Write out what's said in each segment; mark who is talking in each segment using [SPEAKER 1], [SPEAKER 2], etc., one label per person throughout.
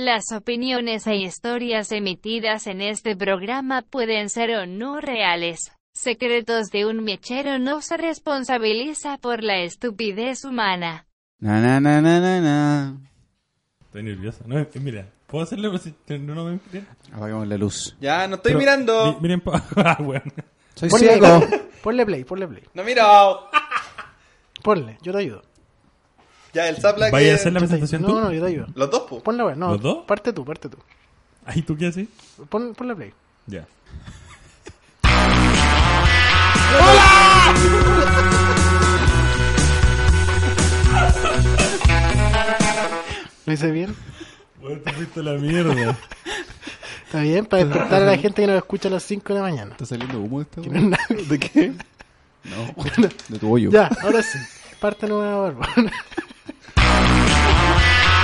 [SPEAKER 1] Las opiniones e historias emitidas en este programa pueden ser o no reales. Secretos de un mechero no se responsabiliza por la estupidez humana.
[SPEAKER 2] Na, na, na, na, na, na.
[SPEAKER 3] Estoy nervioso. No, eh, mira, ¿puedo hacerle por si te- no, no me miren?
[SPEAKER 2] Apagamos la luz.
[SPEAKER 4] Ya, no estoy
[SPEAKER 3] Pero,
[SPEAKER 4] mirando.
[SPEAKER 3] mi- miren pa- Ah, weón.
[SPEAKER 5] Soy
[SPEAKER 2] Ponle
[SPEAKER 5] ciego. Ponle play, ponle play.
[SPEAKER 4] No he mirado.
[SPEAKER 5] Ponle, yo te ayudo.
[SPEAKER 4] Ya, el Zapla
[SPEAKER 3] ¿Vaya a
[SPEAKER 4] que...
[SPEAKER 3] hacer la
[SPEAKER 5] Yo te ayudo.
[SPEAKER 3] presentación tú?
[SPEAKER 5] No, no, yo te ayudo.
[SPEAKER 4] Los dos, po.
[SPEAKER 5] Ponle, bueno, no.
[SPEAKER 3] ¿Los dos?
[SPEAKER 5] Parte tú, parte tú.
[SPEAKER 3] Ay, ¿tú qué haces?
[SPEAKER 5] Pon, ponle play.
[SPEAKER 3] Ya.
[SPEAKER 5] ¿Lo hice bien?
[SPEAKER 3] Weón, te fuiste a la mierda.
[SPEAKER 5] Está bien, para despertar a la gente que nos escucha a las 5 de la mañana.
[SPEAKER 2] ¿Está saliendo humo esta?
[SPEAKER 5] Que no es nada.
[SPEAKER 2] ¿De qué? No, de tu hoyo.
[SPEAKER 5] Ya, ahora sí. Parte nueva, Bárbara.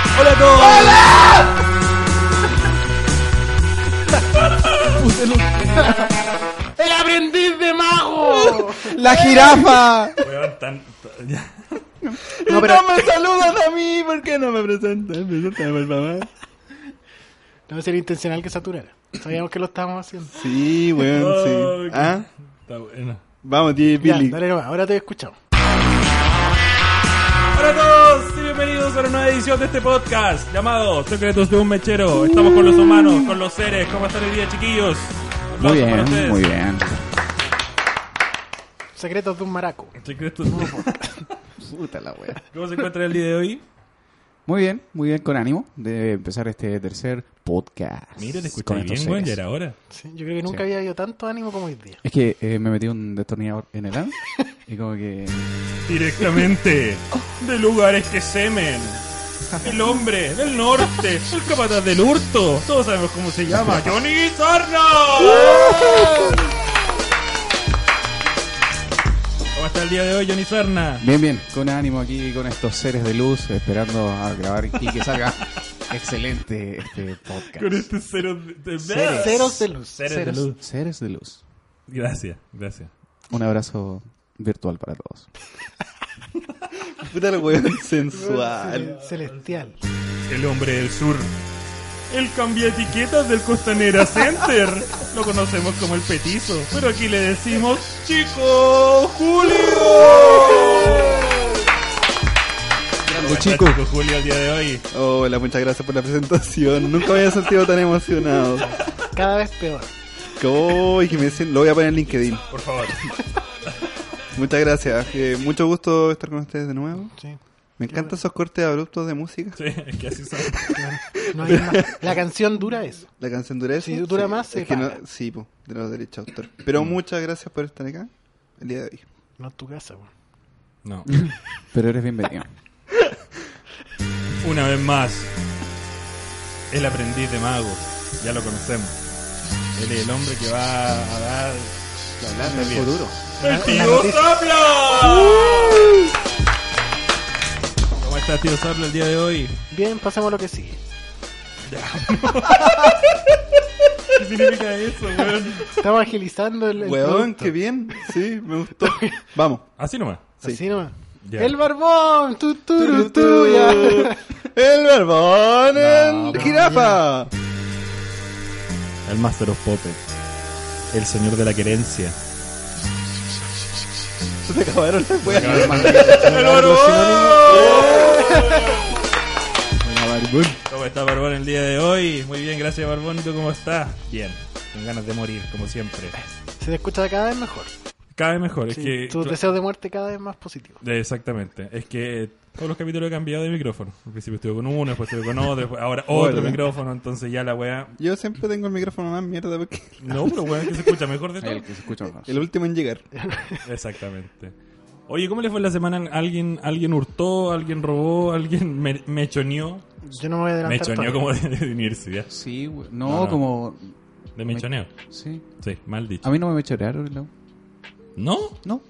[SPEAKER 5] ¡El aprendiz de mago!
[SPEAKER 2] ¡La jirafa!
[SPEAKER 3] Weón, tan... tan- ya.
[SPEAKER 5] No, pero
[SPEAKER 2] me saludas a mí! ¿Por qué no me presentas? Preséntame, por favor.
[SPEAKER 5] no sería intencional que saturara. Sabíamos que lo estábamos haciendo.
[SPEAKER 2] Sí, weón,
[SPEAKER 3] Oh,
[SPEAKER 2] sí.
[SPEAKER 3] qué-
[SPEAKER 2] ¿Ah?
[SPEAKER 3] Está bueno.
[SPEAKER 2] Vamos, DJ
[SPEAKER 5] Ya,
[SPEAKER 2] Billy.
[SPEAKER 5] dale nomás, ahora te escuchamos.
[SPEAKER 3] Hola a todos y bienvenidos a una nueva edición de este podcast llamado Secretos de un Mechero. Estamos con los humanos, con los seres. ¿Cómo están hoy día, chiquillos?
[SPEAKER 2] Muy
[SPEAKER 3] Aplausos para ustedes.
[SPEAKER 2] bien, muy bien.
[SPEAKER 5] Secretos de un maraco.
[SPEAKER 3] Secretos de un
[SPEAKER 2] Puta la wea.
[SPEAKER 3] ¿Cómo se encuentra el día de hoy?
[SPEAKER 2] Muy bien, muy bien, con ánimo de empezar este tercer podcast.
[SPEAKER 3] Mira, te escuché
[SPEAKER 2] con estos
[SPEAKER 3] bien, weón, ya
[SPEAKER 2] seres.
[SPEAKER 3] era hora.
[SPEAKER 5] Sí, yo creo que nunca
[SPEAKER 2] Sí.
[SPEAKER 5] había habido tanto ánimo como hoy día.
[SPEAKER 2] Es que eh, me metí un destornillador en el ano y como que...
[SPEAKER 3] Directamente de lugares que semen. El hombre del norte, el capataz del hurto. Todos sabemos cómo se llama. ¡Johnny Sarna! ¿Cómo está el día de hoy, Johnny Sarna?
[SPEAKER 2] Bien, bien, con ánimo aquí con estos seres de luz, esperando a grabar y que salga excelente este podcast.
[SPEAKER 3] Con este cero de...
[SPEAKER 2] Seres.
[SPEAKER 5] Ceros de luz.
[SPEAKER 3] Seres de luz.
[SPEAKER 2] Seres de luz.
[SPEAKER 3] Gracias, gracias.
[SPEAKER 2] Un abrazo virtual para todos.
[SPEAKER 4] Puta el weón
[SPEAKER 5] Cel-
[SPEAKER 4] sensual.
[SPEAKER 5] Celestial.
[SPEAKER 3] El hombre del sur. El cambia etiquetas del Costanera Center. Lo conocemos como el petizo. Pero aquí le decimos Chico Julio.
[SPEAKER 2] Grande chico.
[SPEAKER 3] Julio el día de hoy.
[SPEAKER 4] Hola, muchas gracias por la presentación. Nunca me había sentido tan emocionado.
[SPEAKER 5] Cada vez peor.
[SPEAKER 4] Que, uy, que me dicen, lo voy a poner en LinkedIn.
[SPEAKER 3] Por favor.
[SPEAKER 4] Muchas gracias. eh, mucho gusto estar con ustedes de nuevo.
[SPEAKER 5] Sí.
[SPEAKER 4] Me encantan esos cortes abruptos de música.
[SPEAKER 3] Sí, es que así son.
[SPEAKER 5] No hay más. La canción dura eso.
[SPEAKER 4] La canción dura eso.
[SPEAKER 5] Si dura más, se
[SPEAKER 4] es que no-
[SPEAKER 5] paga.
[SPEAKER 4] Sí, po, de los derechos de autor. Pero
[SPEAKER 3] Mm.
[SPEAKER 4] muchas gracias por estar acá el día de hoy.
[SPEAKER 5] No es tu casa, weón.
[SPEAKER 3] No.
[SPEAKER 2] Pero eres bienvenido.
[SPEAKER 3] Una vez más. El aprendiz de mago. Ya lo conocemos. Él es el hombre que va a dar.
[SPEAKER 4] Hablando
[SPEAKER 3] del futuro.
[SPEAKER 5] La-
[SPEAKER 3] ¡El
[SPEAKER 5] la
[SPEAKER 3] tío
[SPEAKER 5] noticia.
[SPEAKER 3] Zapla! ¿Cómo estás, tío Zapla, el día de hoy?
[SPEAKER 5] Bien, pasemos a lo que sigue.
[SPEAKER 3] ¿Qué significa eso, weón?
[SPEAKER 5] Estamos agilizando el. el
[SPEAKER 4] Weón,
[SPEAKER 5] producto.
[SPEAKER 4] qué bien. Sí, me gustó. Vamos.
[SPEAKER 3] Así nomás.
[SPEAKER 4] Sí.
[SPEAKER 5] Así nomás.
[SPEAKER 3] Ya.
[SPEAKER 5] El barbón. Tu, tu, ru, tu, ya.
[SPEAKER 4] El barbón,
[SPEAKER 3] No,
[SPEAKER 4] el jirafa.
[SPEAKER 3] El Master of Poppet. El señor de la querencia.
[SPEAKER 4] Se te acabaron las weas.
[SPEAKER 3] ¡El
[SPEAKER 2] Hola, Barbón.
[SPEAKER 3] ¿Cómo está Barbón el día de hoy? Muy bien, gracias Barbón. ¿Y tú cómo estás? Bien. Con ganas de morir, como siempre.
[SPEAKER 5] Se te escucha cada vez mejor.
[SPEAKER 3] Cada vez mejor.
[SPEAKER 5] Sí,
[SPEAKER 3] es que...
[SPEAKER 5] Tus deseos de muerte cada vez más positivos.
[SPEAKER 3] Eh, Exactamente. Es que todos los capítulos he cambiado de micrófono. Al principio estuve con uno, después estuve con otro, después- ahora otro
[SPEAKER 4] Bueno.
[SPEAKER 3] micrófono. Entonces ya la weá...
[SPEAKER 4] Yo siempre tengo el micrófono más mierda porque
[SPEAKER 3] No, pero weá que se escucha mejor de todo.
[SPEAKER 2] El que se escucha mejor.
[SPEAKER 4] el último en llegar.
[SPEAKER 3] Exactamente. Oye, ¿cómo le fue la semana? ¿Alguien, alguien hurtó? ¿Alguien robó? ¿Alguien me- mechoneó?
[SPEAKER 5] Yo no me voy a adelantar.
[SPEAKER 3] Mechoneó
[SPEAKER 5] tanto.
[SPEAKER 3] como de, de universidad.
[SPEAKER 2] Sí, güey.
[SPEAKER 3] No,
[SPEAKER 2] No,
[SPEAKER 3] no.
[SPEAKER 2] como.
[SPEAKER 3] De mechoneo.
[SPEAKER 2] Sí.
[SPEAKER 3] Sí, mal dicho.
[SPEAKER 2] A mí no me mechorearon, no.
[SPEAKER 3] ¿No?
[SPEAKER 2] No,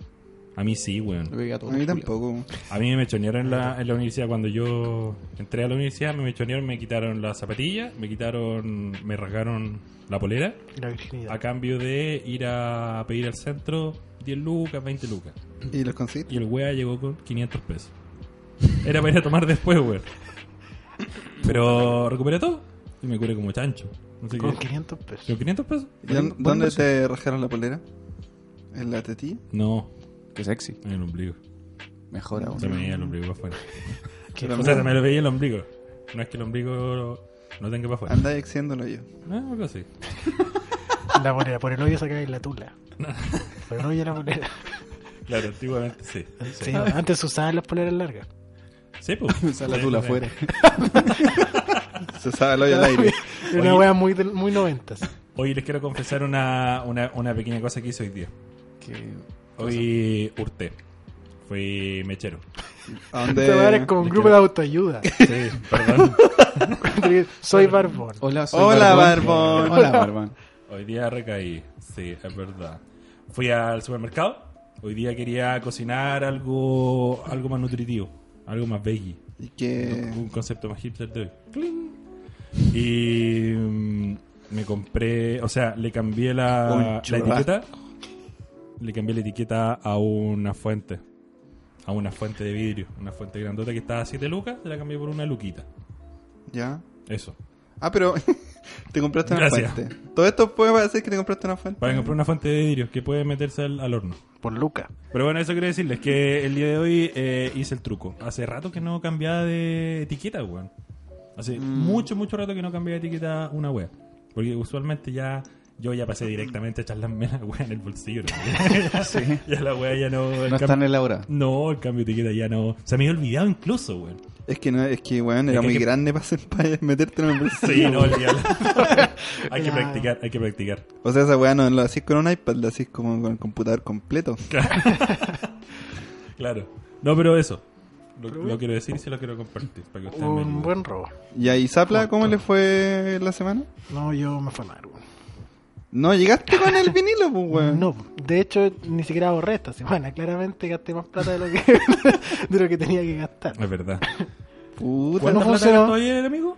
[SPEAKER 3] A mí sí, weón.
[SPEAKER 2] le pegué a
[SPEAKER 4] A
[SPEAKER 2] todos
[SPEAKER 4] mí
[SPEAKER 2] los
[SPEAKER 4] tampoco.
[SPEAKER 3] A mí me mechonearon en la, en la universidad. Cuando yo entré a la universidad, me mechonearon, me quitaron las zapatillas, me quitaron, me rasgaron la polera
[SPEAKER 5] La virginidad.
[SPEAKER 3] a cambio de ir a pedir al centro 10 lucas, 20 lucas.
[SPEAKER 4] ¿Y los conseguiste?
[SPEAKER 3] Y el wea llegó con 500 pesos. Era para ir a tomar después, weón. Pero recuperé todo y me curé como chancho. No sé
[SPEAKER 5] Con
[SPEAKER 3] qué.
[SPEAKER 5] 500 pesos.
[SPEAKER 3] ¿Con 500 pesos?
[SPEAKER 4] ¿Y dónde- ¿Dónde te rajaron la polera? ¿En la tetilla?
[SPEAKER 3] No,
[SPEAKER 2] culiados. Qué sexy.
[SPEAKER 3] en el ombligo.
[SPEAKER 2] Mejor aún.
[SPEAKER 3] Se me veía el ombligo para afuera.
[SPEAKER 5] ¿Qué?
[SPEAKER 3] O sea, se me lo veía el ombligo. No es que el ombligo lo- no tenga para afuera.
[SPEAKER 4] Andá exiéndolo yo.
[SPEAKER 3] No, algo así.
[SPEAKER 5] La moneda, por el hoyo sacáis la tula. Por el hoyo la moneda.
[SPEAKER 3] Claro, antiguamente sí.
[SPEAKER 5] Sí, antes se usaban las poleras largas.
[SPEAKER 3] Sí, pues.
[SPEAKER 2] Usa la tula
[SPEAKER 3] Sí,
[SPEAKER 2] afuera.
[SPEAKER 4] Se sabe el hoyo al aire.
[SPEAKER 5] Era una
[SPEAKER 3] Oye.
[SPEAKER 5] wea muy, del- muy noventas.
[SPEAKER 3] sí. Hoy les quiero confesar una, una, una pequeña cosa que hice hoy día.
[SPEAKER 2] Que...
[SPEAKER 3] Hoy hurté. Fui mechero.
[SPEAKER 4] ¿A
[SPEAKER 5] Te eres
[SPEAKER 4] dónde?
[SPEAKER 5] como un grupo de autoayuda.
[SPEAKER 3] Sí, perdón.
[SPEAKER 5] Soy barbón.
[SPEAKER 2] Hola, soy
[SPEAKER 4] Hola,
[SPEAKER 2] Barbón.
[SPEAKER 4] Barbón.
[SPEAKER 2] Hola, Barbón.
[SPEAKER 3] Hoy día recaí. Sí, es verdad. Fui al supermercado. Hoy día quería cocinar algo, algo más nutritivo. Algo más veggie.
[SPEAKER 4] Y que...
[SPEAKER 3] un concepto más hipster de hoy. ¡Cling! Y mm, me compré, o sea, le cambié
[SPEAKER 4] Un
[SPEAKER 3] la, la
[SPEAKER 4] churrasco.
[SPEAKER 3] etiqueta. Le cambié la etiqueta a una fuente. A una fuente de vidrio. Una fuente grandota que estaba a 7 lucas. Se la cambié por una luquita.
[SPEAKER 4] Ya.
[SPEAKER 3] Eso.
[SPEAKER 4] Ah, pero... Te compraste una
[SPEAKER 3] Gracias.
[SPEAKER 4] fuente. Todo esto puede parecer que te compraste una fuente.
[SPEAKER 3] Para comprar una fuente de vidrio que puede meterse al, al horno.
[SPEAKER 5] Por Luca.
[SPEAKER 3] Pero bueno, eso quiero decirles que el día de hoy eh, hice el truco. Hace rato que no cambiaba de etiqueta, weón. Hace mucho, mucho rato que no cambiaba de etiqueta una wea. Porque usualmente ya yo ya pasé directamente a echarme la wea en el bolsillo. ¿no? ya la wea ya no... el
[SPEAKER 2] No
[SPEAKER 3] cam-
[SPEAKER 2] están elaboradas.
[SPEAKER 3] No, el cambio de etiqueta ya no... Se me había olvidado incluso, weón.
[SPEAKER 4] Es que, no, es que, weón,
[SPEAKER 3] Es
[SPEAKER 4] era
[SPEAKER 3] que-
[SPEAKER 4] muy
[SPEAKER 3] que-
[SPEAKER 4] grande para, hacer- para meterte en el bolsillo.
[SPEAKER 3] Sí, no, olvídalo. hay que
[SPEAKER 5] Claro.
[SPEAKER 3] practicar, hay que practicar.
[SPEAKER 4] O sea, esa weá no la hacís con un iPad, la hacís como con el computador completo.
[SPEAKER 3] Claro. No, pero eso. Lo, lo quiero decir y se lo quiero compartir. Para que ustedes me
[SPEAKER 5] Un
[SPEAKER 3] ayuden.
[SPEAKER 5] buen robo.
[SPEAKER 4] ¿Y ahí, Zapla, cómo le fue la semana?
[SPEAKER 5] No, yo me fue mal. weón.
[SPEAKER 4] No, llegaste con el vinilo, pues, weón.
[SPEAKER 5] No, de hecho, ni siquiera ahorré esta semana. Claramente gasté más plata de lo que, de lo que tenía que gastar.
[SPEAKER 3] Es verdad.
[SPEAKER 4] Puta.
[SPEAKER 5] Bueno,
[SPEAKER 3] ¿Cuánta plata
[SPEAKER 5] funcionó.
[SPEAKER 3] gastó ayer, amigo?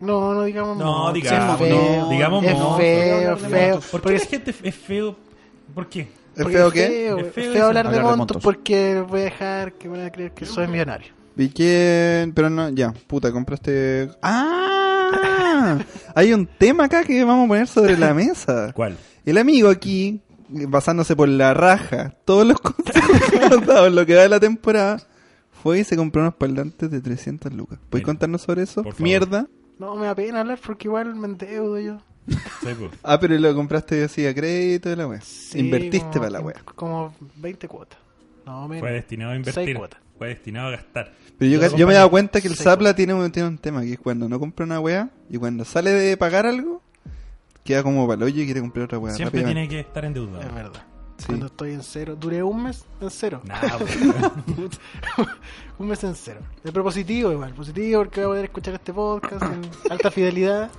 [SPEAKER 5] No, no digamos
[SPEAKER 3] No,
[SPEAKER 5] mucho.
[SPEAKER 3] digamos,
[SPEAKER 5] Es feo,
[SPEAKER 3] no, digamos
[SPEAKER 5] es
[SPEAKER 3] no.
[SPEAKER 5] feo, feo.
[SPEAKER 3] ¿Por qué
[SPEAKER 5] Porque
[SPEAKER 3] la gente es feo? ¿Por qué?
[SPEAKER 4] ¿Es
[SPEAKER 5] Porque
[SPEAKER 4] feo qué?
[SPEAKER 5] feo,
[SPEAKER 3] Es
[SPEAKER 5] es
[SPEAKER 3] feo
[SPEAKER 5] feo
[SPEAKER 3] eso.
[SPEAKER 5] hablar de
[SPEAKER 2] Hablar de
[SPEAKER 5] montos
[SPEAKER 2] montos.
[SPEAKER 5] porque voy a dejar que van a creer que
[SPEAKER 3] Mm.
[SPEAKER 5] soy millonario.
[SPEAKER 4] Vi que... Pero no, ya, puta, compraste... ¡Ah! Hay un tema acá que vamos a poner sobre la mesa.
[SPEAKER 3] ¿Cuál?
[SPEAKER 4] El amigo aquí, basándose por la raja, todos los consejos que nos dado en lo que va de la temporada, fue y se compró unos parlantes de 300 lucas. ¿Puedes
[SPEAKER 3] Mira,
[SPEAKER 4] contarnos sobre eso?
[SPEAKER 3] por favor.
[SPEAKER 4] Mierda.
[SPEAKER 5] No, me da pena hablar porque igual me endeudo yo.
[SPEAKER 3] Sí, pues.
[SPEAKER 4] Ah, pero lo compraste así a crédito de la wea.
[SPEAKER 5] Sí,
[SPEAKER 4] Invertiste
[SPEAKER 5] como-
[SPEAKER 4] para la wea.
[SPEAKER 5] Como 20 cuotas. No, menos.
[SPEAKER 3] Fue destinado a
[SPEAKER 5] Seis
[SPEAKER 3] invertir.
[SPEAKER 5] cuotas.
[SPEAKER 3] Fue destinado a gastar.
[SPEAKER 4] Pero
[SPEAKER 3] Pero
[SPEAKER 4] yo, casi- yo me he
[SPEAKER 3] compañero,
[SPEAKER 4] dado cuenta que el
[SPEAKER 5] sí,
[SPEAKER 4] Zapla tiene un, tiene un tema, que es cuando no compra una wea y cuando sale de pagar algo, queda como paloyo y quiere comprar otra wea.
[SPEAKER 3] Siempre
[SPEAKER 4] rápidamente.
[SPEAKER 3] tiene que estar
[SPEAKER 5] Es
[SPEAKER 3] endeudado.
[SPEAKER 5] verdad.
[SPEAKER 4] Sí.
[SPEAKER 5] Cuando estoy en cero, duré un mes en cero.
[SPEAKER 3] Nah, weón.
[SPEAKER 5] un mes en cero. El propositivo igual, positivo porque voy a poder escuchar este podcast en alta fidelidad.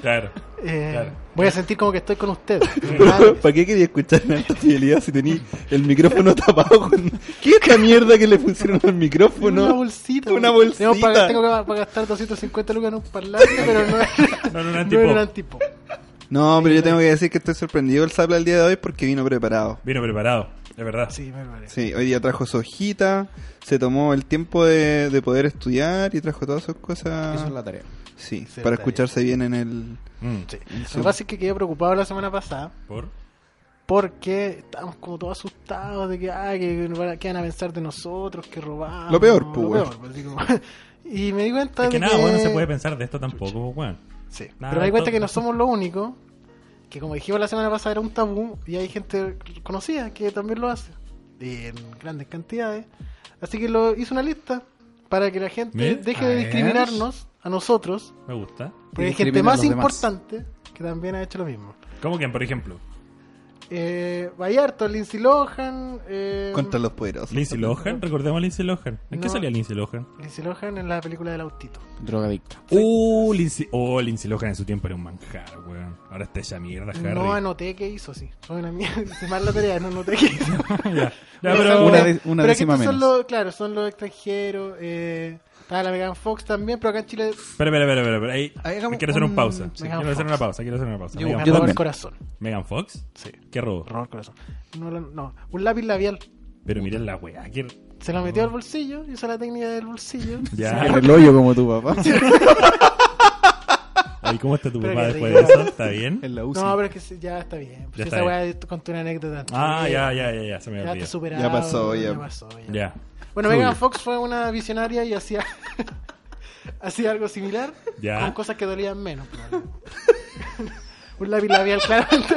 [SPEAKER 3] claro.
[SPEAKER 5] Eh,
[SPEAKER 3] Claro.
[SPEAKER 5] Voy a sentir como que estoy con ustedes.
[SPEAKER 4] ¿Para qué quería escuchar en alta fidelidad si tenía el micrófono tapado con... ¿Qué es esta mierda que le pusieron al micrófono?
[SPEAKER 5] una bolsita.
[SPEAKER 4] Una
[SPEAKER 5] güey. Tengo
[SPEAKER 4] bolsita.
[SPEAKER 5] pa- Tengo que pa- para gastar 250 lucas en un parlante, pero no era-
[SPEAKER 3] No, no, no,
[SPEAKER 5] no era
[SPEAKER 3] tipo,
[SPEAKER 5] el tipo.
[SPEAKER 4] No, pero yo tengo que decir que estoy sorprendido el Zapla el día de hoy porque vino preparado.
[SPEAKER 3] vino preparado. Es verdad.
[SPEAKER 5] Sí, me parece.
[SPEAKER 4] Sí, hoy día trajo su hojita, se tomó el tiempo de, de poder estudiar y trajo todas sus cosas.
[SPEAKER 2] Eso es la tarea.
[SPEAKER 4] Sí,
[SPEAKER 5] Esa es
[SPEAKER 4] para
[SPEAKER 5] la
[SPEAKER 4] escucharse bien en el...
[SPEAKER 3] Mm.
[SPEAKER 5] Sí. Lo que pasa es que quedé preocupado la semana pasada
[SPEAKER 3] ¿Por?
[SPEAKER 5] porque estábamos como todos asustados de que, ay, que, van a- que van a pensar de nosotros, que robamos.
[SPEAKER 4] Lo peor, pues, güey.
[SPEAKER 5] peor, pues, así como- Y me di cuenta
[SPEAKER 3] Es que
[SPEAKER 5] de
[SPEAKER 3] nada, bueno, no se puede pensar de esto tampoco, weón.
[SPEAKER 5] Sí.
[SPEAKER 3] Nada,
[SPEAKER 5] pero me di cuenta
[SPEAKER 3] todo-
[SPEAKER 5] que no somos los únicos. Que como dijimos la semana pasada era un tabú y hay gente conocida que también lo hace. Y en grandes cantidades. Así que lo hice una lista para que la gente
[SPEAKER 3] Mira,
[SPEAKER 5] deje
[SPEAKER 2] a
[SPEAKER 5] de
[SPEAKER 2] ver.
[SPEAKER 5] discriminarnos a nosotros.
[SPEAKER 3] Me gusta.
[SPEAKER 5] Porque hay
[SPEAKER 2] discrimina
[SPEAKER 5] gente
[SPEAKER 2] a
[SPEAKER 5] más
[SPEAKER 2] los demás.
[SPEAKER 5] importante que también ha hecho lo mismo.
[SPEAKER 3] ¿Cómo que, por ejemplo?
[SPEAKER 5] Eh, Vallarto, Lindsay Lohan. eh,
[SPEAKER 4] Contra los poderosos.
[SPEAKER 3] Lindsay Lohan, recordemos a Lindsay Lohan. ¿En qué
[SPEAKER 5] No.
[SPEAKER 3] salía Lindsay Lohan?
[SPEAKER 5] Lindsay Lohan en la película del autito.
[SPEAKER 2] Drogadicta.
[SPEAKER 3] Uh, Lindsay, oh, Lindsay Lohan en su tiempo era un manjar, weón. Ahora está esa mierda, Harry.
[SPEAKER 5] No anoté qué hizo, sí. Soy una mierda. hice mal la tarea, no anoté qué hizo.
[SPEAKER 3] ya, ya,
[SPEAKER 5] Pero-
[SPEAKER 3] pero...
[SPEAKER 4] Una de- una
[SPEAKER 5] pero
[SPEAKER 4] décima
[SPEAKER 5] aquí estos
[SPEAKER 4] menos.
[SPEAKER 5] Son los, claro, son los extranjeros. Eh, estaba la Megan Fox también, pero acá en Chile
[SPEAKER 3] Espera, espera, espera, espera, espera. ahí-
[SPEAKER 4] Ahí hagamos
[SPEAKER 3] quiero hacer una
[SPEAKER 4] un-
[SPEAKER 3] pausa. quiero
[SPEAKER 5] Megan
[SPEAKER 3] hacer
[SPEAKER 5] Fox.
[SPEAKER 3] una pausa, quiero hacer una pausa.
[SPEAKER 4] Yo-
[SPEAKER 5] me
[SPEAKER 3] Megan,
[SPEAKER 4] yo-
[SPEAKER 5] robó el
[SPEAKER 4] también.
[SPEAKER 5] corazón.
[SPEAKER 3] Megan Fox,
[SPEAKER 5] Sí, me
[SPEAKER 3] qué robo.
[SPEAKER 5] robó el corazón. No, lo- no, un lápiz labial.
[SPEAKER 3] Pero miren la weá, qué...
[SPEAKER 5] Se lo metió al bolsillo, hizo la técnica del bolsillo.
[SPEAKER 3] Ya.
[SPEAKER 4] En el hoyo como tu papá.
[SPEAKER 3] Ay, ¿cómo está tu
[SPEAKER 5] Pero
[SPEAKER 3] papá
[SPEAKER 5] qué
[SPEAKER 3] después de
[SPEAKER 5] rico.
[SPEAKER 3] eso? ¿Está bien?
[SPEAKER 4] en la UCI.
[SPEAKER 5] No, pero es que sí, ya está bien. Pues
[SPEAKER 3] Ya
[SPEAKER 5] esa
[SPEAKER 3] está
[SPEAKER 5] weá es con tu anécdota.
[SPEAKER 3] Ah,
[SPEAKER 5] Sí,
[SPEAKER 3] ya, ya, ya, ya, se me
[SPEAKER 5] Ya te
[SPEAKER 3] olvidó.
[SPEAKER 5] superado.
[SPEAKER 4] Ya pasó, ya.
[SPEAKER 5] pasó, ya.
[SPEAKER 3] Ya.
[SPEAKER 5] Bueno,
[SPEAKER 4] Fluye.
[SPEAKER 5] Megan Fox fue una visionaria y hacía hacía algo similar
[SPEAKER 3] Ya.
[SPEAKER 5] con cosas que dolían menos. claro. Un lápiz labial claramente.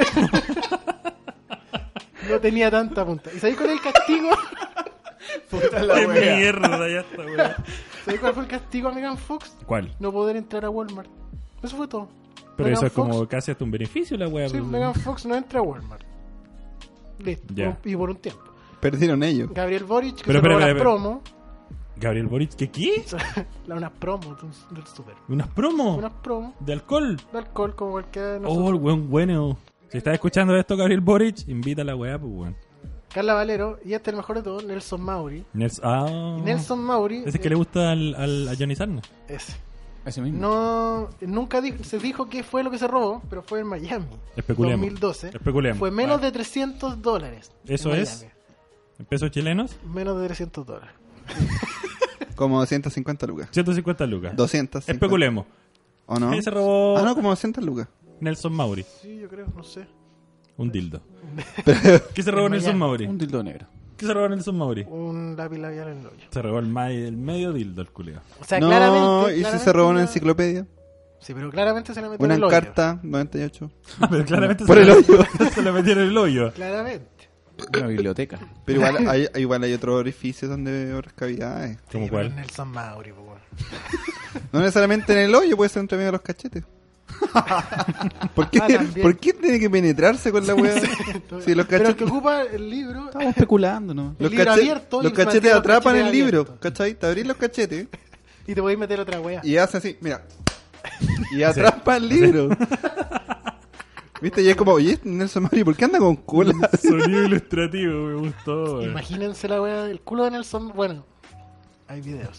[SPEAKER 5] no tenía tanta punta. ¿Y sabéis cuál es el castigo?
[SPEAKER 4] Puta la
[SPEAKER 3] ¡Qué
[SPEAKER 4] wea.
[SPEAKER 3] mierda ya está, weá!
[SPEAKER 5] ¿Sabéis cuál fue el castigo a Megan Fox?
[SPEAKER 3] ¿Cuál?
[SPEAKER 5] No poder entrar a Walmart. Eso fue todo.
[SPEAKER 3] Pero
[SPEAKER 5] Megan
[SPEAKER 3] eso es
[SPEAKER 5] Fox-
[SPEAKER 3] como casi hasta un beneficio la weá.
[SPEAKER 5] Sí,
[SPEAKER 3] pues.
[SPEAKER 5] Megan Fox no entra a Walmart. Listo.
[SPEAKER 3] Ya.
[SPEAKER 5] Y por un tiempo.
[SPEAKER 4] Perdieron ellos.
[SPEAKER 5] Gabriel Boric, que
[SPEAKER 3] Pero,
[SPEAKER 5] se
[SPEAKER 3] espera,
[SPEAKER 5] robó las
[SPEAKER 3] espera, espera.
[SPEAKER 5] promo.
[SPEAKER 3] Gabriel Boric, ¿qué qué?
[SPEAKER 5] la- Unas promos de un- del super.
[SPEAKER 3] ¿Unas promos?
[SPEAKER 5] Unas promos
[SPEAKER 3] ¿De alcohol?
[SPEAKER 5] de alcohol como cualquiera de nosotros.
[SPEAKER 3] Oh, el weón bueno. Si estás escuchando esto, Gabriel Boric, invita a la weá, pues weón.
[SPEAKER 5] Carla Valero y este el mejor de todos, Nelson Mauri.
[SPEAKER 3] Nelson. Ah.
[SPEAKER 5] Y Nelson Mauri.
[SPEAKER 3] Ese que le gusta al, al- a Johnny Sarna.
[SPEAKER 5] Ese.
[SPEAKER 2] Ese mismo.
[SPEAKER 5] No, nunca dijo- se dijo qué fue lo que se robó, pero fue en Miami.
[SPEAKER 3] Especulemos.
[SPEAKER 5] 2012.
[SPEAKER 3] Especulemos.
[SPEAKER 5] Fue menos
[SPEAKER 3] Vale.
[SPEAKER 5] de 300 dólares. en
[SPEAKER 3] Eso es.
[SPEAKER 5] Miami.
[SPEAKER 3] ¿En pesos chilenos?
[SPEAKER 5] Menos de 300 dólares.
[SPEAKER 4] Como 250 lucas.
[SPEAKER 3] 150 lucas.
[SPEAKER 4] 200.
[SPEAKER 3] Especulemos.
[SPEAKER 4] ¿O no?
[SPEAKER 3] Ese robó
[SPEAKER 4] Ah, no, como 200 lucas.
[SPEAKER 3] Nelson Mauri.
[SPEAKER 5] Sí, yo creo, no sé.
[SPEAKER 3] Un dildo. ¿Qué se robó
[SPEAKER 5] En
[SPEAKER 3] Nelson
[SPEAKER 5] Miami.
[SPEAKER 3] Mauri?
[SPEAKER 2] Un dildo negro.
[SPEAKER 3] ¿Qué se robó Nelson Mauri?
[SPEAKER 5] Un lápiz labial en el hoyo.
[SPEAKER 3] Se robó el, ma- el medio dildo, el culeo.
[SPEAKER 5] O sea,
[SPEAKER 4] no,
[SPEAKER 5] claramente.
[SPEAKER 4] y si
[SPEAKER 5] claramente
[SPEAKER 4] se robó una
[SPEAKER 5] no-
[SPEAKER 4] enciclopedia,
[SPEAKER 5] Sí, pero claramente se la metió
[SPEAKER 4] una
[SPEAKER 5] en el hoyo.
[SPEAKER 4] encarta 98.
[SPEAKER 3] Ah, pero claramente
[SPEAKER 4] Por
[SPEAKER 3] se
[SPEAKER 4] el
[SPEAKER 3] la-
[SPEAKER 4] hoyo.
[SPEAKER 3] se le metió en el hoyo.
[SPEAKER 5] Claramente.
[SPEAKER 2] Una biblioteca.
[SPEAKER 4] Pero igual hay, igual hay otros orificios donde hay otras cavidades.
[SPEAKER 3] ¿Cómo
[SPEAKER 5] Sí, pero
[SPEAKER 3] cuál?
[SPEAKER 5] Nelson Mauri, pues, bueno.
[SPEAKER 4] No necesariamente en el hoyo, puede ser entre medio de los cachetes. ¿Por qué,
[SPEAKER 5] Ah, también.
[SPEAKER 4] ¿Por qué tiene que penetrarse con la weá? Si los
[SPEAKER 5] Pero el
[SPEAKER 4] cachetes,
[SPEAKER 5] que ocupa el libro
[SPEAKER 2] Estamos especulando, ¿no?
[SPEAKER 4] los
[SPEAKER 5] libro
[SPEAKER 4] cache-
[SPEAKER 5] abierto y
[SPEAKER 4] los
[SPEAKER 5] el
[SPEAKER 4] cachetes
[SPEAKER 5] mantenido
[SPEAKER 4] atrapan
[SPEAKER 5] cachete
[SPEAKER 4] el libro,
[SPEAKER 5] abierto.
[SPEAKER 4] ¿cachai? Te abrís los cachetes
[SPEAKER 5] y te podéis meter otra wea.
[SPEAKER 4] y hace así, mira. Y atrapa el libro. ¿Viste? Y es como, oye, Nelson Mario, ¿por qué anda con cola?
[SPEAKER 3] Sonido ilustrativo, me gustó. weón.
[SPEAKER 5] Imagínense la wea del culo de Nelson. Bueno, hay videos.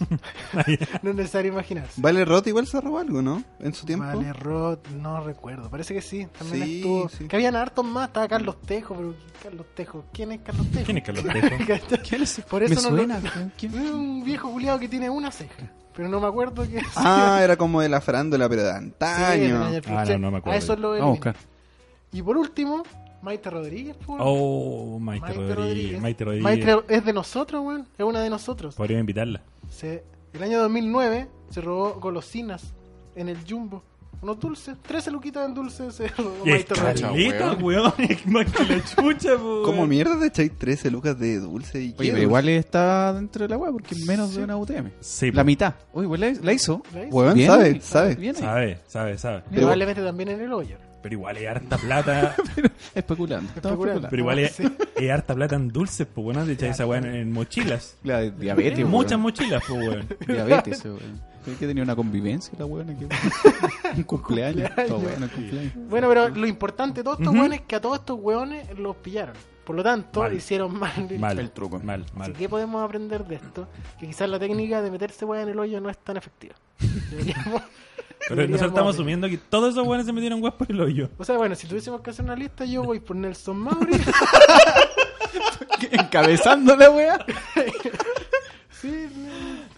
[SPEAKER 5] no es necesario imaginarse.
[SPEAKER 4] Vale Roth igual se robó algo, ¿no? En su tiempo.
[SPEAKER 5] Vale, Rod, no recuerdo. Parece que sí. También
[SPEAKER 4] Sí,
[SPEAKER 5] estuvo.
[SPEAKER 4] sí.
[SPEAKER 5] Que habían hartos más. Estaba Carlos Tejo, pero Carlos Tejo. ¿Quién es Carlos Tejo?
[SPEAKER 3] ¿Quién es Carlos Tejo?
[SPEAKER 5] ¿Cachai? Por
[SPEAKER 2] Me
[SPEAKER 5] eso no
[SPEAKER 2] suena.
[SPEAKER 5] lo-
[SPEAKER 2] ¿Quién?
[SPEAKER 5] Es un viejo culiado que tiene una ceja. Pero no me acuerdo que
[SPEAKER 4] Ah, era como de la farándula, pero de
[SPEAKER 5] Sí, de
[SPEAKER 4] antaño.
[SPEAKER 5] Daniel
[SPEAKER 3] Ah,
[SPEAKER 5] Pinochet.
[SPEAKER 3] no, no me acuerdo.
[SPEAKER 5] A eso lo
[SPEAKER 2] Vamos a
[SPEAKER 5] elimino.
[SPEAKER 2] buscar.
[SPEAKER 5] Y por último, Maite Rodríguez. pues.
[SPEAKER 3] Oh, Maite, Rodríguez. Maite Rodríguez.
[SPEAKER 5] Maite es de nosotros, weón. Es una de nosotros.
[SPEAKER 3] Podríamos invitarla.
[SPEAKER 5] Se- el año 2009 se robó golosinas en el Jumbo. Unos dulces, 13 luquitas en dulces se robó
[SPEAKER 3] Y es
[SPEAKER 5] Maite Rodríguez.
[SPEAKER 3] caleta, weón. Es más que la chucha, weón.
[SPEAKER 4] Como mierda te echáis 13 lucas de dulce y
[SPEAKER 2] Oye,
[SPEAKER 4] hielo?
[SPEAKER 2] pero igual está dentro de la web porque es menos de una UTM.
[SPEAKER 3] Sí,
[SPEAKER 2] La
[SPEAKER 3] po.
[SPEAKER 2] mitad. Uy, igual la, la hizo.
[SPEAKER 5] ¿La hizo?
[SPEAKER 4] Weón,
[SPEAKER 2] Bien
[SPEAKER 4] sabe,
[SPEAKER 2] ahí,
[SPEAKER 4] sabe.
[SPEAKER 2] Bien ahí.
[SPEAKER 3] Sabe, sabe, sabe.
[SPEAKER 4] Pero-
[SPEAKER 5] Probablemente también en el hoyo.
[SPEAKER 3] Pero igual es harta plata.
[SPEAKER 2] Especulando. Estamos
[SPEAKER 5] Especulando.
[SPEAKER 2] especulando.
[SPEAKER 3] pero igual es,
[SPEAKER 5] Sí.
[SPEAKER 3] es harta plata en dulces, pues weón. Te echas esa weón en, en mochilas.
[SPEAKER 2] La de diabetes, weón.
[SPEAKER 3] Muchas mochilas, pues weón.
[SPEAKER 2] Diabetes, weón. Creí que tenía una convivencia la weona que un cumpleaños. Todo bueno, el cumpleaños.
[SPEAKER 5] Bueno, pero lo importante de todos estos
[SPEAKER 3] Ujú.
[SPEAKER 5] weones es que a todos estos weones los pillaron. Por lo tanto,
[SPEAKER 3] Mal.
[SPEAKER 5] hicieron mal.
[SPEAKER 3] Mal.
[SPEAKER 2] El truco.
[SPEAKER 3] Mal,
[SPEAKER 5] Así
[SPEAKER 3] mal.
[SPEAKER 5] que podemos aprender de esto, que quizás la técnica de meterse weón en el hoyo no es tan efectiva. Deberíamos-
[SPEAKER 3] Pero
[SPEAKER 5] deberíamos
[SPEAKER 3] nosotros estamos
[SPEAKER 5] aprender.
[SPEAKER 3] asumiendo que todos esos weones se metieron weas por el hoyo.
[SPEAKER 5] O sea, bueno, si tuviésemos que hacer una lista, yo voy por Nelson Mauri.
[SPEAKER 2] Encabezando la wea.
[SPEAKER 5] Sí, no.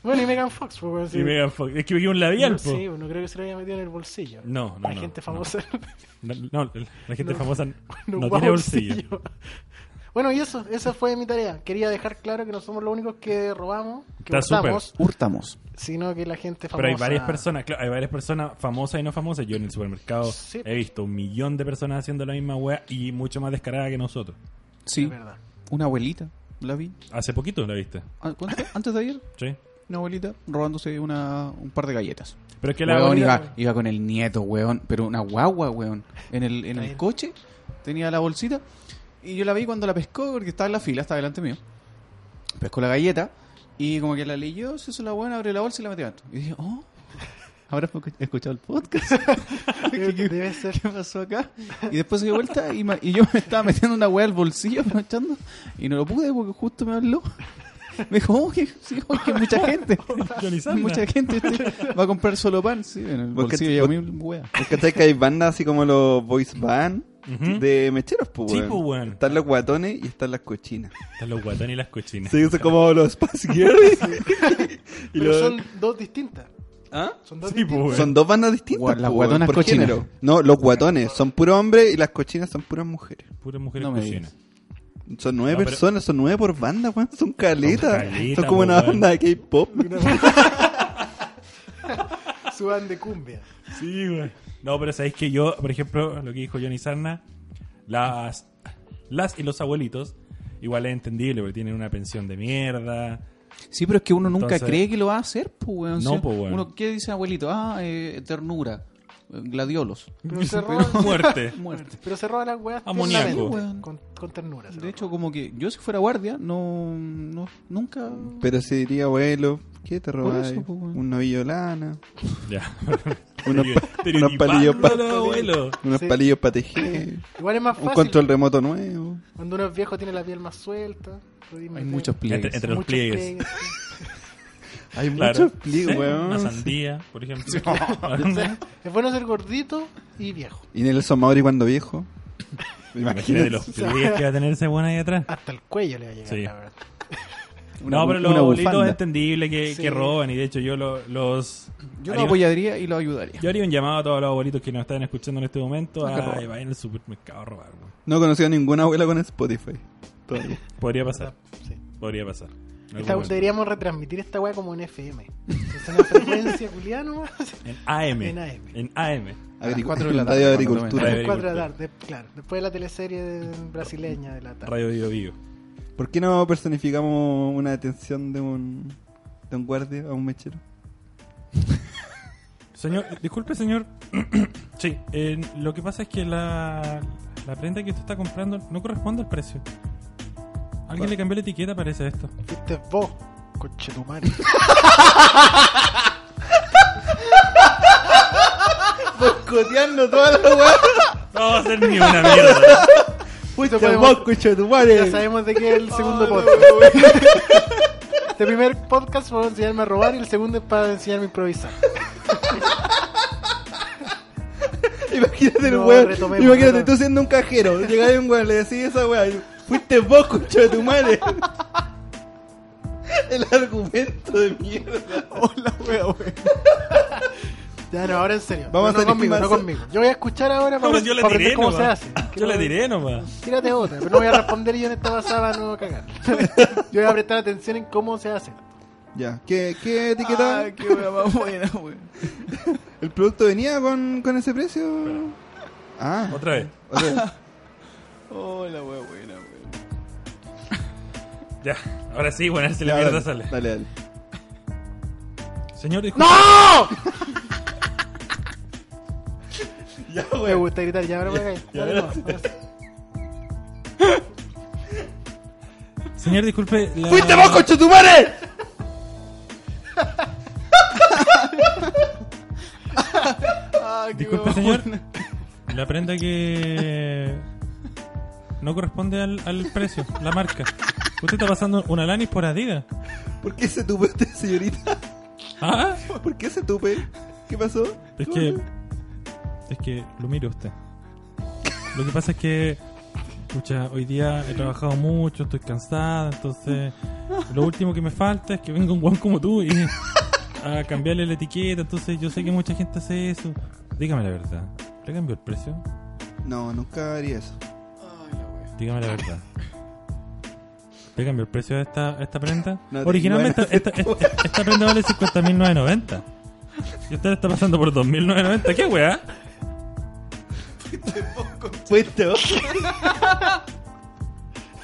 [SPEAKER 5] bueno, y Megan Fox, pues, weón, sí.
[SPEAKER 3] Y Megan Fox. Es que me quedé un labial,
[SPEAKER 5] no,
[SPEAKER 3] po.
[SPEAKER 5] sí, no creo que se lo haya metido en el bolsillo.
[SPEAKER 3] No, no,
[SPEAKER 5] La
[SPEAKER 3] no,
[SPEAKER 5] gente
[SPEAKER 3] no.
[SPEAKER 5] famosa
[SPEAKER 3] No, no, la gente
[SPEAKER 5] No.
[SPEAKER 3] famosa
[SPEAKER 5] no,
[SPEAKER 3] no,
[SPEAKER 5] va
[SPEAKER 3] tiene
[SPEAKER 5] a
[SPEAKER 3] bolsillo.
[SPEAKER 5] bueno, y eso, esa fue mi tarea. Quería dejar claro que no somos los únicos que robamos, que
[SPEAKER 3] Está súper.
[SPEAKER 5] usamos,
[SPEAKER 2] Hurtamos.
[SPEAKER 5] sino que la gente famosa.
[SPEAKER 3] Pero hay varias personas, claro, hay varias personas famosas y no famosas. Yo en el supermercado
[SPEAKER 5] Sí.
[SPEAKER 3] he visto un millón de personas haciendo la misma wea y mucho más descarada que nosotros.
[SPEAKER 5] Es
[SPEAKER 2] Sí.
[SPEAKER 5] verdad.
[SPEAKER 2] Una abuelita. La vi.
[SPEAKER 3] Hace poquito la viste,
[SPEAKER 2] Ah, ¿cuánto? Antes de ayer.
[SPEAKER 3] ¿sí?
[SPEAKER 2] Una abuelita robándose una, un par de galletas.
[SPEAKER 3] Pero es que la
[SPEAKER 2] Weón,
[SPEAKER 3] abuelita-
[SPEAKER 2] iba, iba con el nieto, weón. Pero una guagua, weón. En el, en
[SPEAKER 5] Está
[SPEAKER 2] el
[SPEAKER 5] bien.
[SPEAKER 2] coche tenía la bolsita Y yo la vi cuando la pescó, porque estaba en la fila, estaba delante mío. Pescó la galleta y como que la leyó, se hizo la buena, abrió la bolsa y la metió adentro. Y dije, oh, habrás escu- escuchado el podcast.
[SPEAKER 5] Debe ser.
[SPEAKER 2] ¿Qué pasó acá? Y después se dio vuelta y, ma- y yo me estaba metiendo una weá al bolsillo, aprovechando, y no lo pude porque justo me habló. Me dijo, oh, que, sí, oh, que mucha gente.
[SPEAKER 3] Johnny Sandra.
[SPEAKER 2] Mucha gente este, va a comprar solo pan. Sí, en el
[SPEAKER 4] Porque-
[SPEAKER 2] bolsillo lleva mi weá.
[SPEAKER 4] ¿Cachai que hay bandas así como los boys band
[SPEAKER 3] Ujú.
[SPEAKER 4] de mecheros, pues,
[SPEAKER 3] Sí, pues, weón.
[SPEAKER 4] Están los guatones y están las cochinas.
[SPEAKER 3] Están los guatones y las cochinas.
[SPEAKER 4] Sí, son como los Spice Girls. Y
[SPEAKER 5] Pero
[SPEAKER 4] los-
[SPEAKER 5] son dos distintas.
[SPEAKER 4] ¿Ah?
[SPEAKER 5] Son dos
[SPEAKER 3] Sí,
[SPEAKER 5] distintas.
[SPEAKER 3] pues,
[SPEAKER 4] Son dos bandas
[SPEAKER 2] Gua-
[SPEAKER 4] distintas.
[SPEAKER 2] las
[SPEAKER 4] po, weón,
[SPEAKER 2] guatonas
[SPEAKER 4] por
[SPEAKER 2] cochinas.
[SPEAKER 4] género. No, los guatones son puro hombre y las cochinas son puras mujeres.
[SPEAKER 3] Puras mujeres
[SPEAKER 2] No me
[SPEAKER 3] cochinas.
[SPEAKER 4] Son nueve
[SPEAKER 3] No, pero-
[SPEAKER 4] personas, son nueve por banda, weón. Son caletas. Son,
[SPEAKER 3] caletas, pues,
[SPEAKER 4] como una
[SPEAKER 3] weón.
[SPEAKER 4] banda de K-pop.
[SPEAKER 5] Suban de cumbia.
[SPEAKER 3] Sí, güey. No, pero sabéis que yo, por ejemplo, lo que dijo Johnny Sarna, las, las y los abuelitos, igual es entendible porque tienen una pensión de mierda.
[SPEAKER 2] Sí, pero es que uno nunca
[SPEAKER 3] Entonces-
[SPEAKER 2] cree que lo va a hacer, pues, weón. O
[SPEAKER 3] No,
[SPEAKER 2] sea,
[SPEAKER 3] pues, weón.
[SPEAKER 2] Uno, ¿qué dice abuelito? Ah, eh, ternura, eh, gladiolos,
[SPEAKER 5] Pero se roban,
[SPEAKER 3] Muerte.
[SPEAKER 2] muerte.
[SPEAKER 5] pero se roban las weas
[SPEAKER 3] Amoníaco.
[SPEAKER 5] tiernamente, Con, con ternura. se
[SPEAKER 2] De
[SPEAKER 5] roban.
[SPEAKER 2] hecho, como que yo si fuera guardia, no, no nunca...
[SPEAKER 4] Pero si diría, abuelo, ¿qué te robas?
[SPEAKER 2] eso, po, weón.
[SPEAKER 4] Un novillo de lana,
[SPEAKER 3] Ya.
[SPEAKER 4] unos,
[SPEAKER 3] Pero
[SPEAKER 4] unos palillos para
[SPEAKER 3] equipándolo, abuelo.
[SPEAKER 4] unos
[SPEAKER 5] Sí.
[SPEAKER 4] palillos pa' tejer,
[SPEAKER 5] Igual es más
[SPEAKER 4] un
[SPEAKER 5] fácil.
[SPEAKER 4] control remoto nuevo.
[SPEAKER 5] Cuando uno es viejo tiene la piel más suelta. podéis
[SPEAKER 2] Hay
[SPEAKER 5] meter
[SPEAKER 2] muchos pliegues.
[SPEAKER 3] Entre- entre- los
[SPEAKER 5] muchos
[SPEAKER 3] pliegues.
[SPEAKER 4] Hay
[SPEAKER 3] Claro.
[SPEAKER 4] muchos pliegues,
[SPEAKER 3] Sí,
[SPEAKER 4] weón.
[SPEAKER 3] Una sandía, por ejemplo.
[SPEAKER 5] Es bueno ser gordito y viejo.
[SPEAKER 4] Y Nelson Mauri cuando viejo.
[SPEAKER 3] Imagínate los pliegues que va a tener ese bueno ahí atrás.
[SPEAKER 5] Hasta el cuello le va a llegar,
[SPEAKER 3] Sí.
[SPEAKER 5] la verdad.
[SPEAKER 4] Una
[SPEAKER 3] no,
[SPEAKER 4] bu-
[SPEAKER 3] pero los
[SPEAKER 4] una
[SPEAKER 3] abuelitos
[SPEAKER 4] bufanda.
[SPEAKER 3] es entendible que,
[SPEAKER 5] Sí.
[SPEAKER 3] que roban y de hecho yo lo- los...
[SPEAKER 2] Yo
[SPEAKER 3] haría-
[SPEAKER 2] lo apoyaría y lo ayudaría.
[SPEAKER 3] yo haría un llamado a todos los abuelitos que nos están escuchando en este momento
[SPEAKER 2] A que
[SPEAKER 3] a
[SPEAKER 2] roben.
[SPEAKER 3] vayan al supermercado a robar. güey.
[SPEAKER 4] No conocí a ninguna abuela con Spotify. Todavía.
[SPEAKER 3] Podría pasar,
[SPEAKER 5] Sí.
[SPEAKER 3] podría pasar. En
[SPEAKER 5] Esta-
[SPEAKER 3] algún momento.
[SPEAKER 5] deberíamos retransmitir esta wea como en FM. Es una frecuencia culiana nomás.
[SPEAKER 3] En AM.
[SPEAKER 5] En AM.
[SPEAKER 3] En AM.
[SPEAKER 2] A las
[SPEAKER 4] Agricu-
[SPEAKER 2] cuatro de la tarde,
[SPEAKER 4] Radio
[SPEAKER 2] cuando
[SPEAKER 4] Agricultura.
[SPEAKER 3] tomen.
[SPEAKER 5] Cuatro de la tarde, claro. Después de la teleserie de- brasileña de la tarde.
[SPEAKER 3] Radio Vivo Vivo.
[SPEAKER 4] ¿Por qué no personificamos una detención de un, de un guardia a un mechero?
[SPEAKER 3] Señor, disculpe, señor. sí, eh, lo que pasa es que la, la prenda que usted está comprando no corresponde al precio. Alguien le cambió la etiqueta, parece esto.
[SPEAKER 5] Fuiste vos, conchetumare.
[SPEAKER 4] Coteando toda la weá.
[SPEAKER 3] No va a ser ni una mierda.
[SPEAKER 4] Fuiste
[SPEAKER 5] Te
[SPEAKER 4] vos,
[SPEAKER 5] podemos-
[SPEAKER 4] coche tu
[SPEAKER 5] Ya
[SPEAKER 4] madre.
[SPEAKER 5] sabemos de qué es el segundo podcast. este primer podcast fue para enseñarme a robar y el segundo es para enseñarme a improvisar.
[SPEAKER 4] Imagínate el
[SPEAKER 5] No,
[SPEAKER 4] weón.
[SPEAKER 5] retomemos,
[SPEAKER 4] Imagínate
[SPEAKER 5] retomemos.
[SPEAKER 4] tú siendo un cajero. Llegáis a un weón, le decís esa weá. y, Fuiste vos, coche de tu madre. El argumento de mierda. Hola, weón.
[SPEAKER 5] Ya no, ahora en serio.
[SPEAKER 4] Vamos
[SPEAKER 5] no,
[SPEAKER 4] a
[SPEAKER 5] no
[SPEAKER 4] hacer
[SPEAKER 5] conmigo, no
[SPEAKER 4] más-
[SPEAKER 5] conmigo. Yo voy a escuchar ahora
[SPEAKER 3] No,
[SPEAKER 5] para,
[SPEAKER 3] pero yo le
[SPEAKER 5] para
[SPEAKER 3] diré
[SPEAKER 5] aprender cómo
[SPEAKER 3] nomás.
[SPEAKER 5] se hace.
[SPEAKER 3] Yo le
[SPEAKER 5] Quiero-
[SPEAKER 3] diré nomás.
[SPEAKER 5] Tírate otra, pero no voy a responder yo en esta pasada para no cagar. Yo voy a prestar atención en cómo se hace.
[SPEAKER 4] Ya, ¿qué, qué etiqueta?
[SPEAKER 2] Ah, qué wea más buena, weón.
[SPEAKER 4] ¿El producto venía con, con ese precio? Ah,
[SPEAKER 3] Otra vez.
[SPEAKER 4] otra vez.
[SPEAKER 2] Oh, la wea buena, weón.
[SPEAKER 3] Ya. Ahora sí, bueno, se le
[SPEAKER 4] Ya,
[SPEAKER 3] mierda sale.
[SPEAKER 4] dale, Dale, dale.
[SPEAKER 3] Señor, disculpe. ¡No!
[SPEAKER 5] Me gusta gritar, ya ahora voy a caer. Dale nomás, ahora sí.
[SPEAKER 3] Señor, disculpe. La...
[SPEAKER 4] ¡Fuiste vos, coche tu madre!
[SPEAKER 3] Disculpe, señor. La prenda que no corresponde al, al precio, la marca. Usted está pasando una Lanis por Adidas.
[SPEAKER 4] ¿Por qué se tupe usted, señorita?
[SPEAKER 3] Ah,
[SPEAKER 4] ¿Por qué se tupe? ¿Qué pasó?
[SPEAKER 3] es que es que lo mira usted. Lo que pasa es que pucha, hoy día he trabajado mucho, estoy cansada, entonces lo último que me falta es que venga un guan como tú y a cambiarle la etiqueta, entonces yo sé que mucha gente hace eso. Dígame la verdad. ¿Le cambió el precio?
[SPEAKER 4] No, nunca haría eso.
[SPEAKER 3] Dígame la verdad. ¿Le cambió el precio de esta, a esta prenda?
[SPEAKER 4] No,
[SPEAKER 3] Originalmente
[SPEAKER 4] bueno,
[SPEAKER 3] esta, esta- esta- esta prenda vale 50.990. Y usted la está pasando por 2.990. ¿Qué weá?
[SPEAKER 4] ¿Fuiste vos?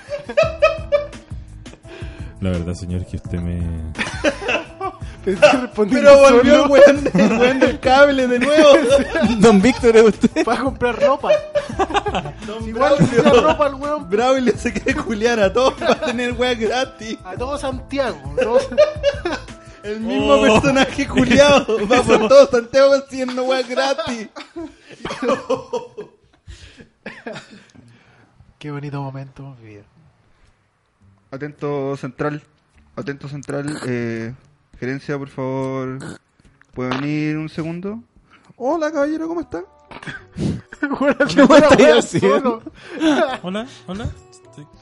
[SPEAKER 3] La verdad, señor, que usted me...
[SPEAKER 5] Pensé que respondí
[SPEAKER 4] Pero
[SPEAKER 5] yo
[SPEAKER 4] volvió
[SPEAKER 5] solo.
[SPEAKER 4] el weón, el weón del hable de nuevo. Don Víctor, ¿es usted?
[SPEAKER 5] Para comprar ropa. Si Igual le da ropa al weón.
[SPEAKER 4] Braulio se quiere culiar a todos para tener weas gratis.
[SPEAKER 5] A todo Santiago. todo-
[SPEAKER 4] El mismo
[SPEAKER 3] Oh.
[SPEAKER 4] personaje culiado Ah, va por todo Santiago haciendo weas gratis.
[SPEAKER 5] Qué bonito momento hemos vivido.
[SPEAKER 4] Atento central. Atento central. Eh, gerencia, por favor. ¿Puede venir un segundo? Hola, caballero, ¿cómo está?
[SPEAKER 5] ¿Qué
[SPEAKER 2] me estáis
[SPEAKER 5] weón
[SPEAKER 2] haciendo?
[SPEAKER 5] solo.
[SPEAKER 3] Hola, hola.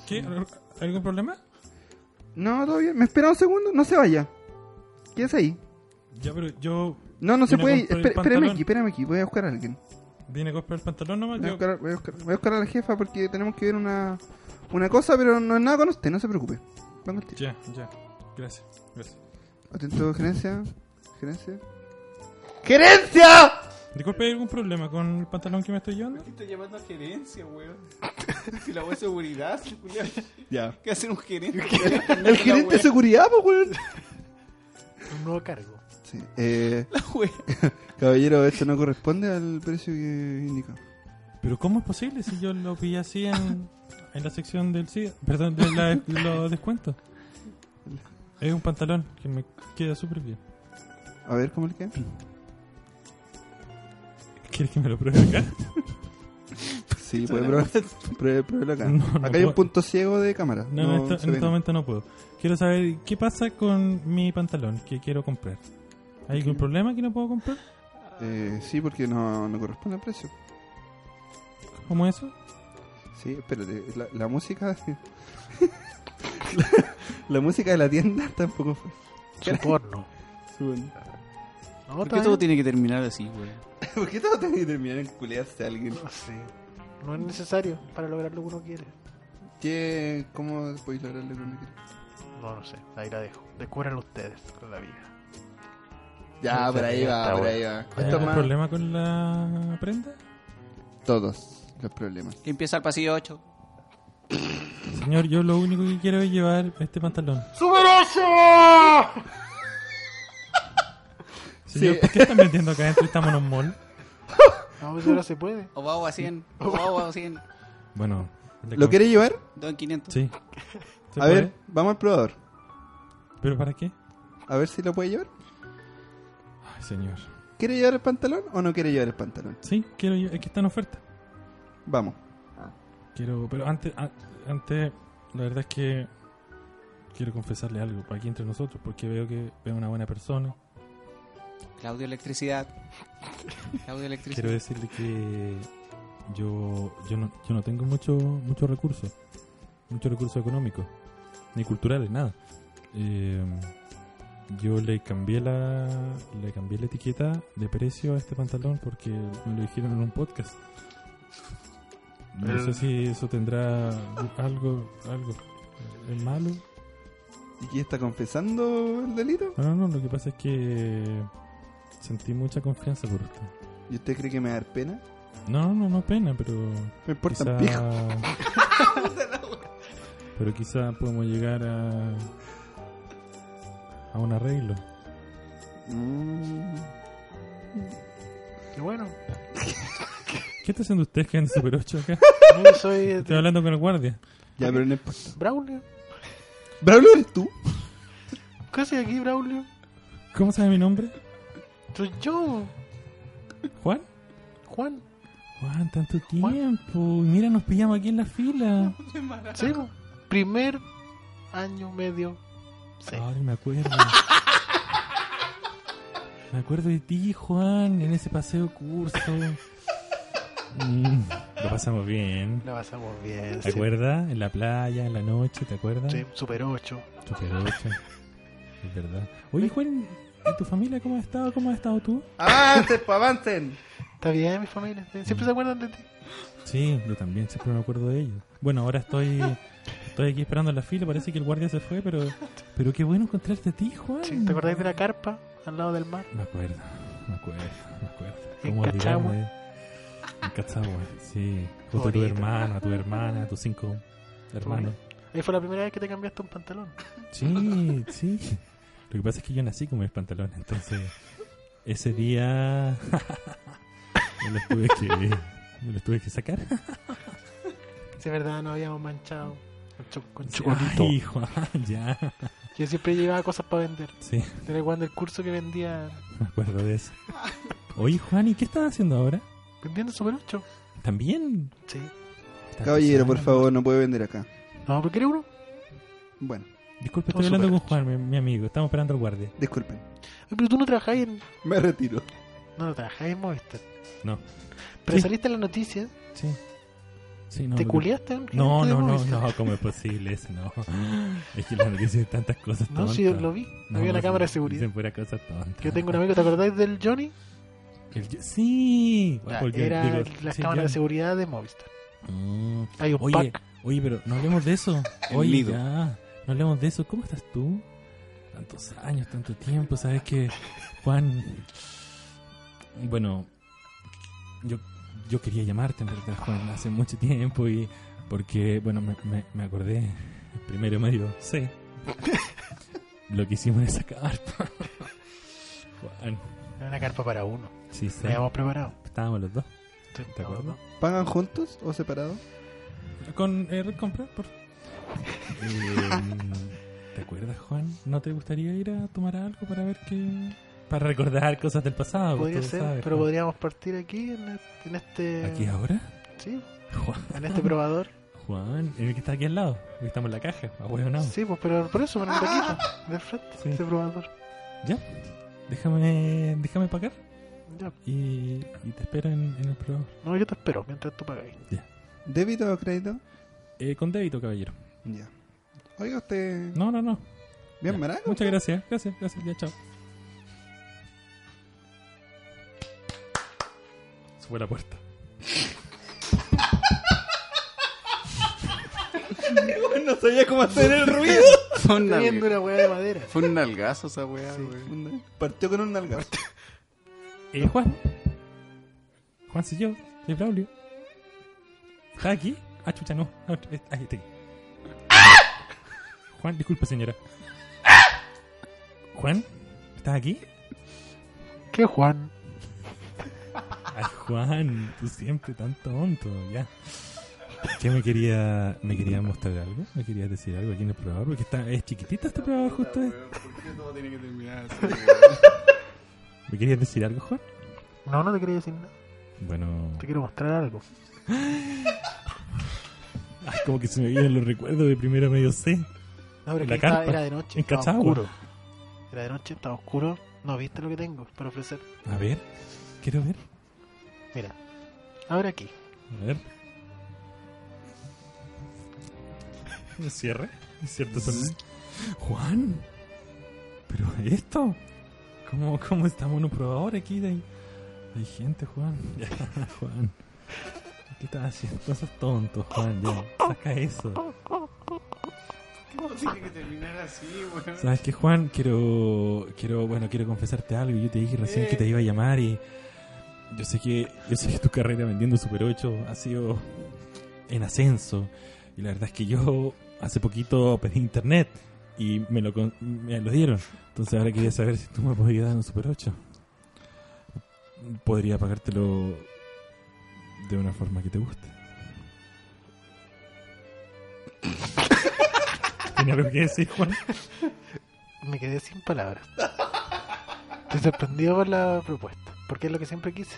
[SPEAKER 3] ¿Qué? ¿Algún problema?
[SPEAKER 4] No, todo bien. ¿Me espera un segundo? No se vaya. Quédese ahí.
[SPEAKER 3] Ya, pero yo.
[SPEAKER 4] No, no se
[SPEAKER 3] vine a
[SPEAKER 4] puede.
[SPEAKER 3] comprar el
[SPEAKER 4] Espé- espérame
[SPEAKER 3] pantalón.
[SPEAKER 4] aquí, espérame aquí. Voy a buscar a alguien.
[SPEAKER 3] Vine a comprar el pantalón nomás.
[SPEAKER 4] Voy a
[SPEAKER 3] Yo,
[SPEAKER 4] buscar, voy a buscar- voy a buscar a la jefa porque tenemos que ver una, una cosa, pero no es nada con usted, no se preocupe. Vengo al tiro.
[SPEAKER 3] ya, ya. Gracias, gracias.
[SPEAKER 4] Atento, gerencia. Gerencia. ¡Gerencia!
[SPEAKER 3] Disculpe, ¿hay algún problema con el pantalón que me estoy llevando?
[SPEAKER 2] Estoy llamando a gerencia, weón. Si la voy a seguridad,
[SPEAKER 4] Ya.
[SPEAKER 2] ¿qué hacer un gerente?
[SPEAKER 4] El gerente de seguridad, pues, weón.
[SPEAKER 5] Un nuevo cargo.
[SPEAKER 4] Sí. Eh, caballero, esto no corresponde al precio que indica.
[SPEAKER 3] Pero ¿cómo es posible si yo lo pillé así en, en la sección del SIDA? Perdón, de la- los descuentos. Es un pantalón que me queda súper bien.
[SPEAKER 4] A ver, ¿cómo le queda?
[SPEAKER 3] ¿Quieres que me lo pruebe acá?
[SPEAKER 4] Sí, puede probar. Pruebe, pruébelo acá.
[SPEAKER 3] No, no
[SPEAKER 4] acá hay
[SPEAKER 3] puedo.
[SPEAKER 4] un punto ciego de cámara.
[SPEAKER 3] No, en, esta-
[SPEAKER 4] se
[SPEAKER 3] en
[SPEAKER 4] ve
[SPEAKER 3] este
[SPEAKER 4] nada.
[SPEAKER 3] momento no puedo. Quiero saber qué pasa con mi pantalón que quiero comprar. ¿Hay algún problema que no puedo comprar?
[SPEAKER 4] Eh, sí, porque no, no corresponde al precio.
[SPEAKER 3] ¿Cómo eso?
[SPEAKER 4] Sí, espérate, la, la música. la, la música de la tienda tampoco fue.
[SPEAKER 5] Su porno. No,
[SPEAKER 2] ¿Por qué
[SPEAKER 5] también-
[SPEAKER 2] todo tiene que terminar así, weón?
[SPEAKER 4] ¿Por qué todo tiene que terminar en culiarse a alguien?
[SPEAKER 5] No sé. No es necesario para lograr lo que uno quiere.
[SPEAKER 4] ¿Qué, ¿Cómo podéis lograrlo con lo que
[SPEAKER 5] No, no sé. Ahí la dejo. Descubran ustedes con la vida.
[SPEAKER 4] Ya, por ahí va, por ahí va.
[SPEAKER 3] ¿Hay
[SPEAKER 4] Cuesta
[SPEAKER 3] algún
[SPEAKER 4] más.
[SPEAKER 3] problema con la prenda?
[SPEAKER 4] Todos los problemas.
[SPEAKER 2] Que empieza el pasillo 8.
[SPEAKER 3] Señor, yo lo único que quiero es llevar este pantalón.
[SPEAKER 5] ¡Superoso!
[SPEAKER 3] Señor, ¿por qué están vendiendo acá adentro? Estamos en un mall.
[SPEAKER 5] No, pues ahora se puede.
[SPEAKER 2] O va a 100, o va a 100,
[SPEAKER 3] Bueno. le
[SPEAKER 4] ¿Lo
[SPEAKER 3] com-
[SPEAKER 4] quieres llevar?
[SPEAKER 2] Don 500.
[SPEAKER 3] Sí. ¿Se
[SPEAKER 4] A
[SPEAKER 3] puede?
[SPEAKER 4] ver, vamos al probador.
[SPEAKER 3] ¿Pero para qué?
[SPEAKER 4] A ver si lo puede llevar.
[SPEAKER 3] Ay, señor.
[SPEAKER 4] ¿Quiere llevar el pantalón o no quiere llevar el pantalón?
[SPEAKER 3] Sí, quiero... lle- Es que está en oferta.
[SPEAKER 4] Vamos.
[SPEAKER 3] Quiero... Pero antes... a- Antes... La verdad es que... Quiero confesarle algo aquí entre nosotros porque veo que es una buena persona.
[SPEAKER 2] Claudio Electricidad. Claudio Electricidad.
[SPEAKER 3] Quiero decirle que yo, yo, no, yo no tengo mucho muchos recursos, muchos recursos económicos, ni culturales, nada. Eh, yo le cambié la le cambié la etiqueta de precio a este pantalón porque me lo dijeron en un podcast. No
[SPEAKER 5] Pero-
[SPEAKER 3] sé si eso tendrá algo, algo. ¿Es malo?
[SPEAKER 4] ¿Y quién está confesando el delito?
[SPEAKER 3] No, no, no, lo que pasa es que sentí mucha confianza por usted.
[SPEAKER 4] ¿Y usted cree que me va a dar pena?
[SPEAKER 3] No, no, no pena, pero
[SPEAKER 4] Me importa un pijo.
[SPEAKER 3] Quizá... Pero quizá podemos llegar a a un arreglo.
[SPEAKER 4] Mm.
[SPEAKER 5] Qué bueno.
[SPEAKER 3] ¿Qué está haciendo usted que anda Super 8 acá?
[SPEAKER 5] No, yo soy eh,
[SPEAKER 3] Estoy hablando con el guardia.
[SPEAKER 4] Ya, pero no importa.
[SPEAKER 5] Braulio.
[SPEAKER 4] ¿Braulio eres tú?
[SPEAKER 5] ¿Qué haces aquí, Braulio?
[SPEAKER 3] ¿Cómo sabe mi nombre?
[SPEAKER 5] Soy yo,
[SPEAKER 3] ¿Juan?
[SPEAKER 5] Juan.
[SPEAKER 3] Juan, tanto tiempo. Mira, nos pillamos aquí en la fila.
[SPEAKER 5] Sí, po. primer año medio. Sí.
[SPEAKER 3] Ahora me acuerdo. Me acuerdo de ti, Juan, en ese paseo curso. Mm, lo pasamos bien.
[SPEAKER 5] La pasamos bien.
[SPEAKER 3] ¿Te
[SPEAKER 5] Sí,
[SPEAKER 3] acuerdas? En la playa, en la noche, ¿te acuerdas?
[SPEAKER 5] Sí, super 8.
[SPEAKER 3] Super ocho. Es verdad. Oye, Juan, ¿y tu familia cómo ha estado? ¿Cómo has estado tú?
[SPEAKER 4] ¡Avancen, pa, avancen!
[SPEAKER 5] Está bien, mi familia. Sí, Siempre se acuerdan de ti.
[SPEAKER 3] Sí, yo también, siempre me acuerdo de ellos. Bueno, ahora estoy estoy aquí esperando en la fila, parece que el guardia se fue, pero pero qué bueno encontrarte a ti, Juan.
[SPEAKER 5] Sí, ¿Te acordáis de la carpa al lado del mar?
[SPEAKER 3] Me acuerdo, me acuerdo, me acuerdo.
[SPEAKER 5] En
[SPEAKER 3] ¿Cómo
[SPEAKER 5] Cachagua.
[SPEAKER 3] olvidarme? de- En Cachagua, sí. Junto a tu
[SPEAKER 5] Bonito.
[SPEAKER 3] hermano, a tu hermana, a tus cinco hermanos.
[SPEAKER 5] Ahí fue la primera vez que te cambiaste un pantalón.
[SPEAKER 3] Sí, sí. Lo que pasa es que yo nací con mis pantalones, entonces Ese día. me los tuve que. Me los tuve que sacar.
[SPEAKER 5] Si es verdad, nos habíamos manchado. Con cho- con chocolito.
[SPEAKER 3] Ay, Juan, ya.
[SPEAKER 5] Yo siempre llevaba cosas para vender.
[SPEAKER 3] Sí,
[SPEAKER 5] Era cuando el curso que vendía.
[SPEAKER 3] me acuerdo de eso. Oye, Juan, ¿y qué estás haciendo ahora?
[SPEAKER 5] Vendiendo Super 8.
[SPEAKER 3] ¿También?
[SPEAKER 5] Sí.
[SPEAKER 3] ¿Estás
[SPEAKER 4] Caballero, por
[SPEAKER 3] empezando?
[SPEAKER 4] favor, no puede vender acá.
[SPEAKER 5] No, porque era uno.
[SPEAKER 4] Bueno,
[SPEAKER 3] Disculpe,
[SPEAKER 5] Todo
[SPEAKER 3] estoy hablando con
[SPEAKER 5] super
[SPEAKER 3] Juan, mi, mi amigo. Estamos esperando al guardia.
[SPEAKER 4] disculpen.
[SPEAKER 5] Ay, Pero tú no trabajáis en.
[SPEAKER 4] Me retiro.
[SPEAKER 5] No, no trabajáis en Movistar.
[SPEAKER 3] No.
[SPEAKER 5] Pero
[SPEAKER 3] Sí.
[SPEAKER 5] saliste en las noticias.
[SPEAKER 3] Sí. Sí, no.
[SPEAKER 5] ¿Te
[SPEAKER 3] lo-
[SPEAKER 5] culiaste? a un
[SPEAKER 3] No,
[SPEAKER 5] gerente de
[SPEAKER 3] no, no,
[SPEAKER 5] Movistar?
[SPEAKER 3] no, ¿cómo es posible eso? No. Es que la noticia de tantas cosas
[SPEAKER 5] No,
[SPEAKER 3] tontas.
[SPEAKER 5] si yo lo vi.
[SPEAKER 3] No,
[SPEAKER 5] Había la
[SPEAKER 3] sí,
[SPEAKER 5] cámara de seguridad.
[SPEAKER 3] Dicen pura cosas tontas.
[SPEAKER 5] Yo tengo un amigo, ¿te acordáis del Johnny?
[SPEAKER 3] El yo- sí.
[SPEAKER 5] Ya,
[SPEAKER 3] Apple, yo
[SPEAKER 5] era
[SPEAKER 3] digo,
[SPEAKER 5] las
[SPEAKER 3] sí,
[SPEAKER 5] cámaras
[SPEAKER 3] yo-
[SPEAKER 5] de seguridad de Movistar.
[SPEAKER 3] Mm.
[SPEAKER 5] Hay un
[SPEAKER 3] Oye,
[SPEAKER 5] pack.
[SPEAKER 3] oye, pero no hablemos de eso.
[SPEAKER 2] El
[SPEAKER 3] Oye,
[SPEAKER 2] nido.
[SPEAKER 3] ya. No hablemos de eso. ¿Cómo estás tú? Tantos años, tanto tiempo. Sabes que, Juan. Bueno, yo, yo quería llamarte, en verdad, Juan, hace mucho tiempo. y Porque, bueno, me, me, me acordé. Primero medio, sí. Lo que hicimos en esa carpa. Juan,
[SPEAKER 5] Era una carpa para uno.
[SPEAKER 3] sí, sí.
[SPEAKER 5] Lo habíamos preparado.
[SPEAKER 3] Estábamos los dos.
[SPEAKER 5] Sí,
[SPEAKER 3] ¿Te acuerdas?
[SPEAKER 5] no, no.
[SPEAKER 4] ¿Pagan juntos o separados?
[SPEAKER 3] Con eh, red compra, por Em, ¿Te acuerdas, Juan? ¿No te gustaría ir a tomar algo para ver qué. para recordar cosas del pasado?
[SPEAKER 5] Podría
[SPEAKER 3] Tú
[SPEAKER 5] ser,
[SPEAKER 3] sabes,
[SPEAKER 5] pero
[SPEAKER 3] Juan.
[SPEAKER 5] podríamos partir aquí en, este- en este.
[SPEAKER 3] ¿Aquí ahora?
[SPEAKER 5] Sí,
[SPEAKER 3] Juan,
[SPEAKER 5] en este probador.
[SPEAKER 3] Juan, el que está aquí al lado, el que estamos en la caja, ah, bueno, no.
[SPEAKER 5] Sí, pues, pero por eso, en el taquito, del frente,
[SPEAKER 3] Sí.
[SPEAKER 5] este probador.
[SPEAKER 3] Ya, déjame, déjame pagar
[SPEAKER 5] Ya.
[SPEAKER 3] y, y te espero en, en el probador.
[SPEAKER 5] No, yo te espero mientras tú pagáis.
[SPEAKER 4] ¿Débito o crédito?
[SPEAKER 3] Eh, con débito, caballero.
[SPEAKER 4] Ya. Oiga usted,
[SPEAKER 3] No, no, no.
[SPEAKER 4] bien
[SPEAKER 3] Ya.
[SPEAKER 4] maraco.
[SPEAKER 3] Muchas gracias, gracias, gracias, ya, chao. Se fue la puerta.
[SPEAKER 4] No sabía cómo hacer el ruido.
[SPEAKER 2] Fue un
[SPEAKER 5] Teniendo
[SPEAKER 2] nalga-
[SPEAKER 5] una weá de madera.
[SPEAKER 2] fue un nalgazo esa weá,
[SPEAKER 5] Sí.
[SPEAKER 2] güey.
[SPEAKER 4] Partió con un nalgazo.
[SPEAKER 3] Eh, Juan. Juan soy yo, soy Braulio. ¿Está aquí? Ah, chucha, no. Ah, otra vez. Ahí está. aquí. Juan, disculpe, señora. Juan, ¿estás aquí?
[SPEAKER 5] ¿Qué, Juan?
[SPEAKER 3] Ay, Juan, tú siempre tan tonto, ya. ¿Qué me quería, me quería mostrar algo? ¿Me querías decir algo aquí en el probador? Porque está, es chiquitito este probador justo. eh.
[SPEAKER 2] ¿Por qué todo tiene que terminar
[SPEAKER 3] ¿Me querías decir algo, Juan?
[SPEAKER 5] No, no te quería decir nada.
[SPEAKER 3] Bueno,
[SPEAKER 5] Te quiero mostrar algo.
[SPEAKER 3] ay, como que se me vienen los recuerdos de primero medio C.
[SPEAKER 5] No, pero
[SPEAKER 3] En la
[SPEAKER 5] que estaba,
[SPEAKER 3] carpa,
[SPEAKER 5] era de noche,
[SPEAKER 3] en
[SPEAKER 5] estaba
[SPEAKER 3] Cachagua.
[SPEAKER 5] oscuro. Era de noche, estaba oscuro. No, viste lo que tengo para ofrecer.
[SPEAKER 3] A ver, quiero ver.
[SPEAKER 5] Mira, ahora aquí.
[SPEAKER 3] A ver. ¿Me cierre? ¿Es cierto también? Juan. ¿Pero esto? ¿Cómo, cómo estamos en un probador aquí? De, hay gente, Juan. Ya, Juan. ¿Qué estás haciendo? Cosas tontos, Juan. Ya, saca eso.
[SPEAKER 2] ¿Cómo tiene que terminar así, güey?
[SPEAKER 3] ¿Sabes qué, Juan? Quiero, quiero, bueno, quiero confesarte algo. Yo te dije recién que te iba a llamar y yo sé que, yo sé que tu carrera vendiendo Super 8 ha sido en ascenso. Y la verdad es que yo hace poquito pedí internet y me lo, con- me lo dieron. Entonces ahora quería saber si tú me podías dar un Super 8. Podría pagártelo de una forma que te guste. ¿Tiene algo que decir, Juan?
[SPEAKER 5] Me quedé sin palabras. Estoy sorprendido por la propuesta. Porque es lo que siempre quise.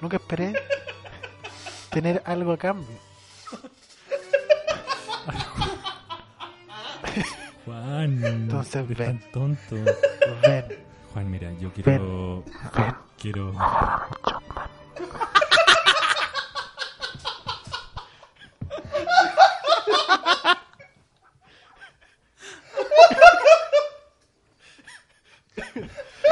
[SPEAKER 5] Nunca esperé tener algo a cambio.
[SPEAKER 3] Juan,
[SPEAKER 5] Entonces,
[SPEAKER 3] eres
[SPEAKER 5] ven.
[SPEAKER 3] tan tonto.
[SPEAKER 5] Ven,
[SPEAKER 3] Juan, mira, yo quiero, quiero,
[SPEAKER 5] creo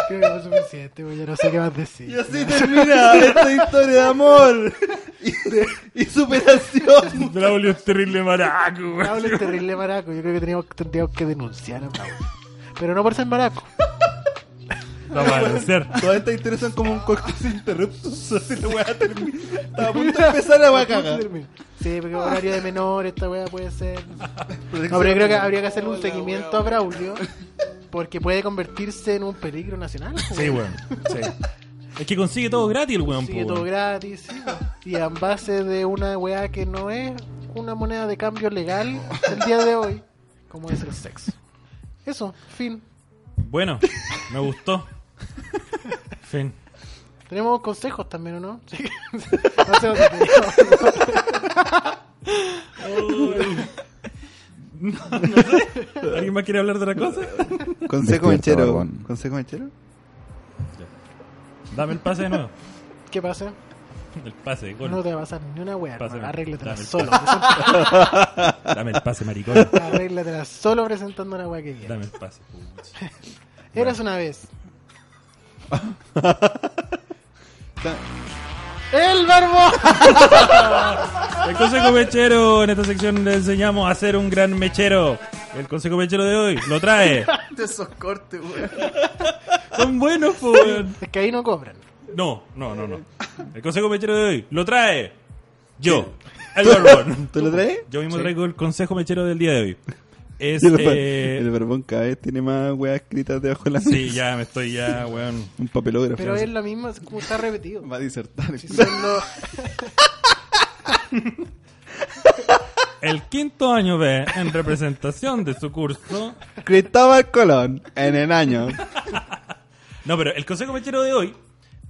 [SPEAKER 5] que fue suficiente, güey, Ya no sé qué más decir.
[SPEAKER 4] Y así termina esta historia de amor y, de- y superación.
[SPEAKER 3] Braulio es terrible maraco. güey.
[SPEAKER 5] Pablo es terrible maraco. Yo creo que teníamos, tendríamos que denunciar a Pablo. Pero no por ser maraco.
[SPEAKER 3] No va a denunciar.
[SPEAKER 4] Todas estas historias son como un cortes interruptos. Así la weá termina. Estaba a punto de empezar la weá caga.
[SPEAKER 5] Sí, porque horario de menor, esta weá puede ser. No, pero yo creo que habría que hacerle un seguimiento a Braulio Porque puede convertirse en un peligro nacional. pues,
[SPEAKER 3] Sí, weón. Sí. Es que consigue todo gratis el weón,
[SPEAKER 5] Sigue
[SPEAKER 3] po,
[SPEAKER 5] todo
[SPEAKER 3] weón.
[SPEAKER 5] gratis, sí, po. y en base de una weá que no es una moneda de cambio legal el día de hoy, como es el sexo. Eso, fin.
[SPEAKER 3] Bueno, me gustó. Fin.
[SPEAKER 5] Tenemos consejos también, ¿o no? Sí. No sé dónde tenemos.
[SPEAKER 3] ¿Alguien más quiere hablar de otra cosa?
[SPEAKER 4] Consejo
[SPEAKER 6] Despierta,
[SPEAKER 4] mechero.
[SPEAKER 6] barbón.
[SPEAKER 4] Consejo mechero.
[SPEAKER 3] Dame el pase de nuevo.
[SPEAKER 5] ¿Qué pasa?
[SPEAKER 3] El pase, de gol.
[SPEAKER 5] No te va a pasar ni una weá,
[SPEAKER 3] Pásame.
[SPEAKER 5] hermano. Arréglatela
[SPEAKER 3] Dame.
[SPEAKER 5] solo.
[SPEAKER 3] Dame el pase, maricón.
[SPEAKER 5] Arréglatela solo presentando una weá que quieras.
[SPEAKER 3] Dame el pase. pucha.
[SPEAKER 5] Eras una vez.
[SPEAKER 4] Da-
[SPEAKER 5] ¡El barbo!
[SPEAKER 3] El consejo mechero. En esta sección le enseñamos a ser un gran mechero. El consejo mechero de hoy lo trae.
[SPEAKER 2] De esos cortes, weón.
[SPEAKER 3] Son buenos, po, weón.
[SPEAKER 5] Es que ahí no cobran.
[SPEAKER 3] No, no, no, no. El consejo mechero de hoy lo trae yo, el Barbón.
[SPEAKER 4] ¿Tú lo traes?
[SPEAKER 3] Yo mismo traigo el consejo mechero del día de hoy. Es,
[SPEAKER 4] El, bar-
[SPEAKER 3] eh,
[SPEAKER 4] el barbón cada vez tiene más weas escritas debajo de la mesa.
[SPEAKER 3] Sí, ya me estoy ya, weón.
[SPEAKER 4] Un papelógrafo.
[SPEAKER 5] Pero es lo mismo, es como está repetido.
[SPEAKER 2] Va a disertar. el
[SPEAKER 5] Si
[SPEAKER 2] culo.
[SPEAKER 5] son los-
[SPEAKER 3] El quinto año B, en representación de su curso.
[SPEAKER 4] Cristóbal Colón, en el año.
[SPEAKER 3] No, pero el consejo mechero de hoy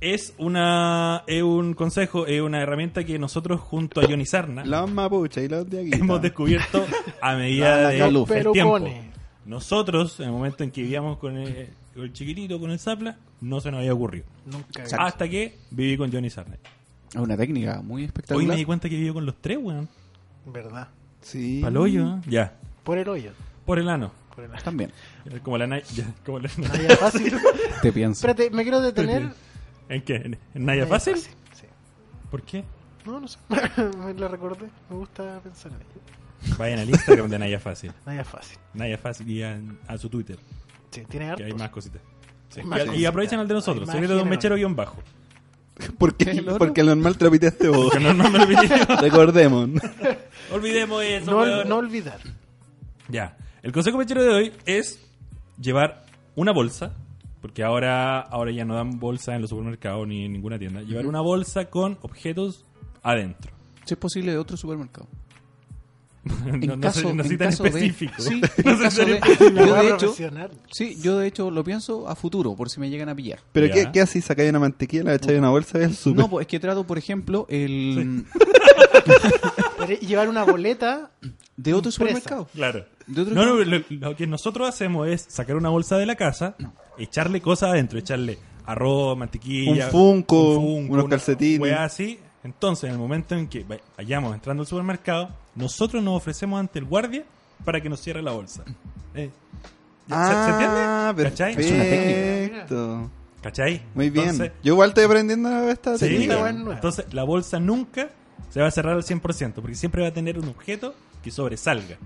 [SPEAKER 3] es una es un consejo, es una herramienta que nosotros junto a Johnny Sarna
[SPEAKER 4] Los mapuches y los de aquí.
[SPEAKER 3] hemos descubierto a medida de
[SPEAKER 5] Los
[SPEAKER 3] el tiempo.
[SPEAKER 5] pelucones.
[SPEAKER 3] Nosotros, en el momento en que vivíamos con el, con el chiquitito, con el Zapla, no se nos había ocurrido.
[SPEAKER 5] Nunca.
[SPEAKER 3] Hasta que viví con Johnny Sarna.
[SPEAKER 2] Es una técnica muy
[SPEAKER 3] Hoy me
[SPEAKER 2] espectacular.
[SPEAKER 3] di cuenta que vivió con los tres, weón.
[SPEAKER 5] ¿Verdad?
[SPEAKER 4] Sí.
[SPEAKER 3] Paloyo, ¿eh? ya.
[SPEAKER 5] Por el hoyo.
[SPEAKER 3] Por el ano.
[SPEAKER 5] Por el hoyo.
[SPEAKER 2] También.
[SPEAKER 3] Como la Naya. ya, Como la Naya.
[SPEAKER 5] Naya fácil.
[SPEAKER 2] Te pienso.
[SPEAKER 5] Espérate, me quiero detener.
[SPEAKER 3] ¿En qué? ¿En en Naya Fácil?
[SPEAKER 5] Sí.
[SPEAKER 3] ¿Por qué?
[SPEAKER 5] No, no sé. me lo recordé. Me gusta pensar en ello.
[SPEAKER 3] Vayan al Instagram de Naya Fácil.
[SPEAKER 5] Naya fácil.
[SPEAKER 3] Naya Fácil y a, a su Twitter,
[SPEAKER 5] Sí, tiene
[SPEAKER 3] que
[SPEAKER 5] harto.
[SPEAKER 3] hay más cositas. Sí.
[SPEAKER 5] Más
[SPEAKER 3] Y- y
[SPEAKER 5] cositas.
[SPEAKER 3] aprovechan al de nosotros,
[SPEAKER 5] Hay
[SPEAKER 3] secreto de un
[SPEAKER 5] imágenes.
[SPEAKER 3] mechero guión bajo.
[SPEAKER 4] ¿Por qué? Porque lo normal trapiteaste vos.
[SPEAKER 3] Que no, no me olvidemos.
[SPEAKER 4] Recordemos.
[SPEAKER 3] Olvidemos eso,
[SPEAKER 5] No, ol-
[SPEAKER 3] weón.
[SPEAKER 5] no olvidar.
[SPEAKER 3] Ya. El consejo mechero de hoy es llevar una bolsa, porque ahora, ahora ya no dan bolsa en los supermercados ni en ninguna tienda. Llevar una bolsa con objetos adentro.
[SPEAKER 2] Si es posible, de otro supermercado.
[SPEAKER 3] No,
[SPEAKER 2] En
[SPEAKER 3] no se-
[SPEAKER 2] caso,
[SPEAKER 3] no
[SPEAKER 2] en
[SPEAKER 3] soy tan
[SPEAKER 2] caso de-
[SPEAKER 3] específico.
[SPEAKER 2] Sí,
[SPEAKER 3] No
[SPEAKER 2] en
[SPEAKER 3] soy
[SPEAKER 2] caso
[SPEAKER 3] tan
[SPEAKER 2] de-
[SPEAKER 3] específico.
[SPEAKER 5] La
[SPEAKER 2] yo
[SPEAKER 5] voy
[SPEAKER 2] de
[SPEAKER 5] a
[SPEAKER 2] hecho,
[SPEAKER 5] profesional.
[SPEAKER 2] sí, yo de hecho lo pienso a futuro, por si me llegan a pillar.
[SPEAKER 4] ¿Pero
[SPEAKER 3] Ya.
[SPEAKER 4] ¿qué, qué así? ¿Sacáis una mantequilla, la echáis en una bolsa y el súper?
[SPEAKER 2] No, pues es que trato, por ejemplo, el
[SPEAKER 5] Pero llevar una boleta
[SPEAKER 2] de otro
[SPEAKER 5] Impresa.
[SPEAKER 2] supermercado.
[SPEAKER 3] Claro.
[SPEAKER 2] De otro
[SPEAKER 3] No, no, lo, lo que nosotros hacemos es sacar una bolsa de la casa, echarle cosas adentro, echarle arroz, mantequilla,
[SPEAKER 4] Un Funko, unos
[SPEAKER 3] una
[SPEAKER 4] calcetines.
[SPEAKER 3] weá así. Entonces, en el momento en que vay- vayamos entrando al supermercado, nosotros nos ofrecemos ante el guardia para que nos cierre la bolsa. Eh, ya, ¿se- ¿Se
[SPEAKER 4] Ah,
[SPEAKER 3] entiende? ¿Cachai?
[SPEAKER 4] perfecto.
[SPEAKER 3] ¿Cachai?
[SPEAKER 4] Muy bien.
[SPEAKER 3] Entonces,
[SPEAKER 4] Yo igual estoy aprendiendo esta
[SPEAKER 3] Sí,
[SPEAKER 4] técnica.
[SPEAKER 5] weá nueva.
[SPEAKER 3] entonces la bolsa nunca se va a cerrar al 100%, porque siempre va a tener un objeto que sobresalga.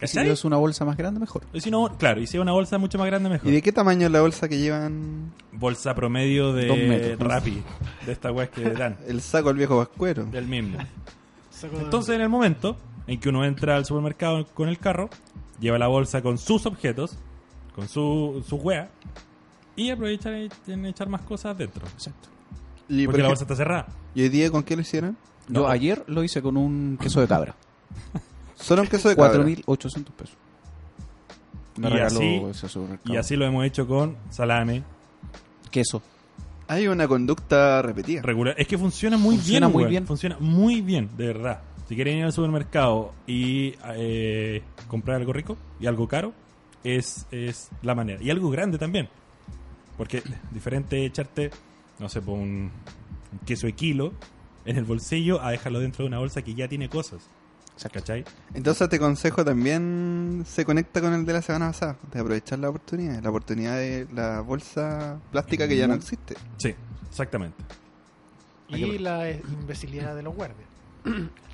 [SPEAKER 2] Y Si
[SPEAKER 3] ¿Cachai?
[SPEAKER 2] es una bolsa más grande, mejor.
[SPEAKER 3] Y si no, claro, y si es una bolsa mucho más grande, mejor.
[SPEAKER 4] ¿Y de qué tamaño es la bolsa que llevan
[SPEAKER 3] Bolsa promedio
[SPEAKER 2] Dos
[SPEAKER 3] de
[SPEAKER 2] metros.
[SPEAKER 3] Rappi, de esta weas que dan,
[SPEAKER 4] el saco al viejo vascuero?
[SPEAKER 3] del mismo.
[SPEAKER 5] saco de-
[SPEAKER 3] Entonces, en el momento en que uno entra al supermercado con el carro, lleva la bolsa con sus objetos, con su, su wea, y aprovecha en- en echar más cosas dentro.
[SPEAKER 2] Exacto.
[SPEAKER 4] Y, por
[SPEAKER 3] Porque la
[SPEAKER 4] ejemplo,
[SPEAKER 3] bolsa está cerrada.
[SPEAKER 4] ¿Y hoy día con qué lo hicieron?
[SPEAKER 3] No.
[SPEAKER 2] Yo ayer lo hice con un queso de cabra.
[SPEAKER 4] Solo un queso de cabra.
[SPEAKER 2] 4.800 pesos. Me
[SPEAKER 3] Y
[SPEAKER 2] regaló
[SPEAKER 3] así-
[SPEAKER 2] ese supermercado.
[SPEAKER 3] Y así lo hemos hecho con salame.
[SPEAKER 2] Queso.
[SPEAKER 4] Hay una conducta repetida.
[SPEAKER 3] regular. Es que funciona muy
[SPEAKER 2] Funciona
[SPEAKER 3] bien,
[SPEAKER 2] muy
[SPEAKER 3] weón.
[SPEAKER 2] bien.
[SPEAKER 3] Funciona muy bien, de verdad. Si quieren ir al supermercado y eh, comprar algo rico y algo caro, es, es la manera. Y algo grande también. Porque diferente echarte, no sé, por un, un queso de kilo en el bolsillo a dejarlo dentro de una bolsa que ya tiene cosas. ¿Cachai?
[SPEAKER 4] Entonces te consejo también se conecta con el de la semana pasada, de aprovechar la oportunidad, la oportunidad de la bolsa plástica que ya
[SPEAKER 3] Mm.
[SPEAKER 4] no existe.
[SPEAKER 3] Sí, exactamente.
[SPEAKER 5] Y la imbecilidad de los guardias.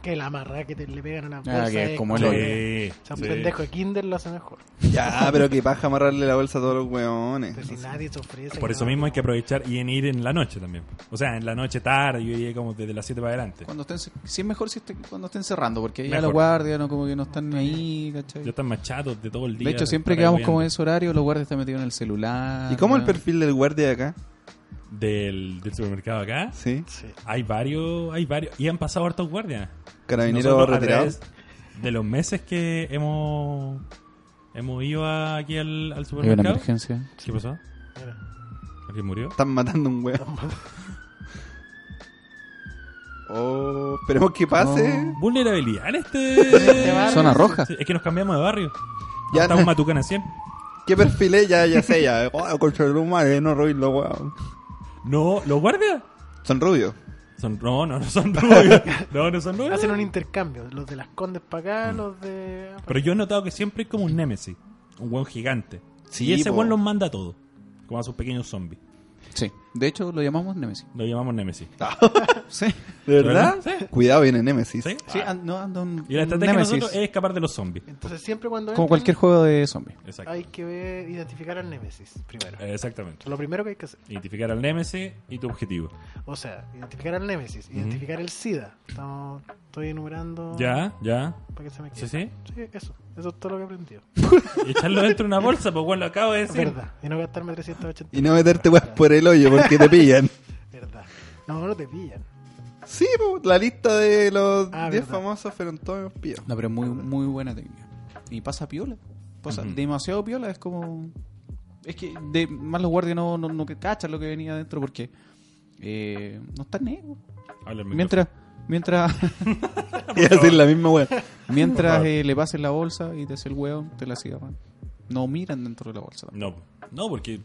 [SPEAKER 5] que la amarra que te le pegan a la bolsa.
[SPEAKER 2] Ah, que es
[SPEAKER 5] es
[SPEAKER 2] como el
[SPEAKER 5] como-
[SPEAKER 2] hoyo.
[SPEAKER 3] Sí,
[SPEAKER 5] O sea, un
[SPEAKER 3] sí.
[SPEAKER 5] pendejo de Kinder lo hace mejor.
[SPEAKER 4] Ya, pero que paja amarrarle la bolsa a todos los weones.
[SPEAKER 5] Pero si nadie te ofrece.
[SPEAKER 3] Por eso
[SPEAKER 5] no.
[SPEAKER 3] mismo hay que aprovechar y en ir en la noche también. O sea, en la noche tarde, yo diría como desde las 7 para adelante.
[SPEAKER 2] Cuando estén, si es mejor si estén- cuando estén cerrando, porque ya
[SPEAKER 3] Mejor.
[SPEAKER 2] los guardias no, como que no están ahí, ¿cachai?
[SPEAKER 3] Ya están machados de todo el día.
[SPEAKER 2] De hecho, siempre que
[SPEAKER 3] estar ahí
[SPEAKER 2] vamos como
[SPEAKER 3] weando.
[SPEAKER 2] en ese horario, los guardias están metidos en el celular.
[SPEAKER 4] ¿Y cómo el
[SPEAKER 2] ¿no?
[SPEAKER 4] perfil del guardia de acá?
[SPEAKER 3] Del, del supermercado acá.
[SPEAKER 4] Sí.
[SPEAKER 5] Sí.
[SPEAKER 3] Hay varios, hay varios. Y han pasado hartos guardias.
[SPEAKER 4] Carabinero
[SPEAKER 3] Nosotros, a
[SPEAKER 4] retirado.
[SPEAKER 3] través De los meses que hemos hemos ido a- aquí al, al
[SPEAKER 2] Hay una
[SPEAKER 3] supermercado.
[SPEAKER 2] emergencia.
[SPEAKER 3] ¿Qué pasó?
[SPEAKER 5] Mira.
[SPEAKER 3] ¿Alguien murió?
[SPEAKER 4] Están matando un weón. Oh, esperemos que pase.
[SPEAKER 2] No.
[SPEAKER 3] Vulnerabilidad en este.
[SPEAKER 2] Zona roja.
[SPEAKER 3] Sí, Es que nos cambiamos de barrio.
[SPEAKER 4] Ya,
[SPEAKER 3] Ya estamos Matucana 100.
[SPEAKER 4] ¿Qué perfil es? Ya, ya sé, ya. Oh, contra el humano, no ruido, weón.
[SPEAKER 3] No, ¿los guardias?
[SPEAKER 4] Son rubios.
[SPEAKER 3] Son, no, no, no son rubios. No, no son rubios.
[SPEAKER 5] Hacen un intercambio. Los de las Condes para acá, los de.
[SPEAKER 3] Mm. Pero yo he notado que siempre es como un némesis. Un buen gigante.
[SPEAKER 4] Sí,
[SPEAKER 3] y ese
[SPEAKER 4] po.
[SPEAKER 3] buen los manda a todos. Como a sus pequeños zombies.
[SPEAKER 2] Sí. De hecho, lo llamamos Nemesis.
[SPEAKER 3] Lo llamamos némesis.
[SPEAKER 4] Ah.
[SPEAKER 2] Sí.
[SPEAKER 4] ¿De verdad?
[SPEAKER 3] verdad? Sí.
[SPEAKER 4] Cuidado, viene Nemesis.
[SPEAKER 3] ¿Sí?
[SPEAKER 2] Sí, an- no, anda un,
[SPEAKER 3] Y la
[SPEAKER 2] un
[SPEAKER 3] estrategia de
[SPEAKER 2] Nemesis.
[SPEAKER 3] nosotros es escapar de los zombies.
[SPEAKER 5] Entonces, siempre cuando.
[SPEAKER 2] Como
[SPEAKER 5] entran,
[SPEAKER 2] cualquier juego de zombies.
[SPEAKER 3] Exacto.
[SPEAKER 5] Hay que ver, identificar al Nemesis primero.
[SPEAKER 3] Eh, Exactamente.
[SPEAKER 5] Lo primero que hay que hacer.
[SPEAKER 3] Identificar al Nemesis y tu objetivo.
[SPEAKER 5] O sea, identificar al Nemesis, identificar el SIDA. Estamos, estoy enumerando.
[SPEAKER 3] Ya, ya.
[SPEAKER 5] Para que se me
[SPEAKER 3] Sí,
[SPEAKER 5] quede.
[SPEAKER 3] sí.
[SPEAKER 5] Sí, eso. Eso es todo lo que he aprendido.
[SPEAKER 3] Y echarlo dentro de una bolsa, pues bueno, lo acabo de
[SPEAKER 5] Es
[SPEAKER 3] decir.
[SPEAKER 5] verdad. Y no gastarme 380.
[SPEAKER 4] Y no meterte weas por el hoyo porque te pillan.
[SPEAKER 5] Verdad. No, no te pillan.
[SPEAKER 4] Sí, po, la lista de los
[SPEAKER 5] Ah,
[SPEAKER 4] 10
[SPEAKER 5] verdad.
[SPEAKER 4] famosos fueron todos pillados.
[SPEAKER 2] No, pero es muy, muy buena técnica. Y pasa piola. Pasa
[SPEAKER 3] Ujú.
[SPEAKER 2] demasiado piola. Es como. Es que de, más los guardias no, no, no que cachan lo que venía adentro porque. eh, no están negros.
[SPEAKER 3] Habla el micrófono.
[SPEAKER 2] Mientras. Mientras,
[SPEAKER 4] Y hacer la misma wea.
[SPEAKER 2] mientras eh, le pasen la bolsa y te hace el hueón, te la sigan. No miran dentro de la bolsa.
[SPEAKER 3] No, no, porque.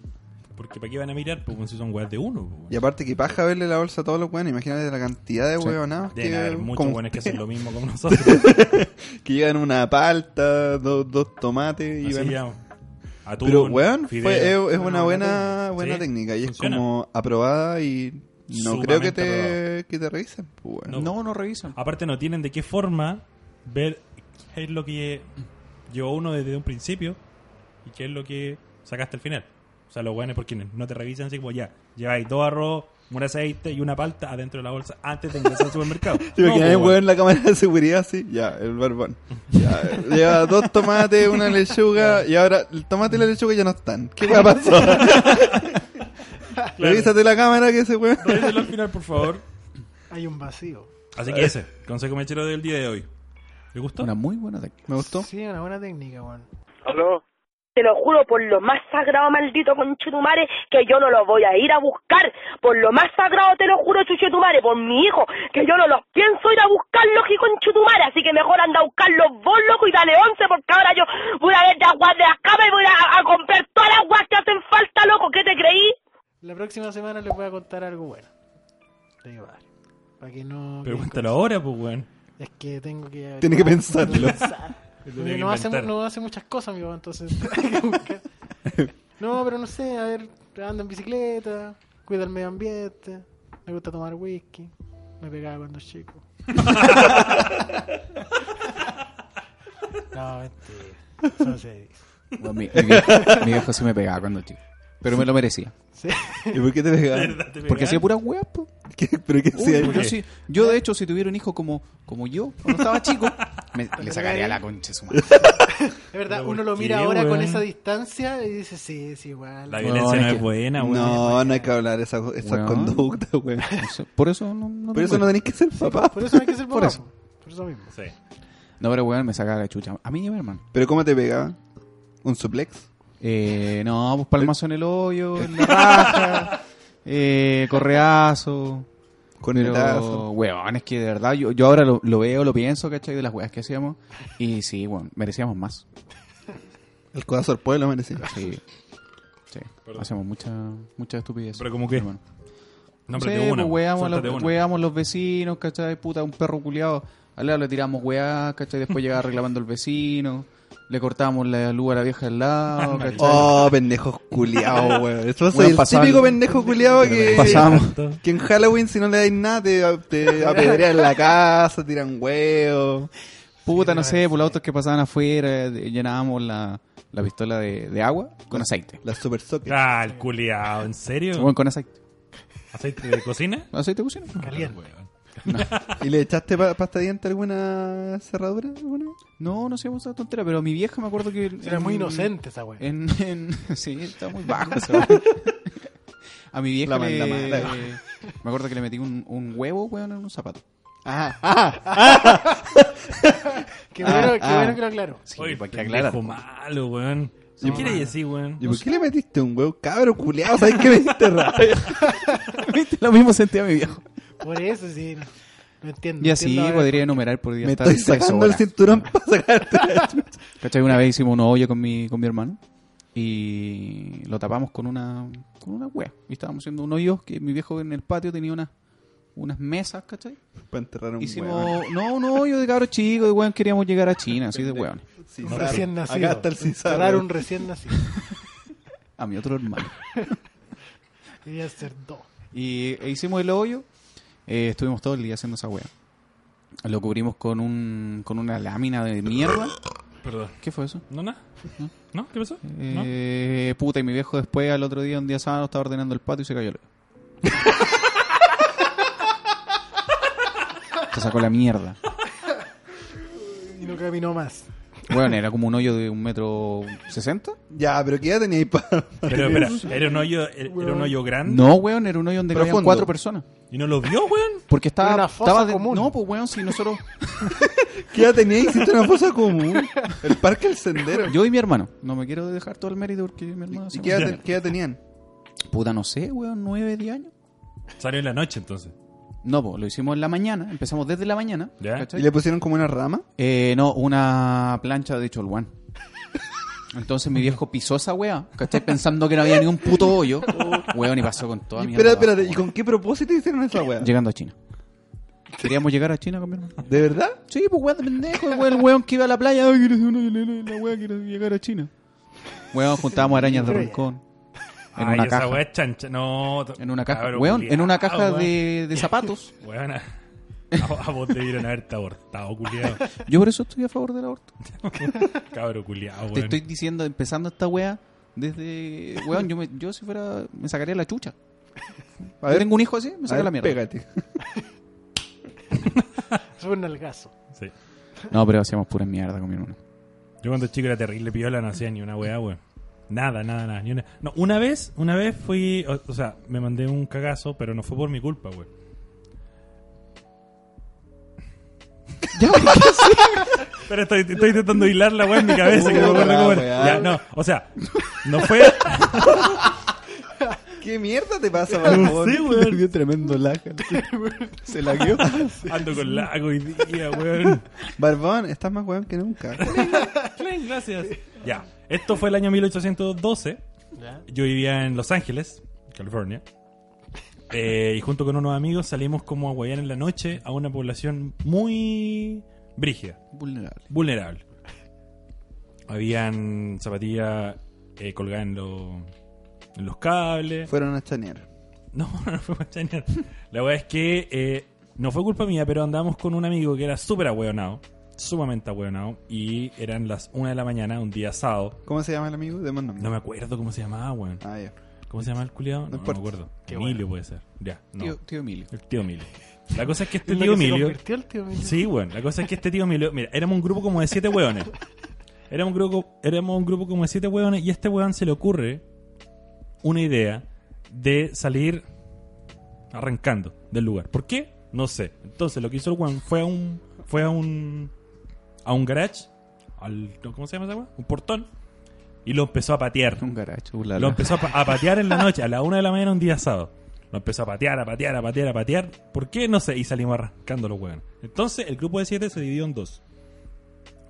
[SPEAKER 3] Porque para qué van a mirar, pues bueno, si son weas de uno. pues, bueno.
[SPEAKER 4] Y aparte que paja verle la bolsa a todos los weones. Imagínate la cantidad de
[SPEAKER 2] Sí.
[SPEAKER 4] weonados que,
[SPEAKER 3] Deben haber muchos
[SPEAKER 4] como
[SPEAKER 3] buenos que
[SPEAKER 4] usted,
[SPEAKER 3] hacen lo mismo como nosotros.
[SPEAKER 4] que llegan una palta, dos, dos tomates y
[SPEAKER 3] Así
[SPEAKER 4] van-
[SPEAKER 3] ya. Atún,
[SPEAKER 4] Pero weón, fue- eh,
[SPEAKER 3] fideo.
[SPEAKER 4] es, es una
[SPEAKER 5] Una buena
[SPEAKER 4] buena, buena
[SPEAKER 3] Sí,
[SPEAKER 4] técnica y es
[SPEAKER 3] funciona.
[SPEAKER 4] como aprobada y no creo que
[SPEAKER 3] Sumamente aprobada.
[SPEAKER 4] te, que te revisen. pues, weón.
[SPEAKER 3] No.
[SPEAKER 2] No, no revisan.
[SPEAKER 3] Aparte, no tienen de qué forma ver qué es lo que llevó uno desde un principio y qué es lo que sacaste al final. O sea, los weones por quienes no te revisan, así como ya, lleváis dos arroz, un aceite y una palta adentro de la bolsa antes de ingresar al supermercado.
[SPEAKER 4] Te imaginas
[SPEAKER 3] pues,
[SPEAKER 4] un weón en la cámara de seguridad así, ya, el barbón. Ya, lleva dos tomates, una lechuga, y ahora el tomate y la lechuga ya no están. ¿Qué weón pasó? Revísate la cámara que ese weón.
[SPEAKER 3] Revíselo al final, por favor.
[SPEAKER 5] Hay un vacío.
[SPEAKER 3] Así que ese, consejo mechero del día de hoy. ¿Te gustó?
[SPEAKER 2] Una muy buena técnica.
[SPEAKER 4] Me gustó.
[SPEAKER 5] Sí, una buena técnica, weón.
[SPEAKER 6] Te lo juro por lo más sagrado, maldito conchetumare, que yo no los voy a ir a buscar. Por lo más sagrado, te lo juro, chuchetumare, por mi hijo, que yo no los pienso ir a buscar, y conchetumare. Así que mejor anda a buscarlos vos, loco, y dale once, porque ahora yo voy a ver las guas de las camas y voy a, a comprar todas las guas que hacen falta, loco. ¿Qué te creí?
[SPEAKER 5] La próxima semana les voy a contar algo bueno. De mi padre. Para que no.
[SPEAKER 3] Pregúntalo ahora, pues weón.
[SPEAKER 5] Es que tengo que.
[SPEAKER 4] Tiene que pensarlo.
[SPEAKER 3] Tiene
[SPEAKER 5] Porque
[SPEAKER 3] que
[SPEAKER 5] no hace,
[SPEAKER 3] inventar.
[SPEAKER 5] no hace muchas cosas, amigo, entonces. hay que buscar. no, pero no sé, a ver, ando en bicicleta, cuida el medio ambiente, me gusta tomar whisky, me pegaba cuando chico. no, mentira. Eso no se dice.
[SPEAKER 2] Bueno, mi, mi viejo, mi viejo sí me pegaba cuando chico. Pero me lo merecía.
[SPEAKER 5] Sí.
[SPEAKER 4] ¿Y por qué te pegaron?
[SPEAKER 3] ¿Verdad? ¿Te
[SPEAKER 2] Porque
[SPEAKER 3] pegaron?
[SPEAKER 2] hacía pura hueá, po.
[SPEAKER 4] ¿Qué- ¿Pero qué
[SPEAKER 2] Uy,
[SPEAKER 4] hacía ahí?
[SPEAKER 2] yo, sí- yo, de hecho, si tuviera un hijo como, como yo, cuando estaba chico, me- le sacaría la concha a su madre.
[SPEAKER 5] Es verdad,
[SPEAKER 3] Pero
[SPEAKER 5] uno
[SPEAKER 3] ¿por
[SPEAKER 5] lo mira
[SPEAKER 3] qué,
[SPEAKER 5] ahora con
[SPEAKER 3] weón?
[SPEAKER 5] esa distancia y dice, sí, es igual.
[SPEAKER 3] La
[SPEAKER 2] Bueno,
[SPEAKER 3] violencia no
[SPEAKER 2] es
[SPEAKER 3] es
[SPEAKER 2] que-
[SPEAKER 3] buena, weón.
[SPEAKER 4] No, no hay que hablar esa- esas
[SPEAKER 2] Weón.
[SPEAKER 4] conductas, weón.
[SPEAKER 2] No pues. sé, por eso no, no
[SPEAKER 4] Por eso
[SPEAKER 2] tengo
[SPEAKER 4] no
[SPEAKER 2] hijos.
[SPEAKER 4] tenés que ser papá.
[SPEAKER 5] Por eso no hay que ser
[SPEAKER 2] Por
[SPEAKER 5] papá,
[SPEAKER 2] eso.
[SPEAKER 5] Por eso mismo.
[SPEAKER 3] Sí.
[SPEAKER 2] No, pero weón, me sacaba la chucha. A mí y a mi hermano.
[SPEAKER 4] ¿Pero cómo te pegaban? ¿Un suplex?
[SPEAKER 2] Eh, no, pues palmazo en el hoyo, en la raja, eh, correazo.
[SPEAKER 4] ¿Con el
[SPEAKER 2] Pero,
[SPEAKER 4] tazo?
[SPEAKER 2] weón, es que de verdad, yo, yo ahora lo, lo veo, lo pienso, ¿cachai? De las weas que hacíamos. Y sí, weón, merecíamos más.
[SPEAKER 4] El codazo al pueblo merecía.
[SPEAKER 2] Sí. Sí. Hacíamos mucha, mucha estupidez.
[SPEAKER 3] Pero como que-
[SPEAKER 2] hermano.
[SPEAKER 3] No,
[SPEAKER 2] Sí,
[SPEAKER 3] pero de una.
[SPEAKER 2] pues, weamos, a los,
[SPEAKER 3] suéltate una.
[SPEAKER 2] weamos los vecinos, ¿cachai? Puta, un perro culiado. Al lado le tiramos weá, ¿cachai? Después llegaba reclamando el vecino. Le cortábamos la luz a la vieja al lado. ¿cachai?
[SPEAKER 4] Oh, pendejos culiados, weón. Eso soy
[SPEAKER 2] Weón,
[SPEAKER 4] el
[SPEAKER 2] pasaban-
[SPEAKER 4] típico pendejo culiado que.
[SPEAKER 2] Pasaban- Pasamos.
[SPEAKER 3] Tanto.
[SPEAKER 4] Que en Halloween, si no le dais nada, te, te apedrean la casa, tiran huevos.
[SPEAKER 2] Puta, no sé, por los autos que pasaban afuera, de- llenábamos la, la pistola de, de agua con aceite.
[SPEAKER 4] La super soccer.
[SPEAKER 3] Ah, el culiao, ¿en serio?
[SPEAKER 2] Bueno, con aceite.
[SPEAKER 3] ¿Aceite de cocina?
[SPEAKER 2] ¿Aceite de cocina?
[SPEAKER 5] Caliente.
[SPEAKER 4] ¿Y le echaste pa- pasta de diente a alguna cerradura? alguna vez?
[SPEAKER 2] No, no hacíamos esa tontera, pero mi vieja me acuerdo que...
[SPEAKER 5] Era
[SPEAKER 2] en-
[SPEAKER 5] muy inocente esa weá.
[SPEAKER 2] En, en- sí, estaba muy bajo ese weón. A mi vieja
[SPEAKER 4] La mala,
[SPEAKER 2] le-
[SPEAKER 4] la mala.
[SPEAKER 2] me acuerdo que le metí un, un huevo, weón, en un zapato.
[SPEAKER 5] Ah. Qué bueno,
[SPEAKER 2] Ah,
[SPEAKER 5] qué
[SPEAKER 2] ah.
[SPEAKER 5] bueno que lo aclaro.
[SPEAKER 2] Sí,
[SPEAKER 3] Oye,
[SPEAKER 2] para que aclarar.
[SPEAKER 3] pendejo malo, weón. ¿Qué quiere decir, weón?
[SPEAKER 4] ¿Y por qué le metiste un huevo? Cabro culiado, ¿sabes qué me diste rabia?
[SPEAKER 2] Viste, Lo mismo sentía mi viejo.
[SPEAKER 5] Por eso sí. No, no entiendo.
[SPEAKER 2] Y así
[SPEAKER 5] entiendo ahora.
[SPEAKER 2] podría enumerar por día
[SPEAKER 4] Me
[SPEAKER 2] hasta
[SPEAKER 4] estoy
[SPEAKER 2] seis
[SPEAKER 4] sacando el
[SPEAKER 2] horas.
[SPEAKER 4] cinturón para sacarte la chucha.
[SPEAKER 2] ¿Cachai? Una vez hicimos un hoyo con mi, con mi hermano y lo tapamos con una, con una wea. Y estábamos haciendo un hoyo que mi viejo en el patio tenía unas unas mesas, ¿cachai?
[SPEAKER 4] Para enterrar un huevo.
[SPEAKER 2] Hicimos, no, un hoyo de cabros chicos, de weón, queríamos llegar a China, así de weón.
[SPEAKER 4] Sí,
[SPEAKER 5] Un
[SPEAKER 4] zarro.
[SPEAKER 5] recién nacido.
[SPEAKER 4] Acá está el cisarro.
[SPEAKER 5] Cerrar un recién nacido.
[SPEAKER 2] A mi otro hermano.
[SPEAKER 5] Debía ser dos.
[SPEAKER 2] Y e hicimos el hoyo, eh, estuvimos todo el día haciendo esa wea. Lo cubrimos con, un, con una lámina de mierda.
[SPEAKER 3] Perdón.
[SPEAKER 2] ¿Qué fue eso?
[SPEAKER 3] ¿No, nada? ¿No? ¿Qué pasó? ¿No?
[SPEAKER 2] Eh, Puta, y mi viejo después, al otro día, un día sábado, estaba ordenando el patio y se cayó el Se sacó la mierda.
[SPEAKER 5] Y no caminó más.
[SPEAKER 2] Bueno, era como un hoyo de un metro sesenta.
[SPEAKER 4] Ya, pero ¿qué ya teníais para.?
[SPEAKER 3] Pero, espera, ¿era un hoyo, era un hoyo grande?
[SPEAKER 2] No, weón, era un hoyo donde cabían
[SPEAKER 4] Profundo.
[SPEAKER 2] cuatro personas.
[SPEAKER 3] ¿Y no lo vio, weón?
[SPEAKER 2] Porque estaba.
[SPEAKER 5] Era una fosa
[SPEAKER 2] estaba de-
[SPEAKER 5] común.
[SPEAKER 2] No, pues weón, si nosotros.
[SPEAKER 4] ¿Qué ya teníais? Hiciste una fosa común. El parque, el sendero.
[SPEAKER 2] Yo y mi hermano. No me quiero dejar todo el mérito porque mi hermano.
[SPEAKER 4] ¿Y
[SPEAKER 2] se-
[SPEAKER 4] qué ya, te- qué ya tenían?
[SPEAKER 2] Puta, no sé, weón, nueve, diez años.
[SPEAKER 3] Salió en la noche, entonces.
[SPEAKER 2] No, pues lo hicimos en la mañana. Empezamos desde la mañana.
[SPEAKER 3] Ya.
[SPEAKER 2] ¿cachai?
[SPEAKER 4] ¿Y le pusieron como una rama?
[SPEAKER 2] Eh, no, una plancha de cholguán. Entonces mi viejo pisó esa weá, ¿cachai? Pensando que no había ni un puto hoyo. Weón, y pasó con toda
[SPEAKER 4] Y
[SPEAKER 2] mi
[SPEAKER 4] espera, espérate, ¿y con qué propósito hicieron esa weá?
[SPEAKER 2] Llegando a China. Queríamos llegar a China con mi hermano.
[SPEAKER 4] ¿De verdad?
[SPEAKER 2] Sí, pues weón de pendejo, weón, el weón que iba a la playa. Ay, quiero ser una la weá, quiero llegar a China. Weón, juntábamos arañas de rincón. En
[SPEAKER 3] Ay,
[SPEAKER 2] una
[SPEAKER 3] esa weá
[SPEAKER 2] caja.
[SPEAKER 3] es chancha. No, to-
[SPEAKER 2] En una caja.
[SPEAKER 3] cabro
[SPEAKER 2] Weón, en una
[SPEAKER 3] culiao,
[SPEAKER 2] caja
[SPEAKER 3] weón.
[SPEAKER 2] de, de zapatos.
[SPEAKER 3] Weón, a, a- a vos te debieron haberte abortado, culiao.
[SPEAKER 2] Yo por eso estoy a favor del aborto.
[SPEAKER 3] Cabro culiao,
[SPEAKER 2] Te
[SPEAKER 3] weón.
[SPEAKER 2] estoy diciendo, empezando esta weá, desde. Weón, yo, me, yo si fuera. Me sacaría la chucha.
[SPEAKER 4] A
[SPEAKER 2] Yo
[SPEAKER 4] ver,
[SPEAKER 2] tengo un hijo así, me
[SPEAKER 4] a
[SPEAKER 2] saca
[SPEAKER 4] ver,
[SPEAKER 2] la mierda.
[SPEAKER 4] pégate.
[SPEAKER 5] Eso fue un nalgazo.
[SPEAKER 3] Sí.
[SPEAKER 2] No, pero hacíamos pura mierda con mi hermano.
[SPEAKER 3] Yo cuando chico era terrible piola, no hacía ni una weá, weón. Nada, nada, nada. Ni una... No, una vez, una vez fui, o, o sea, me mandé un cagazo, pero no fue por mi culpa, weón. Pero estoy, estoy intentando hilar la weá en mi cabeza. que no me acuerdo cómo era. Ya, no, o sea, no fue.
[SPEAKER 4] ¿Qué mierda te pasa,
[SPEAKER 3] No sé, weón.
[SPEAKER 4] tremendo laja. Se lagueó.
[SPEAKER 3] Ando con lago hoy día, weón.
[SPEAKER 4] Barbón, estás más weón que nunca.
[SPEAKER 3] Clen, gracias. Ya, esto fue el año 1812.
[SPEAKER 5] ¿Ya?
[SPEAKER 3] Yo vivía en Los Ángeles, California. Eh, y junto con unos amigos salimos como a guayar en la noche a una población muy brígida,
[SPEAKER 2] Vulnerable.
[SPEAKER 3] vulnerable. Habían zapatillas eh, colgadas en, lo- en los cables.
[SPEAKER 4] Fueron a chanear.
[SPEAKER 3] No, no fue Machañar. La verdad es que eh, no fue culpa mía, pero andábamos con un amigo que era súper ahueonado, sumamente ahueonado, y eran las 1 de la mañana, un día sábado.
[SPEAKER 4] ¿Cómo se llama el amigo? De nombre.
[SPEAKER 3] No me acuerdo cómo se llamaba, weón.
[SPEAKER 4] Ah, ya.
[SPEAKER 3] ¿Cómo se llama el culiado? No, no me
[SPEAKER 4] importa.
[SPEAKER 3] acuerdo.
[SPEAKER 5] Qué
[SPEAKER 3] Emilio puede ser. Ya, no.
[SPEAKER 2] Tío, tío Emilio.
[SPEAKER 3] El tío Emilio. La cosa es que este
[SPEAKER 5] ¿Es lo
[SPEAKER 3] tío
[SPEAKER 5] que se
[SPEAKER 3] Emilio.
[SPEAKER 5] convirtió el tío Emilio?
[SPEAKER 3] Sí, weón. La cosa es que este tío Emilio. Mira, éramos un grupo como de siete weones. Éramos un grupo, éramos un grupo como de siete weones. Y a este weón se le ocurre una idea de salir arrancando del lugar. ¿Por qué? No sé. Entonces lo que hizo el weón fue a un. fue a un. a un garage. Al, ¿Cómo se llama esa weón? Un portón. Y lo empezó a patear.
[SPEAKER 2] Un garacho, ulala.
[SPEAKER 3] Lo empezó a, pa- a patear en la noche, a la una de la mañana un día sábado. Lo empezó a patear, a patear, a patear, a patear. ¿Por qué? No sé. Y salimos arrancando los hueones. Entonces, el grupo de siete se dividió en dos.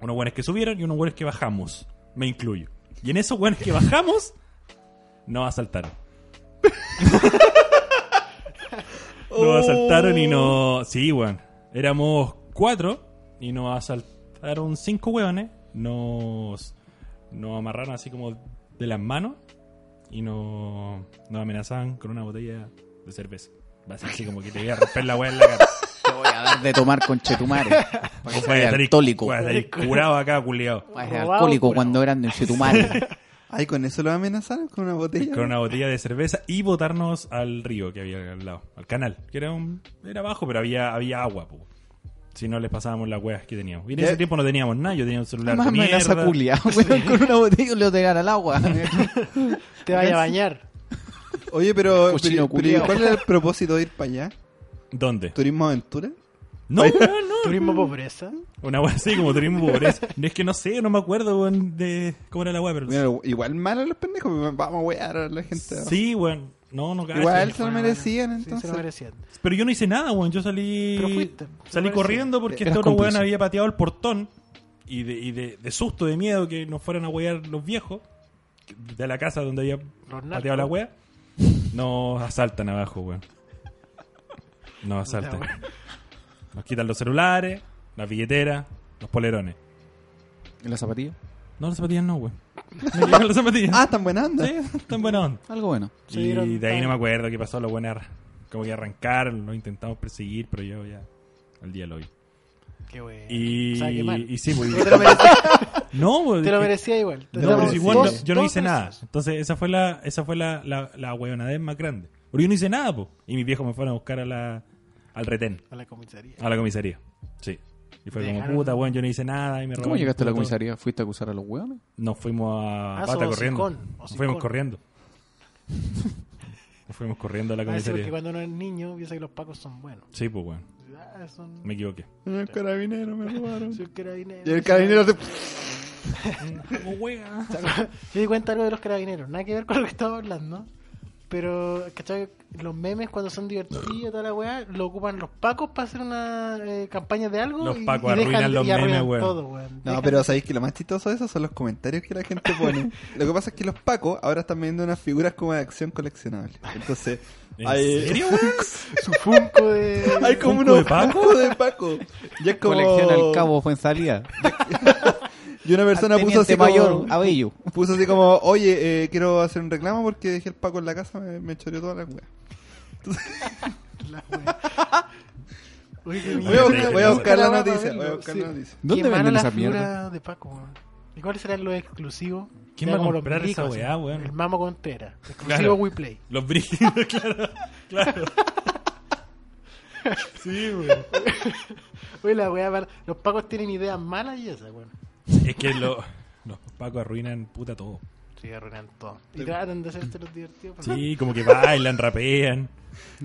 [SPEAKER 3] Unos hueones que subieron y unos hueones que bajamos. Me incluyo. Y en esos hueones que bajamos, nos asaltaron. nos asaltaron y no... Sí, hueón. Éramos cuatro y nos asaltaron cinco hueones nos, nos amarraron así como de las manos y nos, nos amenazaban con una botella de cerveza. Va a ser así como que te voy a romper la hueá en la cara.
[SPEAKER 2] Te voy a dar de tomar con Chetumare. Para que
[SPEAKER 3] Voy a
[SPEAKER 2] seas
[SPEAKER 3] estar-
[SPEAKER 2] alcohólico.
[SPEAKER 3] voy a
[SPEAKER 2] Para
[SPEAKER 3] estar curado acá, culiado.
[SPEAKER 2] que seas
[SPEAKER 5] Robado,
[SPEAKER 2] alcohólico
[SPEAKER 5] curado.
[SPEAKER 2] cuando eran del Chetumare.
[SPEAKER 4] Ay, con eso lo amenazaron con una botella.
[SPEAKER 3] Con una botella de cerveza y botarnos al río que había al lado, al canal, que era un era bajo, pero había, había agua, po. Si no les pasábamos las huevas que teníamos. Y en
[SPEAKER 4] Ya-
[SPEAKER 3] ese tiempo no teníamos nada, yo tenía un celular
[SPEAKER 2] Más
[SPEAKER 3] de
[SPEAKER 2] amenaza
[SPEAKER 3] mierda.
[SPEAKER 2] culia. weón, con una botella y le pegar al agua.
[SPEAKER 5] Te vaya a bañar.
[SPEAKER 4] Oye, pero,
[SPEAKER 2] Cochino
[SPEAKER 4] pero, pero
[SPEAKER 2] culiao.
[SPEAKER 4] ¿cuál era el propósito de ir para allá?
[SPEAKER 3] ¿Dónde?
[SPEAKER 4] ¿Turismo aventura?
[SPEAKER 3] No, weón, no.
[SPEAKER 5] Turismo pobreza.
[SPEAKER 3] Una hueá así como turismo pobreza. No, Es que no sé, no me acuerdo weón, de cómo era la hueá, pero...
[SPEAKER 4] Mira, igual mal a los pendejos, vamos a wear a la gente.
[SPEAKER 3] sí, weón. No, no cacho.
[SPEAKER 4] igual se lo
[SPEAKER 5] Bueno,
[SPEAKER 4] merecían
[SPEAKER 5] bueno, Sí,
[SPEAKER 4] entonces.
[SPEAKER 5] se lo merecían.
[SPEAKER 3] Pero yo no hice nada, weón. Yo salí.
[SPEAKER 5] Pero fuiste,
[SPEAKER 3] salí
[SPEAKER 5] te pareció.
[SPEAKER 3] corriendo porque
[SPEAKER 2] Eras
[SPEAKER 3] este otro weón
[SPEAKER 2] cómplice.
[SPEAKER 3] había pateado el portón. Y de, y de, de susto, de miedo que nos fueran a huear los viejos de la casa donde había
[SPEAKER 5] narcos.
[SPEAKER 3] pateado la wea. Nos asaltan abajo, weón. Nos asaltan.
[SPEAKER 5] La wea.
[SPEAKER 3] Nos quitan los celulares, las billeteras, los polerones.
[SPEAKER 2] ¿Y la zapatilla?
[SPEAKER 3] No, las zapatillas no, weón. Me llegan las zapatillas.
[SPEAKER 4] Ah, tan buena onda.
[SPEAKER 3] sí, tan buena onda.
[SPEAKER 2] Algo bueno.
[SPEAKER 5] Se
[SPEAKER 3] Y
[SPEAKER 5] dieron
[SPEAKER 3] de ahí
[SPEAKER 5] tan-
[SPEAKER 3] no me acuerdo qué pasó, lo bueno era como que arrancar, lo intentamos perseguir, pero yo ya al día lo vi.
[SPEAKER 5] Qué bueno.
[SPEAKER 3] Y,
[SPEAKER 5] O sea, qué mal.
[SPEAKER 3] y sí, pues,
[SPEAKER 5] Pero Te lo merecía,
[SPEAKER 3] no, pues,
[SPEAKER 5] te lo
[SPEAKER 3] que-
[SPEAKER 5] merecía igual.
[SPEAKER 3] no,
[SPEAKER 5] Te lo
[SPEAKER 3] pero si
[SPEAKER 5] merecía.
[SPEAKER 3] igual no-
[SPEAKER 5] Dos-
[SPEAKER 3] yo no
[SPEAKER 5] dos
[SPEAKER 3] hice nada.
[SPEAKER 5] veces.
[SPEAKER 3] Entonces esa fue la esa fue la la, la hueonadez más grande. Porque yo no hice nada, pues. Y mis viejos me fueron a buscar a la al retén,
[SPEAKER 5] A la comisaría.
[SPEAKER 3] a la comisaría. Sí. Y fue
[SPEAKER 5] Dejaron-
[SPEAKER 3] como puta, weón, yo no hice nada y me
[SPEAKER 2] ¿Cómo
[SPEAKER 3] robaron
[SPEAKER 2] llegaste a la
[SPEAKER 3] todo.
[SPEAKER 2] comisaría? ¿Fuiste a acusar a los hueones?
[SPEAKER 3] Nos fuimos a
[SPEAKER 5] Ah,
[SPEAKER 3] pata
[SPEAKER 5] so-
[SPEAKER 3] corriendo.
[SPEAKER 5] hocicón,
[SPEAKER 3] Nos
[SPEAKER 5] hocicón.
[SPEAKER 3] fuimos corriendo. Nos fuimos corriendo a la
[SPEAKER 5] Ah, sí, porque
[SPEAKER 3] comisaría.
[SPEAKER 5] cuando uno es niño piensa que los pacos son buenos.
[SPEAKER 3] Sí, pues, weón.
[SPEAKER 5] Ah, son...
[SPEAKER 3] Me equivoqué.
[SPEAKER 4] El carabinero me robaron.
[SPEAKER 5] Soy un carabinero.
[SPEAKER 4] Y el carabinero te...
[SPEAKER 5] Yo di cuenta algo de los carabineros, nada que ver con lo que estaba hablando. Pero, ¿cachai? Los memes cuando son divertidos, toda la weá, lo ocupan los pacos para hacer una eh, campaña de algo.
[SPEAKER 3] Los
[SPEAKER 5] y,
[SPEAKER 3] pacos
[SPEAKER 5] y dejan-
[SPEAKER 3] arruinan los
[SPEAKER 5] y arruinan
[SPEAKER 3] memes, weón.
[SPEAKER 5] todo, weón.
[SPEAKER 4] No,
[SPEAKER 5] Dejan-
[SPEAKER 4] pero sabéis que lo más chistoso de eso son los comentarios que la gente pone. lo que pasa es que los pacos ahora están vendiendo unas figuras como de acción coleccionable. Entonces,
[SPEAKER 3] ¿En
[SPEAKER 4] hay,
[SPEAKER 3] serio, weón?
[SPEAKER 5] Su funko de.
[SPEAKER 4] hay como
[SPEAKER 3] ¿Funko de
[SPEAKER 4] unos
[SPEAKER 3] Paco?
[SPEAKER 4] Funko de Paco. Ya es como...
[SPEAKER 2] Colección al cabo fue en salida.
[SPEAKER 4] Y una persona puso así
[SPEAKER 2] mayor,
[SPEAKER 4] como...
[SPEAKER 3] Ah,
[SPEAKER 2] Abello.
[SPEAKER 4] Puso así como, oye, eh, quiero hacer un reclamo porque dejé el Paco en la casa, me, me choreó toda la weas.
[SPEAKER 5] La weá. Uy, qué
[SPEAKER 4] Voy a
[SPEAKER 5] mierda.
[SPEAKER 4] buscar, voy a buscar la
[SPEAKER 5] Vamos a
[SPEAKER 4] noticia,
[SPEAKER 5] verlo,
[SPEAKER 4] voy a buscar
[SPEAKER 5] sí.
[SPEAKER 4] la noticia.
[SPEAKER 2] ¿Dónde
[SPEAKER 5] Qué
[SPEAKER 2] venden
[SPEAKER 5] mala
[SPEAKER 2] esa
[SPEAKER 5] figura
[SPEAKER 2] mierda?
[SPEAKER 5] de Paco, weón. ¿Y cuáles serán los exclusivos?
[SPEAKER 3] ¿Quién
[SPEAKER 5] Ya
[SPEAKER 3] va a
[SPEAKER 5] como los
[SPEAKER 3] comprar esa
[SPEAKER 5] milicos,
[SPEAKER 3] weá,
[SPEAKER 5] así.
[SPEAKER 3] weón?
[SPEAKER 5] El Mamo Contreras. Exclusivo
[SPEAKER 3] Claro.
[SPEAKER 5] WePlay.
[SPEAKER 3] Los brígidos, claro. Claro. Sí, weón.
[SPEAKER 5] Uy, la weá, mal- los pacos tienen ideas malas y esa, weón.
[SPEAKER 3] Es que lo- los pacos arruinan puta todo.
[SPEAKER 5] Sí, arruinan todo. Y tratan de hacerte los divertidos. pues. pero-
[SPEAKER 3] Sí, como que bailan, rapean.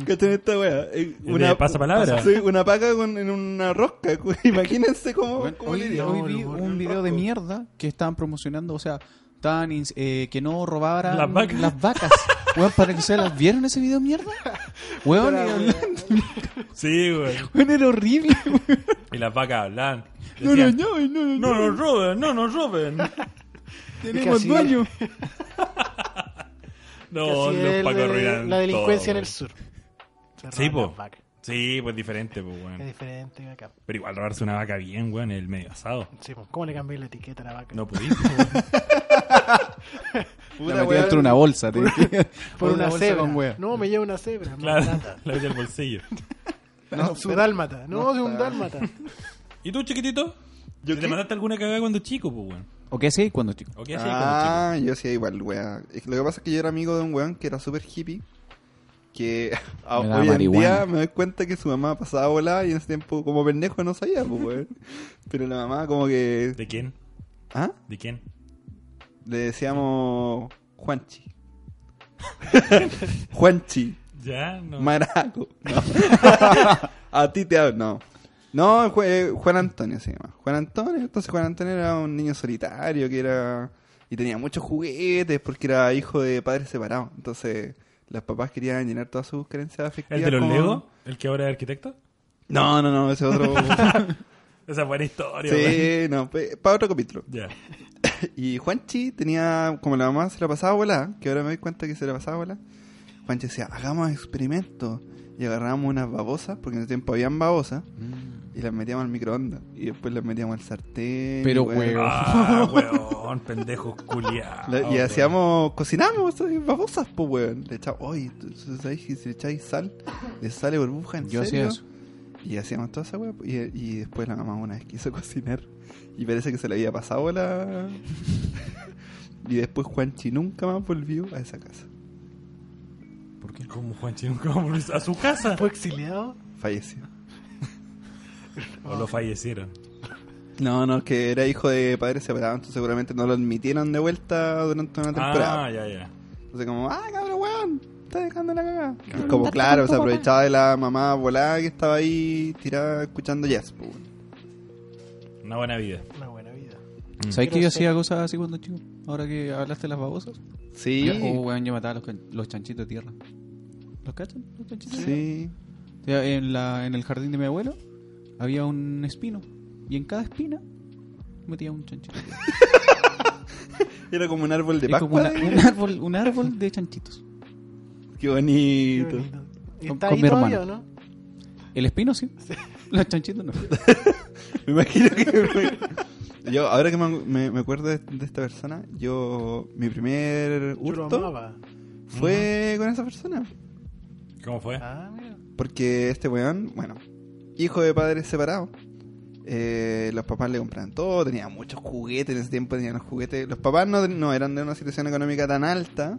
[SPEAKER 4] ¿Cachan esta wea? Eh,
[SPEAKER 3] de pasapalabra.
[SPEAKER 4] Sí, una paca con, en una rosca. cu- Imagínense cómo, cómo
[SPEAKER 2] hoy,
[SPEAKER 4] le diría.
[SPEAKER 2] hoy
[SPEAKER 5] No,
[SPEAKER 2] vi
[SPEAKER 5] no,
[SPEAKER 2] un video de mierda que estaban promocionando, o sea, estaban ins- eh, que no robaran
[SPEAKER 3] Las vacas.
[SPEAKER 2] vacas. Weón, para que se las vieron ese video de mierda. Weón, y-
[SPEAKER 3] Sí, weón.
[SPEAKER 2] weón, era horrible. weón.
[SPEAKER 3] Y las vacas hablan.
[SPEAKER 2] No,
[SPEAKER 3] Decían,
[SPEAKER 2] no, no, no,
[SPEAKER 3] no nos roben, no nos roben.
[SPEAKER 2] tenemos
[SPEAKER 5] así-
[SPEAKER 2] dueño.
[SPEAKER 3] No,
[SPEAKER 5] Así
[SPEAKER 3] los
[SPEAKER 5] es
[SPEAKER 3] pacos
[SPEAKER 5] de-
[SPEAKER 3] arruinan
[SPEAKER 5] La
[SPEAKER 3] todo,
[SPEAKER 5] delincuencia en el
[SPEAKER 3] weón.
[SPEAKER 5] sur. Se
[SPEAKER 3] Sí,
[SPEAKER 5] roban
[SPEAKER 3] po.
[SPEAKER 5] las vacas.
[SPEAKER 3] Sí, pues diferente, pues,
[SPEAKER 5] Es
[SPEAKER 3] weón.
[SPEAKER 5] diferente acá.
[SPEAKER 3] Pero igual robarse una vaca bien, weón, es el medio asado.
[SPEAKER 5] Sí, po. ¿Cómo le cambié la etiqueta a la vaca?
[SPEAKER 3] No pudiste, weón.
[SPEAKER 4] Puta
[SPEAKER 2] La metí
[SPEAKER 4] wea.
[SPEAKER 2] dentro de una bolsa. te dije.
[SPEAKER 5] Por una,
[SPEAKER 2] bolsa
[SPEAKER 5] cebra.
[SPEAKER 2] con wea.
[SPEAKER 5] No, me lleva una cebra.
[SPEAKER 3] Claro,
[SPEAKER 5] Más plata.
[SPEAKER 3] la metí al bolsillo.
[SPEAKER 5] No, su dálmata. No, de un dálmata.
[SPEAKER 3] ¿Y tú, chiquitito?
[SPEAKER 4] Yo
[SPEAKER 3] ¿Te
[SPEAKER 4] qué-
[SPEAKER 3] mandaste alguna cagada cuando chico, pues, weón?
[SPEAKER 2] ¿O qué hacía cuando chico?
[SPEAKER 3] ¿O qué hacías cuando
[SPEAKER 4] Ah, yo sí, igual, wea. Es que Lo que pasa es que yo era amigo de un weón que era súper hippie. Que a-
[SPEAKER 2] Me daba
[SPEAKER 4] hoy en
[SPEAKER 2] marihuana.
[SPEAKER 4] día me doy cuenta que su mamá pasaba volada y en ese tiempo como pendejo no sabía, pues, weón. Pero la mamá como que...
[SPEAKER 3] chico? ¿De quién?
[SPEAKER 4] ¿Ah?
[SPEAKER 3] ¿De quién?
[SPEAKER 4] Le decíamos Juanchi. Juanchi,
[SPEAKER 3] Ya, no.
[SPEAKER 4] Maraco. No. a ti te hablo, no. No, Ju- eh, Juan Antonio se llama. Juan Antonio, entonces Juan Antonio era un niño solitario que era... Y tenía muchos juguetes porque era hijo de padres separados. Entonces, los papás querían llenar todas sus carencias afectivas.
[SPEAKER 3] ¿El de los
[SPEAKER 4] con-
[SPEAKER 3] Lego? ¿El que ahora es arquitecto?
[SPEAKER 4] No, no, no, ese otro...
[SPEAKER 3] Esa buena historia, weón.
[SPEAKER 4] sí, no, para otro capítulo.
[SPEAKER 3] Ya.
[SPEAKER 4] Y Juanchi tenía, como la mamá se la pasaba volada, que ahora me doy cuenta que se la pasaba volada, Juanchi decía, hagamos experimentos. Y agarramos unas babosas, porque en ese tiempo habían babosas, y y las metíamos al microondas. Y después las metíamos al sartén.
[SPEAKER 2] Pero,
[SPEAKER 4] weón.
[SPEAKER 2] weón.
[SPEAKER 3] Ah, weón, pendejos culiados.
[SPEAKER 4] La- y hacíamos, cocinamos esas babosas, pues, weón. Le echábamos, oye, ¿tú- tú ¿sabes que si le echáis sal, le sale burbuja en
[SPEAKER 2] Yo hacía
[SPEAKER 4] serio? Mm.
[SPEAKER 2] eso.
[SPEAKER 4] Y hacíamos toda esa weá. Y, y después la mamá una vez quiso cocinar. Y parece que se le había pasado la. y después Juanchi nunca más volvió a esa casa.
[SPEAKER 3] ¿Por qué? ¿Cómo Juanchi nunca va a volver a su casa?
[SPEAKER 5] ¿Fue exiliado?
[SPEAKER 4] Falleció.
[SPEAKER 3] ¿O lo fallecieron?
[SPEAKER 4] No, no, es que era hijo de padres separados. Entonces seguramente no lo admitieron de vuelta durante una temporada.
[SPEAKER 3] Ah, ya, ya.
[SPEAKER 4] Entonces como, ah, cabrón, weón. Está dejando la cagada. Es Como claro, se aprovechaba de la mamá volada que estaba ahí tirada escuchando jazz. pues, weón.
[SPEAKER 3] Una buena vida.
[SPEAKER 5] Una buena vida.
[SPEAKER 2] ¿Sabes
[SPEAKER 5] Pero
[SPEAKER 2] que yo
[SPEAKER 5] sí.
[SPEAKER 2] hacía cosas así cuando chico? Ahora que hablaste de las babosas.
[SPEAKER 4] Sí,
[SPEAKER 2] Oh, weón, yo mataba los, can- los chanchitos de tierra. ¿Los cachan? ¿Los chanchitos de tierra?
[SPEAKER 4] sí.
[SPEAKER 2] O sea, En, la, en el jardín de mi abuelo había un espino. Y en cada espina metía un chanchito.
[SPEAKER 4] Era como un árbol de
[SPEAKER 2] Es como
[SPEAKER 4] Pascua.
[SPEAKER 2] una- un, árbol, un árbol de chanchitos.
[SPEAKER 4] Qué
[SPEAKER 5] Qué
[SPEAKER 4] bonito.
[SPEAKER 5] bonito. Y
[SPEAKER 2] Con-
[SPEAKER 5] está
[SPEAKER 2] con
[SPEAKER 5] ahí
[SPEAKER 2] mi
[SPEAKER 5] todavía,
[SPEAKER 2] hermano.
[SPEAKER 5] ¿no?
[SPEAKER 2] El espino sí, los chanchitos no.
[SPEAKER 4] Me imagino que. yo, ahora que me, me- me acuerdo de, de esta persona, yo. Mi primer
[SPEAKER 5] Yo lo
[SPEAKER 4] hurto
[SPEAKER 5] amaba.
[SPEAKER 4] fue con esa persona.
[SPEAKER 3] ¿Cómo fue?
[SPEAKER 5] Ah, mira.
[SPEAKER 4] Porque este weón, bueno, hijo de padres separados. eh, los papás le compraban todo, tenía muchos juguetes en ese tiempo, tenían los juguetes. Los papás no, no eran de una situación económica tan alta,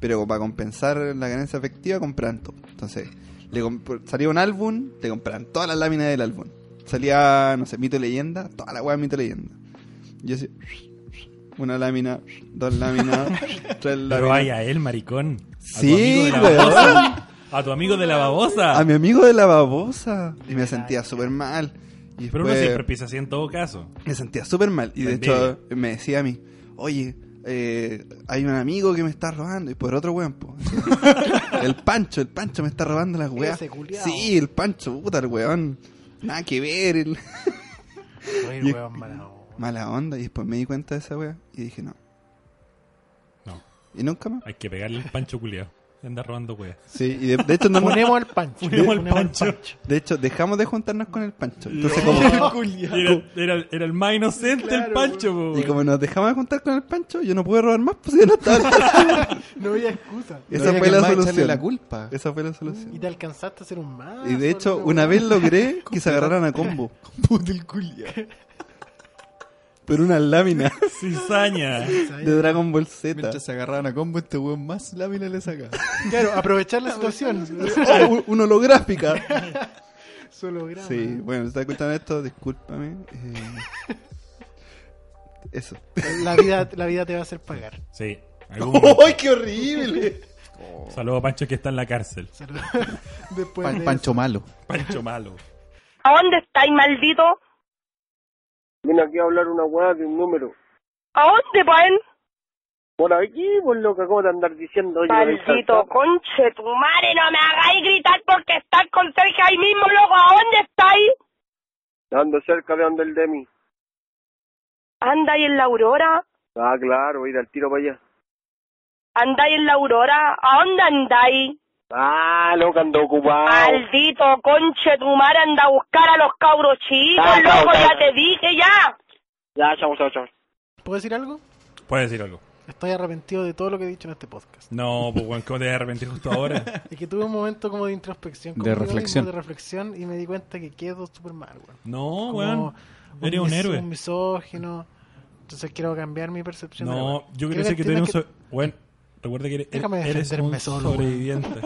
[SPEAKER 4] pero para compensar la ganancia afectiva compraban todo. Entonces, le comp- salía un álbum, le compraban todas las láminas del álbum. Salía, no sé, mito y leyenda, toda la weá de mito y leyenda. Yo así, una lámina, dos láminas, tres láminas.
[SPEAKER 3] Pero vaya él, maricón. A tu
[SPEAKER 4] Sí,
[SPEAKER 3] amigo de la
[SPEAKER 4] weón.
[SPEAKER 3] babosa. A tu amigo de la babosa.
[SPEAKER 4] A mi amigo de la babosa. Y me sentía súper mal. Y
[SPEAKER 3] Pero
[SPEAKER 4] después
[SPEAKER 3] uno siempre pisa así en todo caso.
[SPEAKER 4] me sentía súper mal. Y de
[SPEAKER 3] Envidia.
[SPEAKER 4] hecho me decía a mí, oye, eh, hay un amigo que me está robando. Y por otro weón, po. el Pancho, el Pancho me está robando las weas.
[SPEAKER 5] Ese culiao.
[SPEAKER 4] Sí, el Pancho, puta, el weón. Nada que ver. el-
[SPEAKER 5] Oye,
[SPEAKER 4] Y-
[SPEAKER 5] weón, mala onda.
[SPEAKER 4] Mala onda. Y después me di cuenta de esa wea. Y dije, no.
[SPEAKER 3] No,
[SPEAKER 4] Y nunca más.
[SPEAKER 3] hay que pegarle el pancho culiao. Anda robando weas.
[SPEAKER 4] Sí, y de, de hecho no nos-
[SPEAKER 5] Ponemos al pancho.
[SPEAKER 3] Ponemos al
[SPEAKER 5] Ponemos al
[SPEAKER 3] Pancho.
[SPEAKER 5] pancho.
[SPEAKER 4] De hecho, dejamos de juntarnos con el Pancho. Entonces,
[SPEAKER 3] No.
[SPEAKER 4] como
[SPEAKER 3] Era, era- era el más inocente el pancho, po,
[SPEAKER 4] Y
[SPEAKER 3] weón.
[SPEAKER 4] como nos dejamos de juntar con el Pancho, yo no pude robar más, pues yo no estaba. el Pancho.
[SPEAKER 5] No había excusa.
[SPEAKER 4] Esa fue la solución.
[SPEAKER 2] la culpa.
[SPEAKER 4] Esa fue la
[SPEAKER 5] Y
[SPEAKER 4] solución.
[SPEAKER 5] te alcanzaste a hacer un más.
[SPEAKER 4] Y de hecho, una vez logré que se agarraran a combo.
[SPEAKER 5] Puto el culia.
[SPEAKER 4] Pero una lámina
[SPEAKER 3] Cizaña.
[SPEAKER 4] de Dragon Ball Z.
[SPEAKER 2] se agarraban a combo, este weón más lámina le saca.
[SPEAKER 5] Claro, aprovechar la situación.
[SPEAKER 4] Oh, un- una holográfica.
[SPEAKER 5] Solo graba.
[SPEAKER 4] Sí, bueno, si estás escuchando esto, discúlpame. eh, Eso.
[SPEAKER 5] La vida, la vida te va a hacer pagar.
[SPEAKER 3] Sí. algún-
[SPEAKER 4] ¡Ay, qué horrible!
[SPEAKER 3] Saludo a Pancho que está en la cárcel.
[SPEAKER 5] Salud. Después de
[SPEAKER 2] Pancho malo.
[SPEAKER 3] Pancho malo.
[SPEAKER 6] ¿A dónde estáis, maldito?
[SPEAKER 7] Vine aquí a hablar una weá de un número.
[SPEAKER 6] ¿A dónde, pues? paen?
[SPEAKER 7] Por aquí, por lo que acabo de andar diciendo. oye,
[SPEAKER 6] Maldito
[SPEAKER 7] ahí
[SPEAKER 6] conche, tu madre, no me hagáis gritar porque está el conserje ahí mismo, loco. ¿A dónde estáis?
[SPEAKER 7] está. Ando cerca de donde el Demi.
[SPEAKER 6] ¿Andáis en la aurora?
[SPEAKER 7] Ah, claro, ir al tiro para allá.
[SPEAKER 6] ¿Andáis en la aurora? ¿A dónde andáis?
[SPEAKER 7] Ah, loco, ando ocupado.
[SPEAKER 6] Maldito conche, tu madre anda a buscar a los cabros chicos,
[SPEAKER 7] Chao, chao,
[SPEAKER 6] loco,
[SPEAKER 7] chao,
[SPEAKER 6] ya
[SPEAKER 7] chao.
[SPEAKER 6] te dije ya.
[SPEAKER 7] Ya, chao, chao, chao.
[SPEAKER 5] ¿Puedo decir algo?
[SPEAKER 3] Puedes decir algo.
[SPEAKER 5] Estoy arrepentido de todo lo que he dicho en este podcast.
[SPEAKER 3] No, pues weón, ¿cómo te vas a arrepentir justo ahora?
[SPEAKER 5] Es que tuve un momento como de introspección.
[SPEAKER 2] De
[SPEAKER 5] conmigo mismo,
[SPEAKER 2] reflexión.
[SPEAKER 5] de reflexión y me di cuenta que quedo súper mal, weón.
[SPEAKER 3] No,
[SPEAKER 5] Como
[SPEAKER 3] Ah, weón. Eres un
[SPEAKER 5] mis-
[SPEAKER 3] héroe.
[SPEAKER 5] Un misógino. Entonces quiero cambiar mi percepción. de la
[SPEAKER 3] No,
[SPEAKER 5] weá.
[SPEAKER 3] yo creo
[SPEAKER 5] Quiero
[SPEAKER 3] que tú eres un...
[SPEAKER 5] entiendas
[SPEAKER 3] so- Weón, recuerda que eres,
[SPEAKER 5] Déjame
[SPEAKER 3] eres
[SPEAKER 5] defenderme
[SPEAKER 3] un
[SPEAKER 5] solo, weón.
[SPEAKER 3] sobreviviente.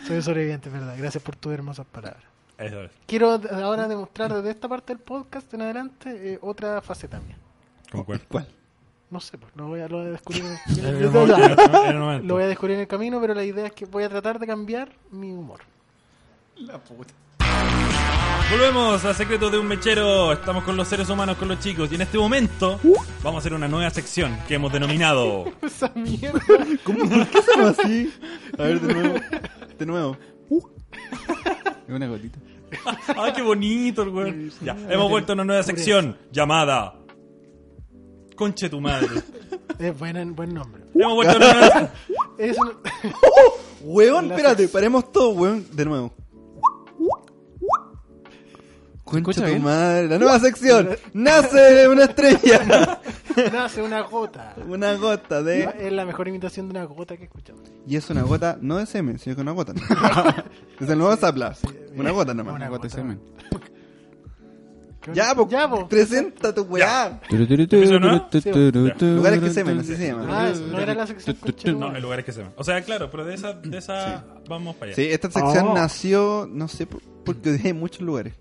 [SPEAKER 5] que Soy un sobreviviente, es ¿verdad? Gracias por tus hermosas palabras.
[SPEAKER 3] Eso es.
[SPEAKER 5] Quiero de- ahora demostrar desde esta parte del podcast en adelante eh, otra faceta mía.
[SPEAKER 3] ¿Cómo cuál?
[SPEAKER 4] ¿Cuál?
[SPEAKER 5] No sé, pues, lo voy a, lo voy a descubrir en
[SPEAKER 3] Era
[SPEAKER 5] el
[SPEAKER 3] el momento, era el momento.
[SPEAKER 5] Lo voy a descubrir en el camino, pero la idea es que voy a tratar de cambiar mi humor.
[SPEAKER 3] Volvemos a Secretos de un Mechero. Estamos con los seres humanos, con los chicos. Y en este momento vamos a hacer una nueva sección que hemos denominado.
[SPEAKER 5] Esa mierda.
[SPEAKER 4] ¿Cómo? ¿Por qué hacemos así? A ver, de nuevo. De nuevo.
[SPEAKER 2] Es una gotita.
[SPEAKER 3] ¡Ay, qué bonito el weón! Ya, hemos vuelto a una nueva sección llamada. Conche tu madre.
[SPEAKER 5] Es buen, buen nombre.
[SPEAKER 3] Hemos vuelto a una nueva.
[SPEAKER 5] Es un-
[SPEAKER 4] Weón, espérate, paremos todo, weón. De nuevo. Concha
[SPEAKER 2] escucha
[SPEAKER 4] tu
[SPEAKER 2] bien?
[SPEAKER 4] madre, la nueva sección. Nace de una estrella.
[SPEAKER 5] Nace una gota.
[SPEAKER 4] Una gota de.
[SPEAKER 5] Es la mejor imitación de una gota que he escuchado.
[SPEAKER 4] Y es una gota, no de semen, sino que una gota. es el nuevo Zapla. Una gota nomás.
[SPEAKER 5] Una
[SPEAKER 2] Una gota de semen.
[SPEAKER 5] ¿Qué
[SPEAKER 4] Ya,
[SPEAKER 5] onda?
[SPEAKER 4] pues.
[SPEAKER 5] Ya, po.
[SPEAKER 4] Presenta tu weá. Lugares que semen, así se llama.
[SPEAKER 5] Ah, no era la sección concha,
[SPEAKER 3] No,
[SPEAKER 5] weón.
[SPEAKER 3] en lugares que se ven. O sea, claro, pero de esa, de esa vamos para allá.
[SPEAKER 4] Sí, esta
[SPEAKER 2] Oh.
[SPEAKER 4] sección nació, no sé, por- porque dejé muchos lugares.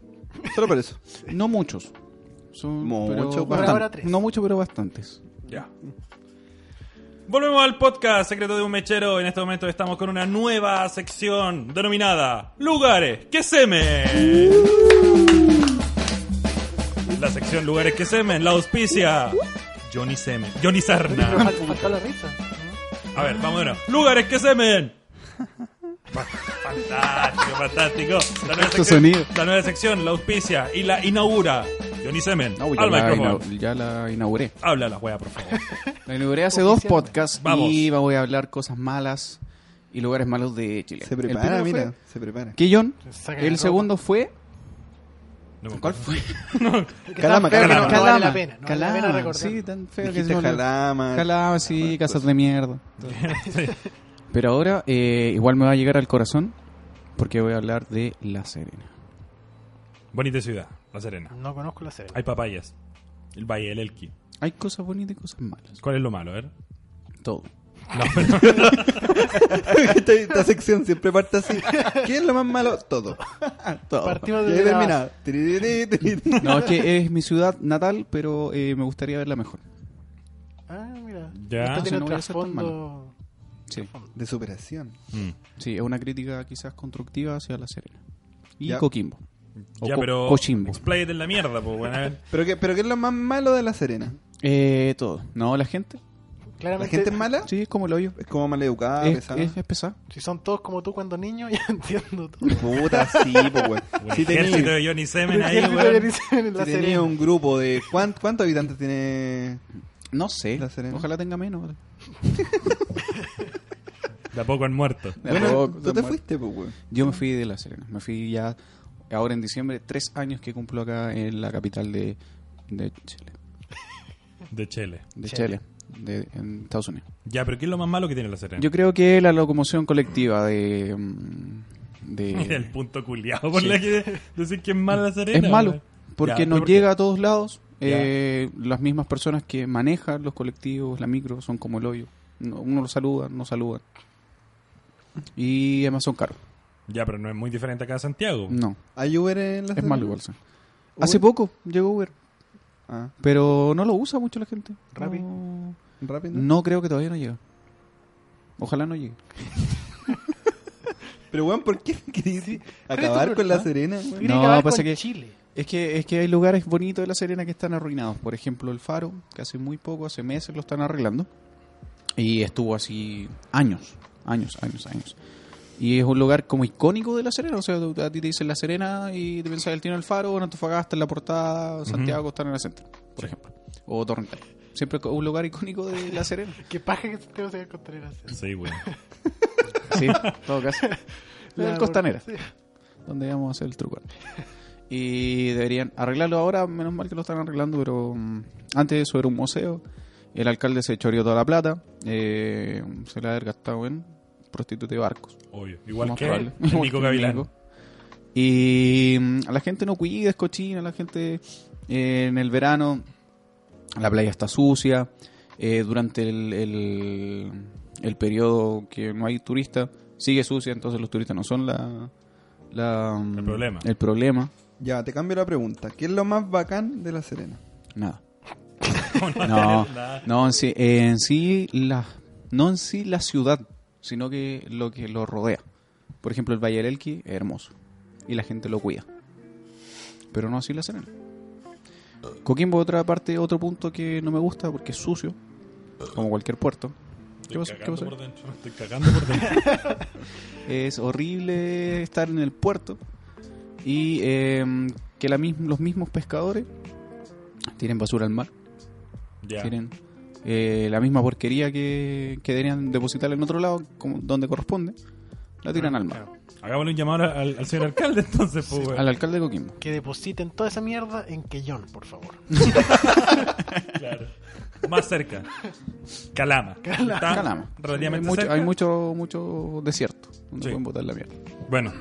[SPEAKER 4] Solo por eso.
[SPEAKER 2] No muchos. Son
[SPEAKER 4] Mucho,
[SPEAKER 2] pero
[SPEAKER 4] por
[SPEAKER 2] bastan-
[SPEAKER 5] ahora tres.
[SPEAKER 2] No muchos, pero bastantes.
[SPEAKER 3] Ya. Volvemos al podcast Secreto de un Mechero. En este momento estamos con una nueva sección denominada Lugares que semen. La sección Lugares que semen la auspicia Johnny Semen. Johnny
[SPEAKER 5] Pero
[SPEAKER 3] Sarna.
[SPEAKER 5] fal- faltó la risa.
[SPEAKER 3] A ver, vamos de nuevo. Lugares que semen. Fa- Fantástico, fantástico. La nueva,
[SPEAKER 2] Perfecto
[SPEAKER 3] sección,
[SPEAKER 2] sonido.
[SPEAKER 3] la nueva sección la auspicia y la inaugura Johnny Semen.
[SPEAKER 2] No, ya,
[SPEAKER 3] al
[SPEAKER 2] la,
[SPEAKER 3] micrófono.
[SPEAKER 2] inau- ya la inauguré.
[SPEAKER 3] Habla la wea, por favor.
[SPEAKER 2] La inauguré hace dos
[SPEAKER 5] Oficialmente.
[SPEAKER 2] podcasts
[SPEAKER 3] Vamos.
[SPEAKER 2] y voy a hablar cosas malas y lugares malos de Chile.
[SPEAKER 4] Se
[SPEAKER 2] El
[SPEAKER 4] prepara,
[SPEAKER 2] primero
[SPEAKER 4] mira,
[SPEAKER 2] fue
[SPEAKER 4] se prepara.
[SPEAKER 2] Quillón.
[SPEAKER 5] Saca la
[SPEAKER 2] El
[SPEAKER 5] ropa.
[SPEAKER 2] segundo fue.
[SPEAKER 3] No me
[SPEAKER 2] ¿Cuál fue?
[SPEAKER 5] Que
[SPEAKER 4] Calama,
[SPEAKER 3] calama.
[SPEAKER 5] estaba feo, que No, no vale
[SPEAKER 2] Calama,
[SPEAKER 5] la pena. No vale la pena
[SPEAKER 2] Calama.
[SPEAKER 5] recordarlo.
[SPEAKER 2] Sí, tan feo que se
[SPEAKER 4] Dijiste
[SPEAKER 2] me olvidó.
[SPEAKER 4] jalama.
[SPEAKER 2] Jalama, sí, casas de mierda.
[SPEAKER 3] Sí.
[SPEAKER 2] Pero ahora eh, igual me va a llegar al corazón porque voy a hablar de La Serena.
[SPEAKER 3] Bonita ciudad, La Serena.
[SPEAKER 5] No conozco la serie.
[SPEAKER 3] Hay papayas. El Valle, el Elqui.
[SPEAKER 2] Hay cosas bonitas y cosas malas.
[SPEAKER 3] ¿Cuál es lo malo, a ver?
[SPEAKER 2] Todo.
[SPEAKER 3] No, pero-
[SPEAKER 4] esta, esta sección siempre parte así. ¿Qué es lo más malo? Todo.
[SPEAKER 2] Todo.
[SPEAKER 5] Partimos
[SPEAKER 4] Y ahí
[SPEAKER 5] de la
[SPEAKER 4] termina. Tiriri, tiriri.
[SPEAKER 2] No, es que es mi ciudad natal, pero eh, me gustaría verla mejor.
[SPEAKER 5] Ah, mira.
[SPEAKER 3] Ya.
[SPEAKER 5] Esto
[SPEAKER 2] Entonces
[SPEAKER 5] tiene
[SPEAKER 2] no voy a ser tan
[SPEAKER 5] trasfondo.
[SPEAKER 2] Sí.
[SPEAKER 4] De superación.
[SPEAKER 3] Mm.
[SPEAKER 2] Sí, es una crítica quizás constructiva hacia La Serena. Y
[SPEAKER 4] Ya.
[SPEAKER 2] Coquimbo. O
[SPEAKER 3] Ya,
[SPEAKER 2] co-
[SPEAKER 3] pero.
[SPEAKER 2] Cochimbo.
[SPEAKER 3] Expláyate en la mierda, pues, bueno. a ver.
[SPEAKER 4] ¿Pero qué, ¿Pero qué es lo más malo de La Serena?
[SPEAKER 2] Eh, todo. No, la gente.
[SPEAKER 4] ¿La
[SPEAKER 5] Claramente,
[SPEAKER 4] gente es mala?
[SPEAKER 2] Sí, es como el hoyo.
[SPEAKER 4] Es como maleducada,
[SPEAKER 2] Es,
[SPEAKER 4] Ah. pesada.
[SPEAKER 2] es, es pesada.
[SPEAKER 5] si son todos como tú cuando niño, ya entiendo todo.
[SPEAKER 4] Puta, sí, pues, güey.
[SPEAKER 3] Un
[SPEAKER 4] Si
[SPEAKER 3] ejército
[SPEAKER 4] tenía
[SPEAKER 3] de Johnny Semen ahí,
[SPEAKER 5] Ejército
[SPEAKER 3] weón.
[SPEAKER 5] de Eriseo en la Serena.
[SPEAKER 4] un grupo de... ¿cuán- ¿Cuántos habitantes tiene...?
[SPEAKER 2] No sé.
[SPEAKER 4] La Serena.
[SPEAKER 2] Ojalá tenga menos.
[SPEAKER 3] De a poco han muerto.
[SPEAKER 4] Bueno, tú te fuiste, pues, güey.
[SPEAKER 2] Yo me fui de La Serena. Me fui ya ahora en diciembre, tres años que cumplo acá en la capital de, de Chile.
[SPEAKER 3] De Chile.
[SPEAKER 2] De
[SPEAKER 5] Chile.
[SPEAKER 2] Chile. de- en Estados Unidos.
[SPEAKER 3] Ya, pero ¿qué es lo más malo que tiene La Serena?
[SPEAKER 2] Yo creo que la locomoción colectiva de... mm,
[SPEAKER 3] Mira el
[SPEAKER 2] de
[SPEAKER 3] punto culiado por
[SPEAKER 2] Sí.
[SPEAKER 3] la que decir que es mala La Serena.
[SPEAKER 2] es malo,
[SPEAKER 3] weón.
[SPEAKER 2] porque
[SPEAKER 3] Ya,
[SPEAKER 2] nos
[SPEAKER 3] ¿por qué?
[SPEAKER 2] llega a todos lados. eh, las mismas personas que manejan los colectivos, la micro, son como el hoyo. No- Uno los saluda, no saludan. Y además son caros.
[SPEAKER 3] Ya, pero no es muy diferente acá a Santiago.
[SPEAKER 2] No,
[SPEAKER 4] ¿Hay Uber en La
[SPEAKER 2] es
[SPEAKER 4] Serena?
[SPEAKER 2] malo igual. sí.
[SPEAKER 4] Uber.
[SPEAKER 2] Hace poco llegó Uber,
[SPEAKER 4] Ah,
[SPEAKER 2] pero no lo usa mucho la gente.
[SPEAKER 5] Rappi.
[SPEAKER 2] No,
[SPEAKER 4] rápido.
[SPEAKER 2] no creo que todavía no llega. Ojalá no llegue.
[SPEAKER 4] Pero, weón, ¿por qué querís
[SPEAKER 5] Pero
[SPEAKER 4] acabar
[SPEAKER 5] tú,
[SPEAKER 4] con La
[SPEAKER 5] ¿verdad?
[SPEAKER 4] Serena, güey?
[SPEAKER 5] Tiene
[SPEAKER 2] No,
[SPEAKER 5] que ver
[SPEAKER 2] pasa
[SPEAKER 5] con
[SPEAKER 2] que-
[SPEAKER 5] Chile.
[SPEAKER 2] Es que, es que hay lugares bonitos de La Serena que están arruinados. Por ejemplo, el Faro, que hace muy poco, hace meses lo están arreglando. Y estuvo así años, años, años, años. Y es un lugar como icónico de La Serena. O sea, tú- a ti te dicen La Serena y te pensás el Tino del Faro, en Antofagasta en la portada, Santiago está en el centro, por ejemplo. O Torrental. Siempre co- un lugar icónico de La Serena.
[SPEAKER 5] Qué paja que tengo que encontrar la Serena.
[SPEAKER 3] Sí, güey.
[SPEAKER 2] Sí, en todo caso. La
[SPEAKER 5] Ya,
[SPEAKER 2] Costanera.
[SPEAKER 5] sí.
[SPEAKER 2] donde íbamos a hacer el truco. Y deberían arreglarlo ahora, menos mal que lo están arreglando, pero mm, antes eso era un museo. El alcalde se choreó toda la plata, eh, se la ha gastado en prostituta y barcos.
[SPEAKER 3] Obvio. Igual
[SPEAKER 2] Más
[SPEAKER 3] que
[SPEAKER 2] probable.
[SPEAKER 3] el Nico Gavilán.
[SPEAKER 2] Nico. Y mm, la gente no cuida, es cochina, la gente eh, en el verano, la playa está sucia, eh, durante el, el, el periodo que no hay turista, sigue sucia, entonces los turistas no son la... la, mm,
[SPEAKER 3] El problema.
[SPEAKER 2] El problema,
[SPEAKER 4] Ya, te cambio la pregunta. ¿Qué es lo más bacán de La Serena?
[SPEAKER 2] nada. no, no, en sí, eh, en sí la, no en sí la ciudad, sino que lo que lo rodea. Por ejemplo, el Valle del Elqui es hermoso y la gente lo cuida. Pero no así la Serena. Coquimbo, otra parte, otro punto que no me gusta porque es sucio, como cualquier puerto. ¿Qué pasa?
[SPEAKER 3] Estoy
[SPEAKER 2] ¿Qué
[SPEAKER 3] cagando
[SPEAKER 2] pasa?
[SPEAKER 3] por dentro. Estoy cagando por dentro.
[SPEAKER 2] Es horrible estar en el puerto y eh, que la mis- los mismos pescadores tienen basura al mar.
[SPEAKER 3] Ya.
[SPEAKER 2] tienen eh, la misma porquería que, que deberían depositar en otro lado, como, donde corresponde, La
[SPEAKER 3] Ah,
[SPEAKER 2] tiran al mar.
[SPEAKER 3] Hagámosle un llamado al, al señor alcalde entonces, pues, weón.
[SPEAKER 2] Al alcalde de Coquimbo.
[SPEAKER 5] Que depositen toda esa mierda en Quellón, por favor.
[SPEAKER 3] Claro. Más cerca. Calama. Calama.
[SPEAKER 2] Calama.
[SPEAKER 3] Relativamente
[SPEAKER 2] hay mucho,
[SPEAKER 3] cerca.
[SPEAKER 2] hay mucho, mucho desierto donde
[SPEAKER 3] Sí.
[SPEAKER 2] pueden botar la mierda.
[SPEAKER 3] Bueno.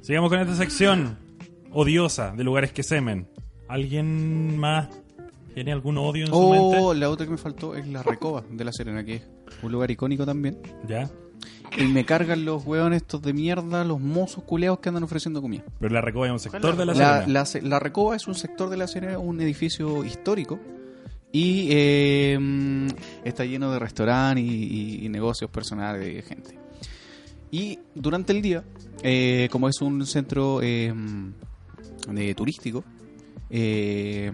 [SPEAKER 3] Sigamos con esta sección odiosa de lugares que semen. ¿Alguien más tiene algún odio en su
[SPEAKER 2] Oh, la otra que me faltó es la Recoba de la Serena, que es un lugar icónico también.
[SPEAKER 3] mente? Ya.
[SPEAKER 2] Y me cargan los hueones estos de mierda, los mozos culeados que andan ofreciendo comida.
[SPEAKER 3] Pero la recoba es un sector de la,
[SPEAKER 2] La,
[SPEAKER 3] ciudad.
[SPEAKER 2] la, se- la Recoba es un sector de la Serena, un edificio histórico. Y eh, mm, está lleno de restaurantes y, y- y negocios personales de gente. Y durante el día, eh, como es un centro eh, de turístico, eh,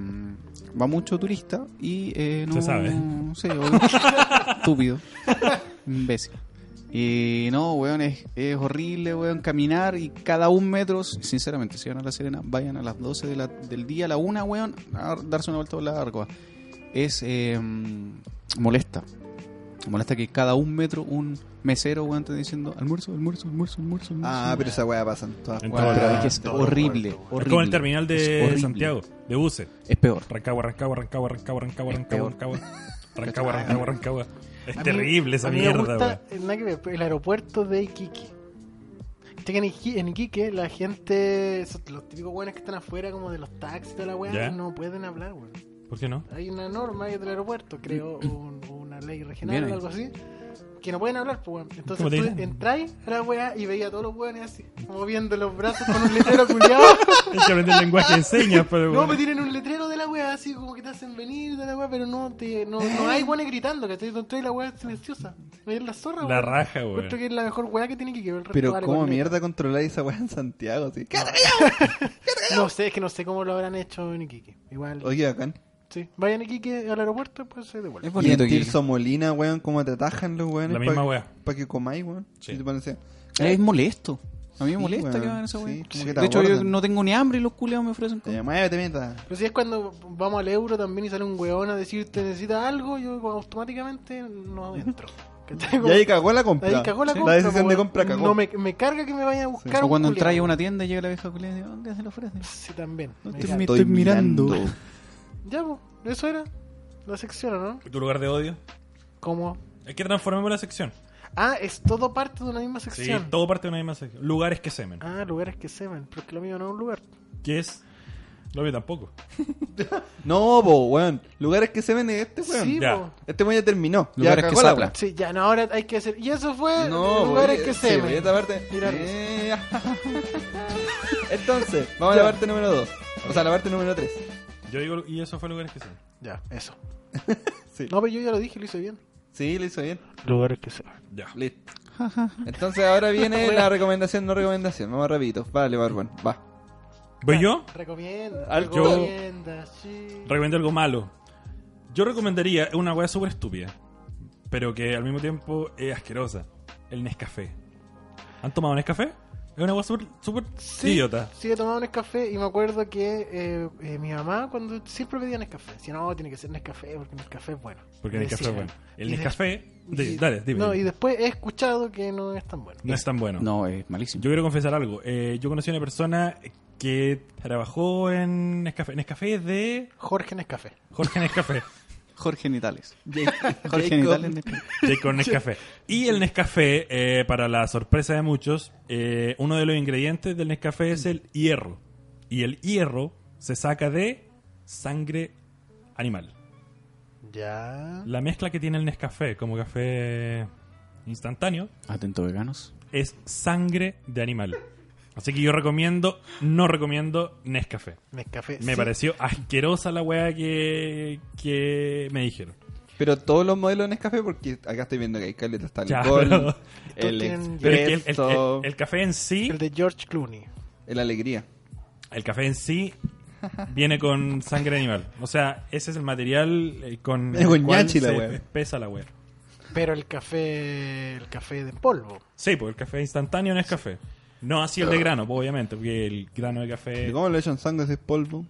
[SPEAKER 2] va mucho turista y eh, no
[SPEAKER 3] Se sabe.
[SPEAKER 2] sí, obvio. estúpido, imbécil. Y no, weón, es, es horrible, weón, caminar y cada un metro, sinceramente, si van a La Serena, vayan a las 12 de la- del día, a la una, weón, a darse una vuelta por la arcoa. Es eh, molesta. Molesta que cada un metro un mesero, weón, te diciendo almuerzo, almuerzo, almuerzo, almuerzo. almuerzo.
[SPEAKER 4] Ah, pero esa weá pasa en todas
[SPEAKER 3] En
[SPEAKER 4] partes.
[SPEAKER 2] Weón, pero es que es
[SPEAKER 5] todo
[SPEAKER 2] horrible,
[SPEAKER 5] muerto,
[SPEAKER 3] Es
[SPEAKER 2] horrible.
[SPEAKER 3] como el terminal
[SPEAKER 2] Es
[SPEAKER 3] de
[SPEAKER 2] horrible.
[SPEAKER 3] Santiago, de buses.
[SPEAKER 2] Es peor.
[SPEAKER 3] Rancagua, Rancagua, Rancagua, Rancagua, Rancagua,
[SPEAKER 2] Es
[SPEAKER 3] Rancagua,
[SPEAKER 2] peor.
[SPEAKER 3] Rancagua. Rancagua, Rancagua, Rancagua. Es
[SPEAKER 5] A mí-
[SPEAKER 3] terrible esa
[SPEAKER 5] a mí
[SPEAKER 3] mierda,
[SPEAKER 5] Me gusta,
[SPEAKER 3] weón.
[SPEAKER 5] eh, nada que ver, pero el aeropuerto de Iquique. Viste que en Iquique, en Iquique la gente, esos- los típicos buenos que están afuera como de los taxis de la weá,
[SPEAKER 3] Ya.
[SPEAKER 5] no pueden hablar, weón.
[SPEAKER 3] ¿Por qué no?
[SPEAKER 5] Hay una norma ahí del aeropuerto, creo, un- una ley regional
[SPEAKER 2] Bien
[SPEAKER 5] o
[SPEAKER 2] ahí.
[SPEAKER 5] algo así, que no pueden hablar, pues weón. Entonces
[SPEAKER 3] ¿Cómo te dicen?
[SPEAKER 5] tú entráis a la weá y veía a todos los weones así, moviendo los brazos con un letrero culiado.
[SPEAKER 3] Hay que aprender lenguaje de señas, pero
[SPEAKER 5] No,
[SPEAKER 3] weón.
[SPEAKER 5] me tienen un letrero de la weá, así como que te hacen venir de la weá, pero no, te, no, no hay weones gritando, que estoy la weá silenciosa. Me dieron la zorra,
[SPEAKER 3] La
[SPEAKER 5] weón.
[SPEAKER 3] raja, weón.
[SPEAKER 5] Creo que es la mejor weá que tiene que ver el resto
[SPEAKER 4] Pero
[SPEAKER 5] vale
[SPEAKER 4] cómo
[SPEAKER 5] corneta.
[SPEAKER 4] mierda controlar esa weá en Santiago, sí.
[SPEAKER 5] No sé, es que no sé cómo lo habrán hecho en Iquique. Igual,
[SPEAKER 4] Oye, bacán.
[SPEAKER 5] sí. Vayan a Iquique al aeropuerto, pues se devuelven.
[SPEAKER 2] Es
[SPEAKER 4] Y en
[SPEAKER 2] bonito. Iquique.
[SPEAKER 4] Tirso Molina, weón, cómo te atajan los weones.
[SPEAKER 3] La misma
[SPEAKER 4] pa-
[SPEAKER 3] weá.
[SPEAKER 4] Pa' que comáis, weón.
[SPEAKER 3] Sí.
[SPEAKER 4] Y te ponen así.
[SPEAKER 2] Es molesto. A mí me
[SPEAKER 4] Eh, Sí,
[SPEAKER 2] molesta
[SPEAKER 4] weón,
[SPEAKER 2] que hagan esa
[SPEAKER 4] sí,
[SPEAKER 2] weón.
[SPEAKER 4] como que te
[SPEAKER 2] de hecho, yo
[SPEAKER 4] abordan.
[SPEAKER 2] no tengo ni hambre y los culeados me ofrecen
[SPEAKER 4] Te
[SPEAKER 2] comida.
[SPEAKER 4] llamáis o te mientas.
[SPEAKER 5] Pero si es cuando vamos al euro también y sale un weón a decirte necesitas algo, yo automáticamente no entro. ¿Cachai?
[SPEAKER 4] Y
[SPEAKER 5] Como-
[SPEAKER 4] ahí cagó la compra.
[SPEAKER 5] ahí cagó la
[SPEAKER 4] Sí.
[SPEAKER 5] compra.
[SPEAKER 4] decisión
[SPEAKER 5] po,
[SPEAKER 4] de
[SPEAKER 5] weón.
[SPEAKER 4] compra cagó.
[SPEAKER 5] No, me, me carga que me vayan a buscar.
[SPEAKER 2] O
[SPEAKER 5] un
[SPEAKER 2] cuando
[SPEAKER 5] culiao.
[SPEAKER 2] entras a una tienda y llega la vieja culeada y dice, "Ah, ¿qué se le ofrece?
[SPEAKER 5] Sí, también.
[SPEAKER 2] No
[SPEAKER 5] Me
[SPEAKER 2] te
[SPEAKER 5] carga.
[SPEAKER 2] me estoy mirando.
[SPEAKER 5] Ya, pues, eso era la sección, ¿o ¿no?
[SPEAKER 3] ¿Tu lugar de odio?
[SPEAKER 5] Como...
[SPEAKER 3] Es que transformemos la sección.
[SPEAKER 5] Ah, es todo parte de una misma
[SPEAKER 3] Sí,
[SPEAKER 5] sección.
[SPEAKER 3] todo parte de una misma sección. Lugares que semen.
[SPEAKER 5] Ah, lugares que se ven, pero es que lo mío no es un lugar.
[SPEAKER 3] ¿Qué es? Lo veo tampoco.
[SPEAKER 4] No, po, weón. Lugares que se ven es este, weón.
[SPEAKER 5] Sí,
[SPEAKER 3] ya.
[SPEAKER 5] po.
[SPEAKER 4] Este weón ya terminó.
[SPEAKER 2] Lugares
[SPEAKER 4] ya
[SPEAKER 2] que
[SPEAKER 4] cagó la
[SPEAKER 2] sopla.
[SPEAKER 4] weá.
[SPEAKER 5] Sí, ya, no, ahora hay que hacer. Y eso fue
[SPEAKER 4] No,
[SPEAKER 5] lugares
[SPEAKER 4] po,
[SPEAKER 5] que
[SPEAKER 4] sí,
[SPEAKER 5] se
[SPEAKER 4] po, y
[SPEAKER 5] ven.
[SPEAKER 4] esta parte.
[SPEAKER 5] Mira.
[SPEAKER 4] Eh, Entonces, vamos a la parte número 2. O sea, la parte número 3.
[SPEAKER 3] Yo digo, y eso fue lugares que semen.
[SPEAKER 5] Ya, eso.
[SPEAKER 4] Sí.
[SPEAKER 5] No, pero yo ya lo dije, lo hice bien.
[SPEAKER 4] Sí, lo hizo bien.
[SPEAKER 5] Lugares que se ven.
[SPEAKER 3] Ya.
[SPEAKER 4] Listo. Entonces ahora viene la recomendación, no recomendación. Vamos rapidito. Vale, Barbón. Va.
[SPEAKER 3] ¿Voy yo?
[SPEAKER 5] Recomienda.
[SPEAKER 4] Al-
[SPEAKER 3] Ah, yo-
[SPEAKER 5] recomienda, sí.
[SPEAKER 3] Recomiendo algo malo. Yo recomendaría una weá súper estúpida, pero que al mismo tiempo es asquerosa. El Nescafé. ¿Han tomado Nescafé? Es una weá súper súper
[SPEAKER 5] Sí,
[SPEAKER 3] idiota.
[SPEAKER 5] Sí, he tomado Nescafé y me acuerdo que eh, eh, mi mamá cuando siempre pedía Nescafé. Decía, no, tiene que ser Nescafé porque Nescafé es bueno.
[SPEAKER 3] Porque el Nescafé es
[SPEAKER 5] Decía.
[SPEAKER 3] bueno. El
[SPEAKER 5] Y de-
[SPEAKER 3] Nescafé.
[SPEAKER 5] y-
[SPEAKER 3] di- dale, dime.
[SPEAKER 5] No,
[SPEAKER 3] No,
[SPEAKER 5] y después he escuchado que no es tan bueno.
[SPEAKER 3] es tan bueno.
[SPEAKER 2] No, es malísimo.
[SPEAKER 3] Yo quiero confesar algo. Eh, yo conocí a una persona que trabajó en Nescafé. Nescafé es de
[SPEAKER 5] Jorge Nescafé.
[SPEAKER 3] Jorge Nescafé.
[SPEAKER 2] Jorge Nitales. Jorge Nitales. este-
[SPEAKER 4] Jacob.
[SPEAKER 3] Jake con Nescafé. Y el Nescafé, eh, para la sorpresa de muchos, eh, uno de los ingredientes del Nescafé es el hierro. Y el hierro se saca de sangre animal.
[SPEAKER 5] Ya.
[SPEAKER 3] La mezcla que tiene el Nescafé como café instantáneo
[SPEAKER 2] Atento, veganos.
[SPEAKER 3] es sangre de animal. Así que yo recomiendo, no recomiendo Nescafé.
[SPEAKER 5] Nescafé.
[SPEAKER 3] Me
[SPEAKER 5] sí.
[SPEAKER 3] pareció asquerosa la weá que, que me dijeron.
[SPEAKER 4] Pero todos los modelos en Nescafé, porque acá estoy viendo que hay caleta, está el
[SPEAKER 3] Ya,
[SPEAKER 4] Gol,
[SPEAKER 3] pero-
[SPEAKER 4] el
[SPEAKER 5] Tienen-
[SPEAKER 3] Pero es que el, el-
[SPEAKER 4] expreso,
[SPEAKER 3] el- el café en sí
[SPEAKER 5] El de George Clooney.
[SPEAKER 4] el alegría.
[SPEAKER 3] El café en sí viene con sangre animal. O sea, ese es el material eh, con
[SPEAKER 4] Viene con
[SPEAKER 3] el cual
[SPEAKER 4] ñachi la
[SPEAKER 3] se
[SPEAKER 4] wea.
[SPEAKER 3] espesa la wea.
[SPEAKER 5] Pero el café. El café de polvo.
[SPEAKER 3] Sí, porque el café instantáneo no es café. No así el de grano, pues, obviamente, porque el grano de café...
[SPEAKER 4] ¿Y ¿Cómo le echan sangre a ese polvo?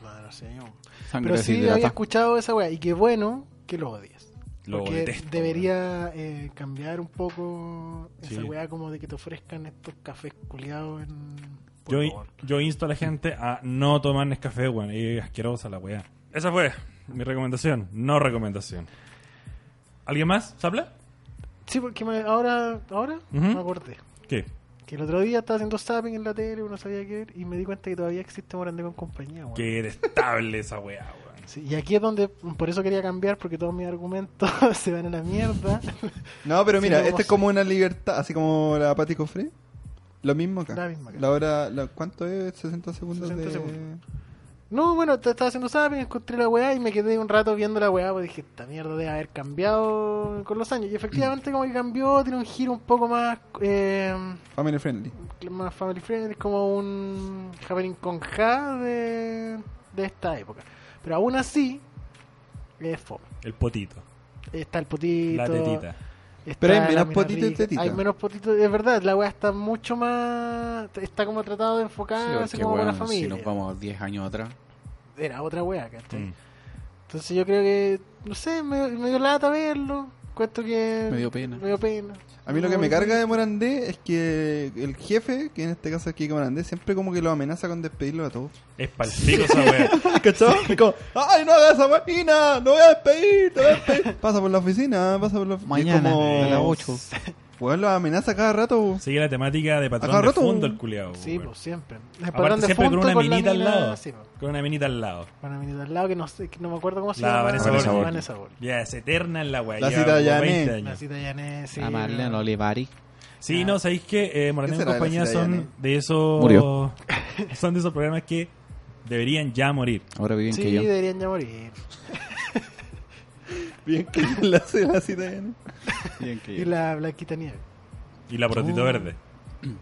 [SPEAKER 5] No, no sé. yo-
[SPEAKER 2] Sangre
[SPEAKER 5] Pero sí
[SPEAKER 2] deshidratada.
[SPEAKER 5] había escuchado esa weá. Y qué bueno que lo odias.
[SPEAKER 3] Lo
[SPEAKER 5] Porque
[SPEAKER 3] detesto,
[SPEAKER 5] debería eh, cambiar un poco esa
[SPEAKER 3] Sí.
[SPEAKER 5] weá como de que te ofrezcan estos cafés culiados en... por
[SPEAKER 3] Yo,
[SPEAKER 5] favor.
[SPEAKER 3] yo insto a la gente a no tomar Nescafé, weón. Y es asquerosa la weá. Esa fue mi recomendación, no recomendación. ¿Alguien más? ¿Sabla?
[SPEAKER 5] Sí, porque me- ahora, ahora
[SPEAKER 3] Ujú.
[SPEAKER 5] me acordé.
[SPEAKER 3] ¿Qué?
[SPEAKER 5] Que el otro día estaba haciendo zapping en la tele, no sabía qué ver, y me di cuenta que todavía existe Morandé con compañía, weón.
[SPEAKER 3] Que detestable esa weá, weón.
[SPEAKER 5] Sí, y aquí es donde, por eso quería cambiar, porque todos mis argumentos se van a la mierda.
[SPEAKER 4] No, pero
[SPEAKER 5] Sí,
[SPEAKER 4] mira,
[SPEAKER 5] lo
[SPEAKER 4] este
[SPEAKER 5] vamos
[SPEAKER 4] es como una libertad, así como la Pati Cofré. Lo mismo acá.
[SPEAKER 5] La misma acá.
[SPEAKER 4] La hora, la- ¿cuánto es? 60 segundos
[SPEAKER 5] 60
[SPEAKER 4] de...
[SPEAKER 5] segundos. No, bueno, te- estaba haciendo zapping, encontré la weá y me quedé un rato viendo la weá, pues dije, esta mierda debe haber cambiado con los años. Y efectivamente como que cambió, tiene un giro un poco más, eh,
[SPEAKER 4] Family Friendly.
[SPEAKER 5] más family friendly, es como un happening con ja de, de esta época. Pero aún así, es fome.
[SPEAKER 3] El potito.
[SPEAKER 5] Está el potito.
[SPEAKER 3] La tetita.
[SPEAKER 5] está
[SPEAKER 4] Pero hay
[SPEAKER 5] la
[SPEAKER 4] menos
[SPEAKER 5] mina
[SPEAKER 4] potito y
[SPEAKER 5] rica,
[SPEAKER 4] tetita.
[SPEAKER 5] Hay menos potito, es verdad, la weá está mucho más, está como tratado de enfocarse
[SPEAKER 2] porque,
[SPEAKER 5] como para la
[SPEAKER 2] weón,
[SPEAKER 5] familia.
[SPEAKER 2] si nos vamos 10 años atrás.
[SPEAKER 5] Era otra weá, ¿cachai?
[SPEAKER 3] Mm.
[SPEAKER 5] Entonces yo creo que, no sé, me, me dio lata verlo. Cuento que...
[SPEAKER 2] Me dio pena.
[SPEAKER 5] Me dio pena.
[SPEAKER 4] A mí lo que me
[SPEAKER 5] No,
[SPEAKER 4] carga de Morandé es que el jefe, que en este caso es Kiko Morandé, siempre como que lo amenaza con despedirlo a todos.
[SPEAKER 3] Es palpico esa weá.
[SPEAKER 4] ¿Cachó? Es como, ¡ay, no hagas esa máquina! ¡No voy a despedir! ¡Te voy a despedir! Pasa por la oficina, pasa por la oficina.
[SPEAKER 2] Mañana,
[SPEAKER 4] como,
[SPEAKER 2] a las 8.
[SPEAKER 4] Weón, lo amenaza cada rato. weón.
[SPEAKER 3] Sigue la temática de patrón
[SPEAKER 4] Acá
[SPEAKER 3] de
[SPEAKER 4] rato,
[SPEAKER 3] fondo
[SPEAKER 4] un-
[SPEAKER 3] el culiao. Oh,
[SPEAKER 5] Sí,
[SPEAKER 3] weón.
[SPEAKER 5] pues siempre. El
[SPEAKER 3] Aparte siempre con una
[SPEAKER 5] la
[SPEAKER 3] minita al
[SPEAKER 5] mina,
[SPEAKER 3] lado.
[SPEAKER 5] Sí, pues.
[SPEAKER 3] Con una minita al lado.
[SPEAKER 5] Una minita al lado que no, sé, que no me acuerdo cómo se
[SPEAKER 3] La
[SPEAKER 5] llama.
[SPEAKER 3] Vanessa
[SPEAKER 2] Vanessa Borg.
[SPEAKER 5] Vanessa Borg.
[SPEAKER 3] Ya, es eterna en la weá.
[SPEAKER 4] La
[SPEAKER 3] lleva
[SPEAKER 4] cita de
[SPEAKER 3] como
[SPEAKER 4] Janet.
[SPEAKER 3] 20
[SPEAKER 5] La
[SPEAKER 3] años.
[SPEAKER 5] cita de Yanés, sí.
[SPEAKER 2] A Marlene
[SPEAKER 5] la-
[SPEAKER 2] Olivari.
[SPEAKER 3] Sí, no, sabéis que eh, Morandé
[SPEAKER 4] ¿Qué
[SPEAKER 3] en
[SPEAKER 4] será de la
[SPEAKER 3] compañía
[SPEAKER 4] Cira
[SPEAKER 3] son
[SPEAKER 4] Yané?
[SPEAKER 3] de esos.
[SPEAKER 2] Murió.
[SPEAKER 3] Son de esos programas que deberían ya morir.
[SPEAKER 2] Ahora viven
[SPEAKER 5] Sí,
[SPEAKER 2] que yo.
[SPEAKER 5] deberían ya morir.
[SPEAKER 4] Bien que la hace la cita de Ana.
[SPEAKER 5] Y la Blanquita Nieve
[SPEAKER 3] Y la protito
[SPEAKER 5] Oh.
[SPEAKER 3] verde.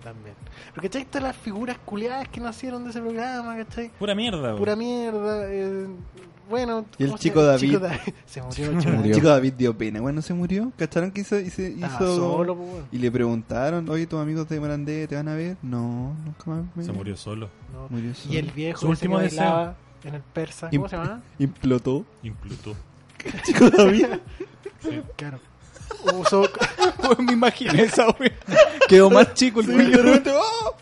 [SPEAKER 5] también. Pero ¿cachai? Todas las figuras culeadas que nacieron de ese programa, ¿cachai?
[SPEAKER 3] Pura mierda, weón.
[SPEAKER 5] Pura mierda. eh, bueno.
[SPEAKER 4] Y el
[SPEAKER 5] ¿cómo se-
[SPEAKER 4] chico David.
[SPEAKER 5] Se murió el chico
[SPEAKER 2] Murió.
[SPEAKER 4] El chico David dio pena. Bueno, se murió. ¿Cacharon que hizo... hizo,
[SPEAKER 5] Estaba
[SPEAKER 4] hizo-
[SPEAKER 5] solo, pues, weón.
[SPEAKER 4] Y le preguntaron, oye, tus amigos de Morandé, ¿te van a ver? No, nunca más me-
[SPEAKER 3] Se murió solo.
[SPEAKER 5] No.
[SPEAKER 4] Murió
[SPEAKER 5] Y
[SPEAKER 4] solo.
[SPEAKER 5] el viejo
[SPEAKER 3] Su
[SPEAKER 5] ese
[SPEAKER 3] último
[SPEAKER 5] que
[SPEAKER 3] deseo.
[SPEAKER 5] bailaba en el persa. ¿Cómo
[SPEAKER 4] Imp-
[SPEAKER 5] se llama?
[SPEAKER 4] Implotó.
[SPEAKER 3] Implutó.
[SPEAKER 4] El chico David.
[SPEAKER 5] Claro. Usó,
[SPEAKER 2] me imaginé esa wea. Quedó más chico el
[SPEAKER 4] Sí, de
[SPEAKER 2] cuello.
[SPEAKER 4] repente, ¡oh!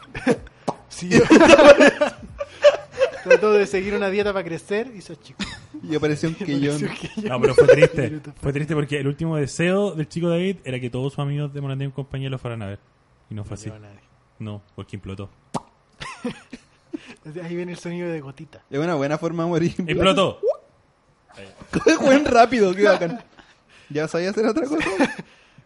[SPEAKER 5] sí, trató de seguir una dieta para crecer y se chico.
[SPEAKER 4] Y apareció un quillón.
[SPEAKER 3] No, pero fue triste. fue triste porque el último deseo del chico David era que todos sus amigos de Morandé y compañía lo fueran a ver. Y no fue así. No, porque implotó.
[SPEAKER 5] Ahí viene el sonido de gotita.
[SPEAKER 4] Es una buena forma de morir.
[SPEAKER 3] ¡Implotó!
[SPEAKER 4] Buen rápido, qué bacán. Ya sabía hacer otra cosa.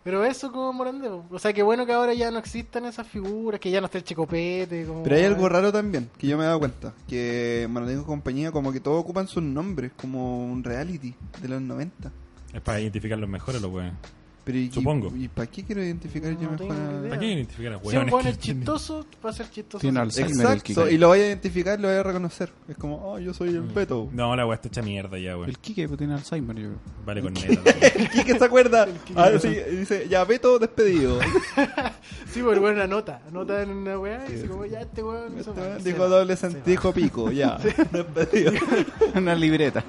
[SPEAKER 5] Pero eso como Morandé. po. O sea, que bueno que ahora ya no existan esas figuras, que ya no esté el chicopete. Como,
[SPEAKER 4] Pero hay algo raro también, que yo me he dado cuenta. Que Maradengo compañía, como que todos ocupan sus nombres, como un reality de los 90.
[SPEAKER 3] Es para identificar los mejores, los weones.
[SPEAKER 4] Pero y,
[SPEAKER 3] Supongo.
[SPEAKER 4] ¿Y, para qué quiero identificar yo
[SPEAKER 5] No
[SPEAKER 4] mejor
[SPEAKER 5] tengo
[SPEAKER 4] a-
[SPEAKER 5] idea.
[SPEAKER 3] ¿Para qué identificar a
[SPEAKER 5] Si un
[SPEAKER 3] weones?
[SPEAKER 5] buen es
[SPEAKER 3] que-
[SPEAKER 5] chistoso, va a ser chistoso.
[SPEAKER 2] Tiene
[SPEAKER 5] siempre.
[SPEAKER 2] Alzheimer el
[SPEAKER 4] Exacto,
[SPEAKER 2] Kike.
[SPEAKER 4] y lo voy a identificar, lo voy a reconocer. Es como, oh, yo soy el Beto.
[SPEAKER 3] Mm. No, la weá está hecha mierda ya, weón.
[SPEAKER 2] El Kike pues, tiene Alzheimer, yo creo.
[SPEAKER 3] Vale con neta. la weá.
[SPEAKER 4] ¿Y que se acuerda? Ah, sí, y dice, ya Beto despedido.
[SPEAKER 5] Sí, pero bueno, anota. Anota en una weá y dice como, ya este weón. se va, se
[SPEAKER 4] dijo
[SPEAKER 5] va,
[SPEAKER 4] doble
[SPEAKER 5] se va.
[SPEAKER 4] sentijo pico, ya. Despedido.
[SPEAKER 2] Una libreta.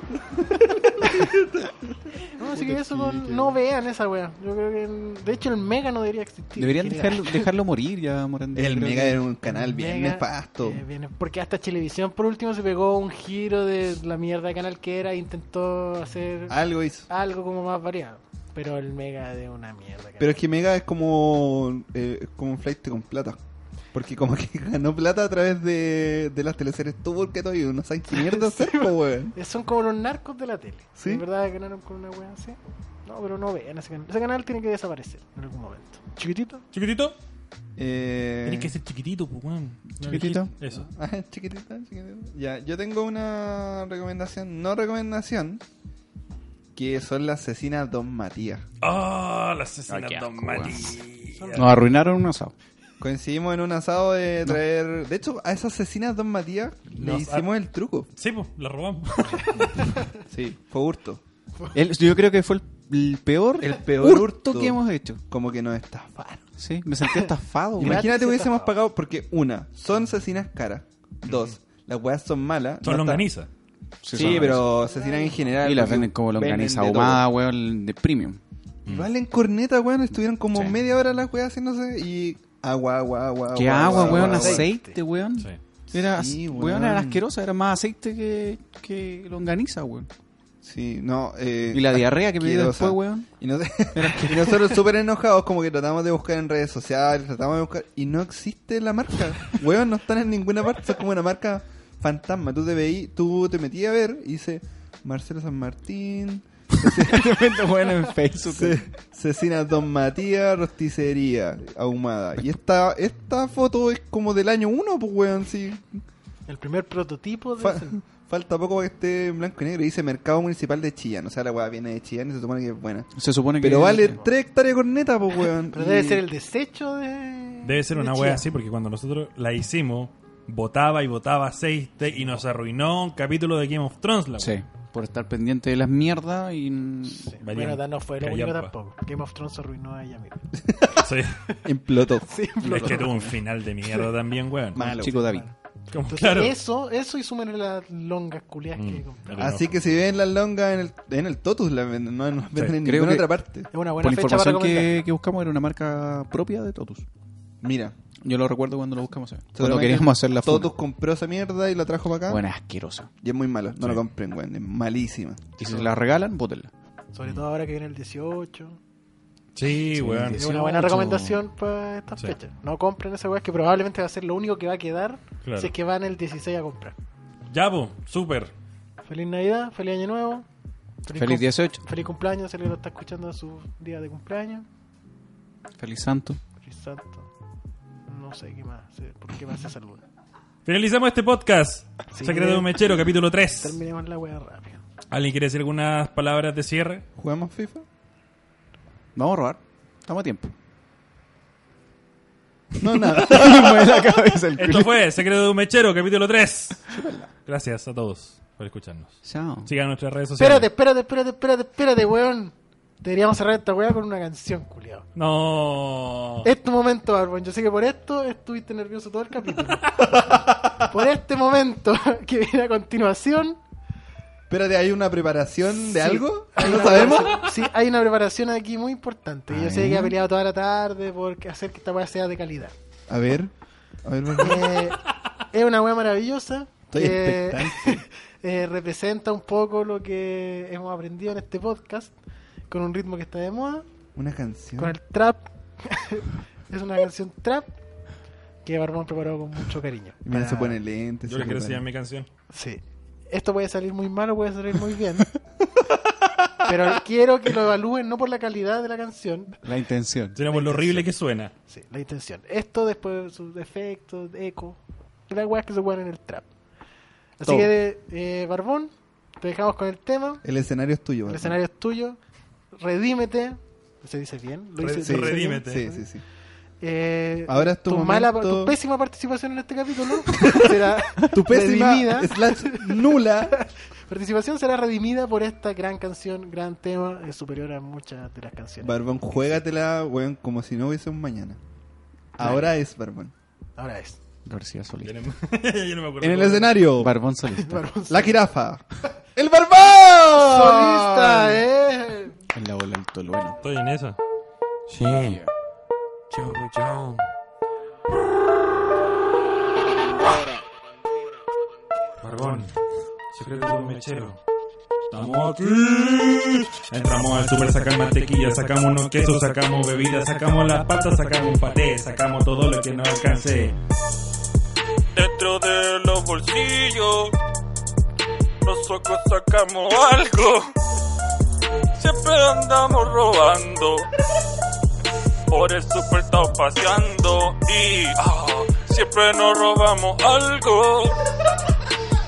[SPEAKER 5] No, así que eso con- no vean esa weá. Yo creo que. el- De hecho, el Mega no debería existir.
[SPEAKER 2] Deberían
[SPEAKER 5] Quería-
[SPEAKER 2] dejarlo, dejarlo morir ya, Morandé.
[SPEAKER 4] El
[SPEAKER 2] creo
[SPEAKER 4] Mega
[SPEAKER 2] que-
[SPEAKER 4] era un canal bien
[SPEAKER 5] Mega,
[SPEAKER 4] nefasto.
[SPEAKER 5] eh, bien- porque hasta Televisión por último se pegó un giro de la mierda de canal que era e intentó hacer
[SPEAKER 4] Algo hizo.
[SPEAKER 5] algo como más variado. Pero el Mega de una mierda. canal.
[SPEAKER 4] Pero es que Mega es como, eh, es como un flight con plata. Porque como que ganó plata a través de, de las teleseries Tuvo que todavía no saben qué mierda hacer, po, weón.
[SPEAKER 5] Eh, Son como los narcos de la tele.
[SPEAKER 4] Sí.
[SPEAKER 5] De verdad ganaron con una wea así. No, pero no vean ese canal. Ese canal tiene que desaparecer en algún momento. Chiquitito.
[SPEAKER 3] ¿Chiquitito?
[SPEAKER 4] Eh...
[SPEAKER 3] Tienes que ser chiquitito, pues, weón.
[SPEAKER 2] Chiquitito.
[SPEAKER 3] Eso.
[SPEAKER 4] Ah, chiquitita, chiquitita. Ya, yo tengo una recomendación, no recomendación, que son las asesinas Don Matías.
[SPEAKER 3] ¡Ah! la asesina
[SPEAKER 2] Ah, qué
[SPEAKER 3] Don
[SPEAKER 2] asco,
[SPEAKER 3] Matías.
[SPEAKER 2] Nos arruinaron un asado.
[SPEAKER 4] Coincidimos en un asado de traer... De hecho, a esas asesinas Don Matías le
[SPEAKER 3] Nos-
[SPEAKER 4] hicimos el truco.
[SPEAKER 3] Sí, pues, la robamos.
[SPEAKER 4] Sí, fue hurto.
[SPEAKER 2] El- yo creo que fue el, el peor,
[SPEAKER 4] El peor hurto.
[SPEAKER 2] que hemos hecho.
[SPEAKER 4] Como que nos estafaron.
[SPEAKER 2] Sí, me sentí estafado. güey.
[SPEAKER 4] Imagínate hubiésemos pagado porque, una, son asesinas caras. Dos, las weas son malas.
[SPEAKER 3] Son
[SPEAKER 4] no está-
[SPEAKER 3] longaniza.
[SPEAKER 4] Sí,
[SPEAKER 2] son
[SPEAKER 4] pero asesinan en general.
[SPEAKER 2] Y las
[SPEAKER 4] porque
[SPEAKER 2] venden como
[SPEAKER 4] venden
[SPEAKER 2] longaniza
[SPEAKER 4] de
[SPEAKER 2] ahumada, weón, de premium.
[SPEAKER 4] todo. Valen corneta, weón. Estuvieron como
[SPEAKER 2] Sí.
[SPEAKER 4] media hora las weas haciéndose y agua, agua, agua.
[SPEAKER 2] ¿Qué agua,
[SPEAKER 4] agua,
[SPEAKER 2] weón?
[SPEAKER 4] agua,
[SPEAKER 2] Aceite, weón.
[SPEAKER 3] Sí.
[SPEAKER 2] Era,
[SPEAKER 4] Sí,
[SPEAKER 2] weón.
[SPEAKER 4] weón.
[SPEAKER 2] era asquerosa, era más aceite que, que longaniza, weón.
[SPEAKER 4] Sí, no. eh,
[SPEAKER 2] Y la diarrea que me dio
[SPEAKER 4] asquerosa.
[SPEAKER 2] después, weón.
[SPEAKER 4] Y, nos- y nosotros súper enojados, como que tratamos de buscar en redes sociales, tratamos de buscar. Y no existe la marca. Weón, no están en ninguna parte. Es como una marca fantasma. Tú te veí, tú te metí a ver y dice Marcelo San Martín,
[SPEAKER 2] Te vendo, weón, en Facebook.
[SPEAKER 4] Ce- Cecina Don Matías, rosticería ahumada. Y esta, esta foto es como del año 1, pues weón, sí.
[SPEAKER 5] El primer prototipo de
[SPEAKER 4] Fa-
[SPEAKER 5] ese-
[SPEAKER 4] falta poco para que esté en blanco y negro. Y Dice Mercado Municipal de Chillán. O sea, la weá viene de Chillán y se supone que es buena.
[SPEAKER 2] Se supone que.
[SPEAKER 4] Pero vale 3 hectáreas de corneta, pues weón.
[SPEAKER 5] Pero
[SPEAKER 4] Y-
[SPEAKER 5] debe ser el desecho de.
[SPEAKER 3] Debe ser
[SPEAKER 5] de
[SPEAKER 3] una
[SPEAKER 5] Chía.
[SPEAKER 3] wea así, porque cuando nosotros la hicimos, votaba y votaba aceite y nos arruinó un capítulo de Game of Thrones. La
[SPEAKER 2] Sí,
[SPEAKER 3] wea.
[SPEAKER 2] por estar pendiente de las mierdas y.
[SPEAKER 3] Valían
[SPEAKER 5] Bueno, Dan no fue lo único
[SPEAKER 3] callampa.
[SPEAKER 5] tampoco. Game of Thrones arruinó a ella misma.
[SPEAKER 3] Sí.
[SPEAKER 4] Implotó.
[SPEAKER 5] Sí,
[SPEAKER 3] Es que tuvo un final de mierda también, weón.
[SPEAKER 4] Malo.
[SPEAKER 2] Chico David.
[SPEAKER 3] Como,
[SPEAKER 5] Entonces,
[SPEAKER 3] claro.
[SPEAKER 5] eso, eso y súmenle las longas culiadas que
[SPEAKER 3] Mm,
[SPEAKER 5] compré.
[SPEAKER 3] pero
[SPEAKER 4] Así
[SPEAKER 3] no.
[SPEAKER 4] que si ven las longas en el, en el Totus, las venden, no las venden en
[SPEAKER 2] Creo
[SPEAKER 4] ninguna
[SPEAKER 2] que-
[SPEAKER 4] otra parte.
[SPEAKER 5] Es una
[SPEAKER 2] Por
[SPEAKER 5] buena
[SPEAKER 2] la
[SPEAKER 5] fecha para
[SPEAKER 2] información
[SPEAKER 5] comentar.
[SPEAKER 2] que, que buscamos, era una marca propia de Totus.
[SPEAKER 4] Mira,
[SPEAKER 2] Yo lo recuerdo cuando lo buscamos. Cuando
[SPEAKER 4] seguramente
[SPEAKER 2] queríamos hacer la
[SPEAKER 4] Totus
[SPEAKER 2] foto.
[SPEAKER 4] compró esa mierda y la trajo para acá.
[SPEAKER 2] Bueno, es asquerosa.
[SPEAKER 4] Y es muy malo, no
[SPEAKER 3] Sí.
[SPEAKER 4] lo compren, weón. Es malísima.
[SPEAKER 2] Y si se la regalan, bótenla.
[SPEAKER 5] Sobre todo ahora que viene el 18.
[SPEAKER 3] Sí, weón.
[SPEAKER 5] Es
[SPEAKER 2] 18.
[SPEAKER 5] una buena recomendación para estas
[SPEAKER 3] Sí.
[SPEAKER 5] fechas. No compren esa weá que probablemente va a ser lo único que va a quedar
[SPEAKER 3] Claro.
[SPEAKER 5] si es que van el 16 a comprar.
[SPEAKER 3] Ya, po, súper.
[SPEAKER 5] Feliz Navidad, feliz Año Nuevo.
[SPEAKER 2] Feliz
[SPEAKER 5] cum-
[SPEAKER 2] 18.
[SPEAKER 5] Feliz cumpleaños, si alguien lo está escuchando a su día de cumpleaños.
[SPEAKER 2] Feliz Santo.
[SPEAKER 5] Feliz Santo. No sé qué más, se- por qué más se saluda.
[SPEAKER 3] Finalizamos este podcast.
[SPEAKER 5] Sí.
[SPEAKER 3] Secreto de un mechero, capítulo 3.
[SPEAKER 5] Terminemos la weá rápido.
[SPEAKER 3] ¿Alguien quiere decir algunas palabras de cierre?
[SPEAKER 4] ¿Jugamos FIFA?
[SPEAKER 2] Vamos a robar. Estamos a tiempo.
[SPEAKER 4] No, nada.
[SPEAKER 2] Mueve la cabeza el
[SPEAKER 3] Esto fue Secreto de un mechero, capítulo 3. Gracias a todos por escucharnos.
[SPEAKER 2] Chao.
[SPEAKER 3] Sigan nuestras redes sociales.
[SPEAKER 5] Espérate, espérate, espérate, espérate, espérate, weón. Deberíamos cerrar esta weá con una canción, culiao.
[SPEAKER 3] No.
[SPEAKER 5] Es tu momento, Arbon. Yo sé que por esto estuviste nervioso todo el capítulo. por este momento que viene a continuación.
[SPEAKER 4] Espérate, ¿hay una preparación de
[SPEAKER 5] Sí.
[SPEAKER 4] algo?
[SPEAKER 5] hay
[SPEAKER 4] ¿No
[SPEAKER 5] una
[SPEAKER 4] sabemos?
[SPEAKER 5] preparación- Sí, hay una preparación aquí muy importante. Yo
[SPEAKER 2] A
[SPEAKER 5] sé
[SPEAKER 2] ver.
[SPEAKER 5] que ha peleado toda la tarde por hacer que esta weá sea de calidad.
[SPEAKER 4] A ver. A ver, por favor.
[SPEAKER 5] Eh, es una weá maravillosa.
[SPEAKER 4] Estoy
[SPEAKER 5] que,
[SPEAKER 4] expectante.
[SPEAKER 5] eh, representa un poco lo que hemos aprendido en este podcast. Con un ritmo que está de moda.
[SPEAKER 4] Una canción.
[SPEAKER 5] Con el trap. es una canción trap que Barbón preparó con mucho cariño.
[SPEAKER 4] Y Mira,
[SPEAKER 5] Para-
[SPEAKER 4] se pone lente.
[SPEAKER 3] Yo
[SPEAKER 4] se
[SPEAKER 3] les quiero
[SPEAKER 4] prepara.
[SPEAKER 3] enseñar mi canción.
[SPEAKER 5] Sí. Esto puede salir muy mal o puede salir muy bien. Pero quiero que lo evalúen no por la calidad de la canción,
[SPEAKER 2] La intención.
[SPEAKER 3] Sino por lo horrible que suena.
[SPEAKER 5] sí, la intención. Esto después sus defectos, eco, las weas que se juegan en el trap. Así
[SPEAKER 4] Todo.
[SPEAKER 5] que, eh, Barbón, te dejamos con el tema.
[SPEAKER 4] El escenario es tuyo.
[SPEAKER 5] El
[SPEAKER 4] Barbón.
[SPEAKER 5] escenario es tuyo. Redímete. ¿Se dice bien? ¿Lo
[SPEAKER 3] Re-
[SPEAKER 5] hice-
[SPEAKER 3] sí.
[SPEAKER 5] lo hice bien?
[SPEAKER 3] Redímete.
[SPEAKER 4] Sí, sí, sí.
[SPEAKER 5] Eh,
[SPEAKER 4] Ahora es tu
[SPEAKER 5] mala,
[SPEAKER 4] momento.
[SPEAKER 5] tu pésima participación en este capítulo será
[SPEAKER 4] Tu pésima
[SPEAKER 5] redimida.
[SPEAKER 4] slash nula.
[SPEAKER 5] participación será redimida por esta gran canción, gran tema, es superior a muchas de las canciones.
[SPEAKER 4] Barbón, juégatela, weón, como si no hubiese un mañana. Ahora es Barbón.
[SPEAKER 5] Ahora es.
[SPEAKER 2] García
[SPEAKER 3] Yo
[SPEAKER 2] Solís.
[SPEAKER 3] no, me- yo no me acuerdo.
[SPEAKER 4] En el escenario,
[SPEAKER 2] Barbón solista.
[SPEAKER 5] Barbón
[SPEAKER 4] la jirafa. ¡El Barbón!
[SPEAKER 5] solista, eh.
[SPEAKER 2] En la bola del tolueno.
[SPEAKER 3] Estoy en esa. Barbón, secreto de un mechero. Estamos aquí. Entramos al super, sacamos mantequilla, sacamos unos quesos, sacamos bebidas, sacamos las patas, sacamos un paté, sacamos todo lo que nos alcance.
[SPEAKER 8] dentro de los bolsillos. Nosotros sacamos algo, siempre andamos robando. Por el super estamos paseando y ah, siempre nos robamos algo.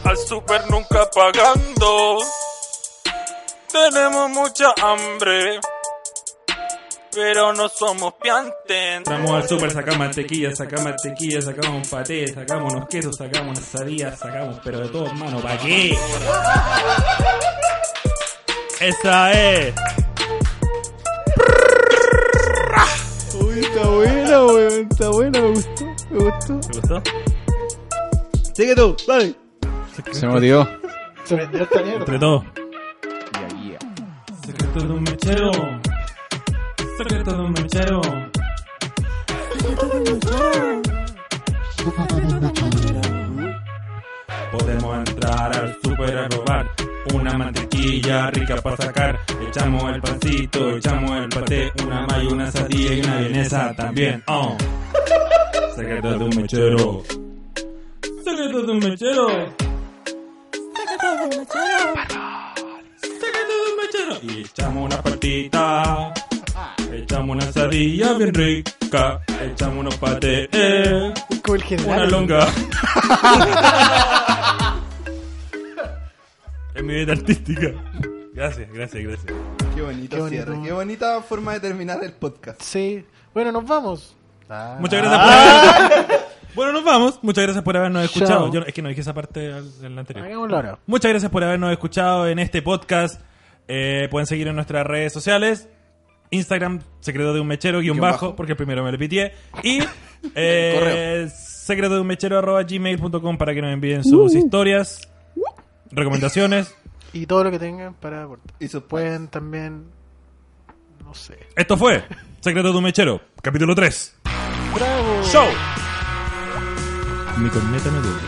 [SPEAKER 8] Al super nunca pagando. Tenemos mucha hambre, pero no somos piantes.
[SPEAKER 3] Entramos al super, sacamos mantequilla, sacamos mantequilla, sacamos un paté, sacamos unos quesos, sacamos unas sardillas, sacamos, pero de todo, hermano, ¿para qué? Esa es.
[SPEAKER 4] Uy, está buena, weón. Está buena, me gustó. Me gustó.
[SPEAKER 3] ¿Te gustó?
[SPEAKER 4] Sigue tú, dale.
[SPEAKER 2] Se me dio.
[SPEAKER 5] Se vendió esta mierda.
[SPEAKER 3] Entre todos.
[SPEAKER 9] Ya, ya.
[SPEAKER 3] Secreto de un mechero. Secreto de un mechero. Podemos entrar al super a robar una mantequilla rica para sacar. Echamos el pancito, echamos el paté, una mayo, una sadilla y una vienesa también. Oh. Secreto de un mechero. Secreto de un mechero. Secreto de un mechero. Y echamos una patita. Echamos una asadilla bien rica. Echamos unos patés.
[SPEAKER 5] Es como el
[SPEAKER 3] Una
[SPEAKER 5] general.
[SPEAKER 3] longa. es mi vida artística. Gracias, gracias, gracias.
[SPEAKER 4] Qué bonito,
[SPEAKER 5] Qué bonito.
[SPEAKER 4] cierre. Qué bonita forma de terminar el podcast.
[SPEAKER 5] Sí. Bueno, nos vamos. Ah.
[SPEAKER 3] Muchas gracias por haber... Bueno, nos vamos. Muchas gracias por habernos escuchado.
[SPEAKER 5] Chao.
[SPEAKER 3] Yo, no- es que no dije esa parte al- en la anterior.
[SPEAKER 5] Hagámoslo ahora.
[SPEAKER 3] Muchas gracias por habernos escuchado en este podcast. Eh, pueden seguir en nuestras redes sociales. Instagram, secreto de un mechero, guión bajo, porque el primero me lo pitié. Y eh, secreto de un mechero, arroba gmail.com para que nos envíen sus historias, recomendaciones.
[SPEAKER 5] Y todo lo que tengan para aportar.
[SPEAKER 4] Y sus
[SPEAKER 5] Pueden también. No sé.
[SPEAKER 3] Esto fue Secreto de un mechero, capítulo 3.
[SPEAKER 5] ¡Bravo!
[SPEAKER 3] ¡Show! Mi corneta me duele.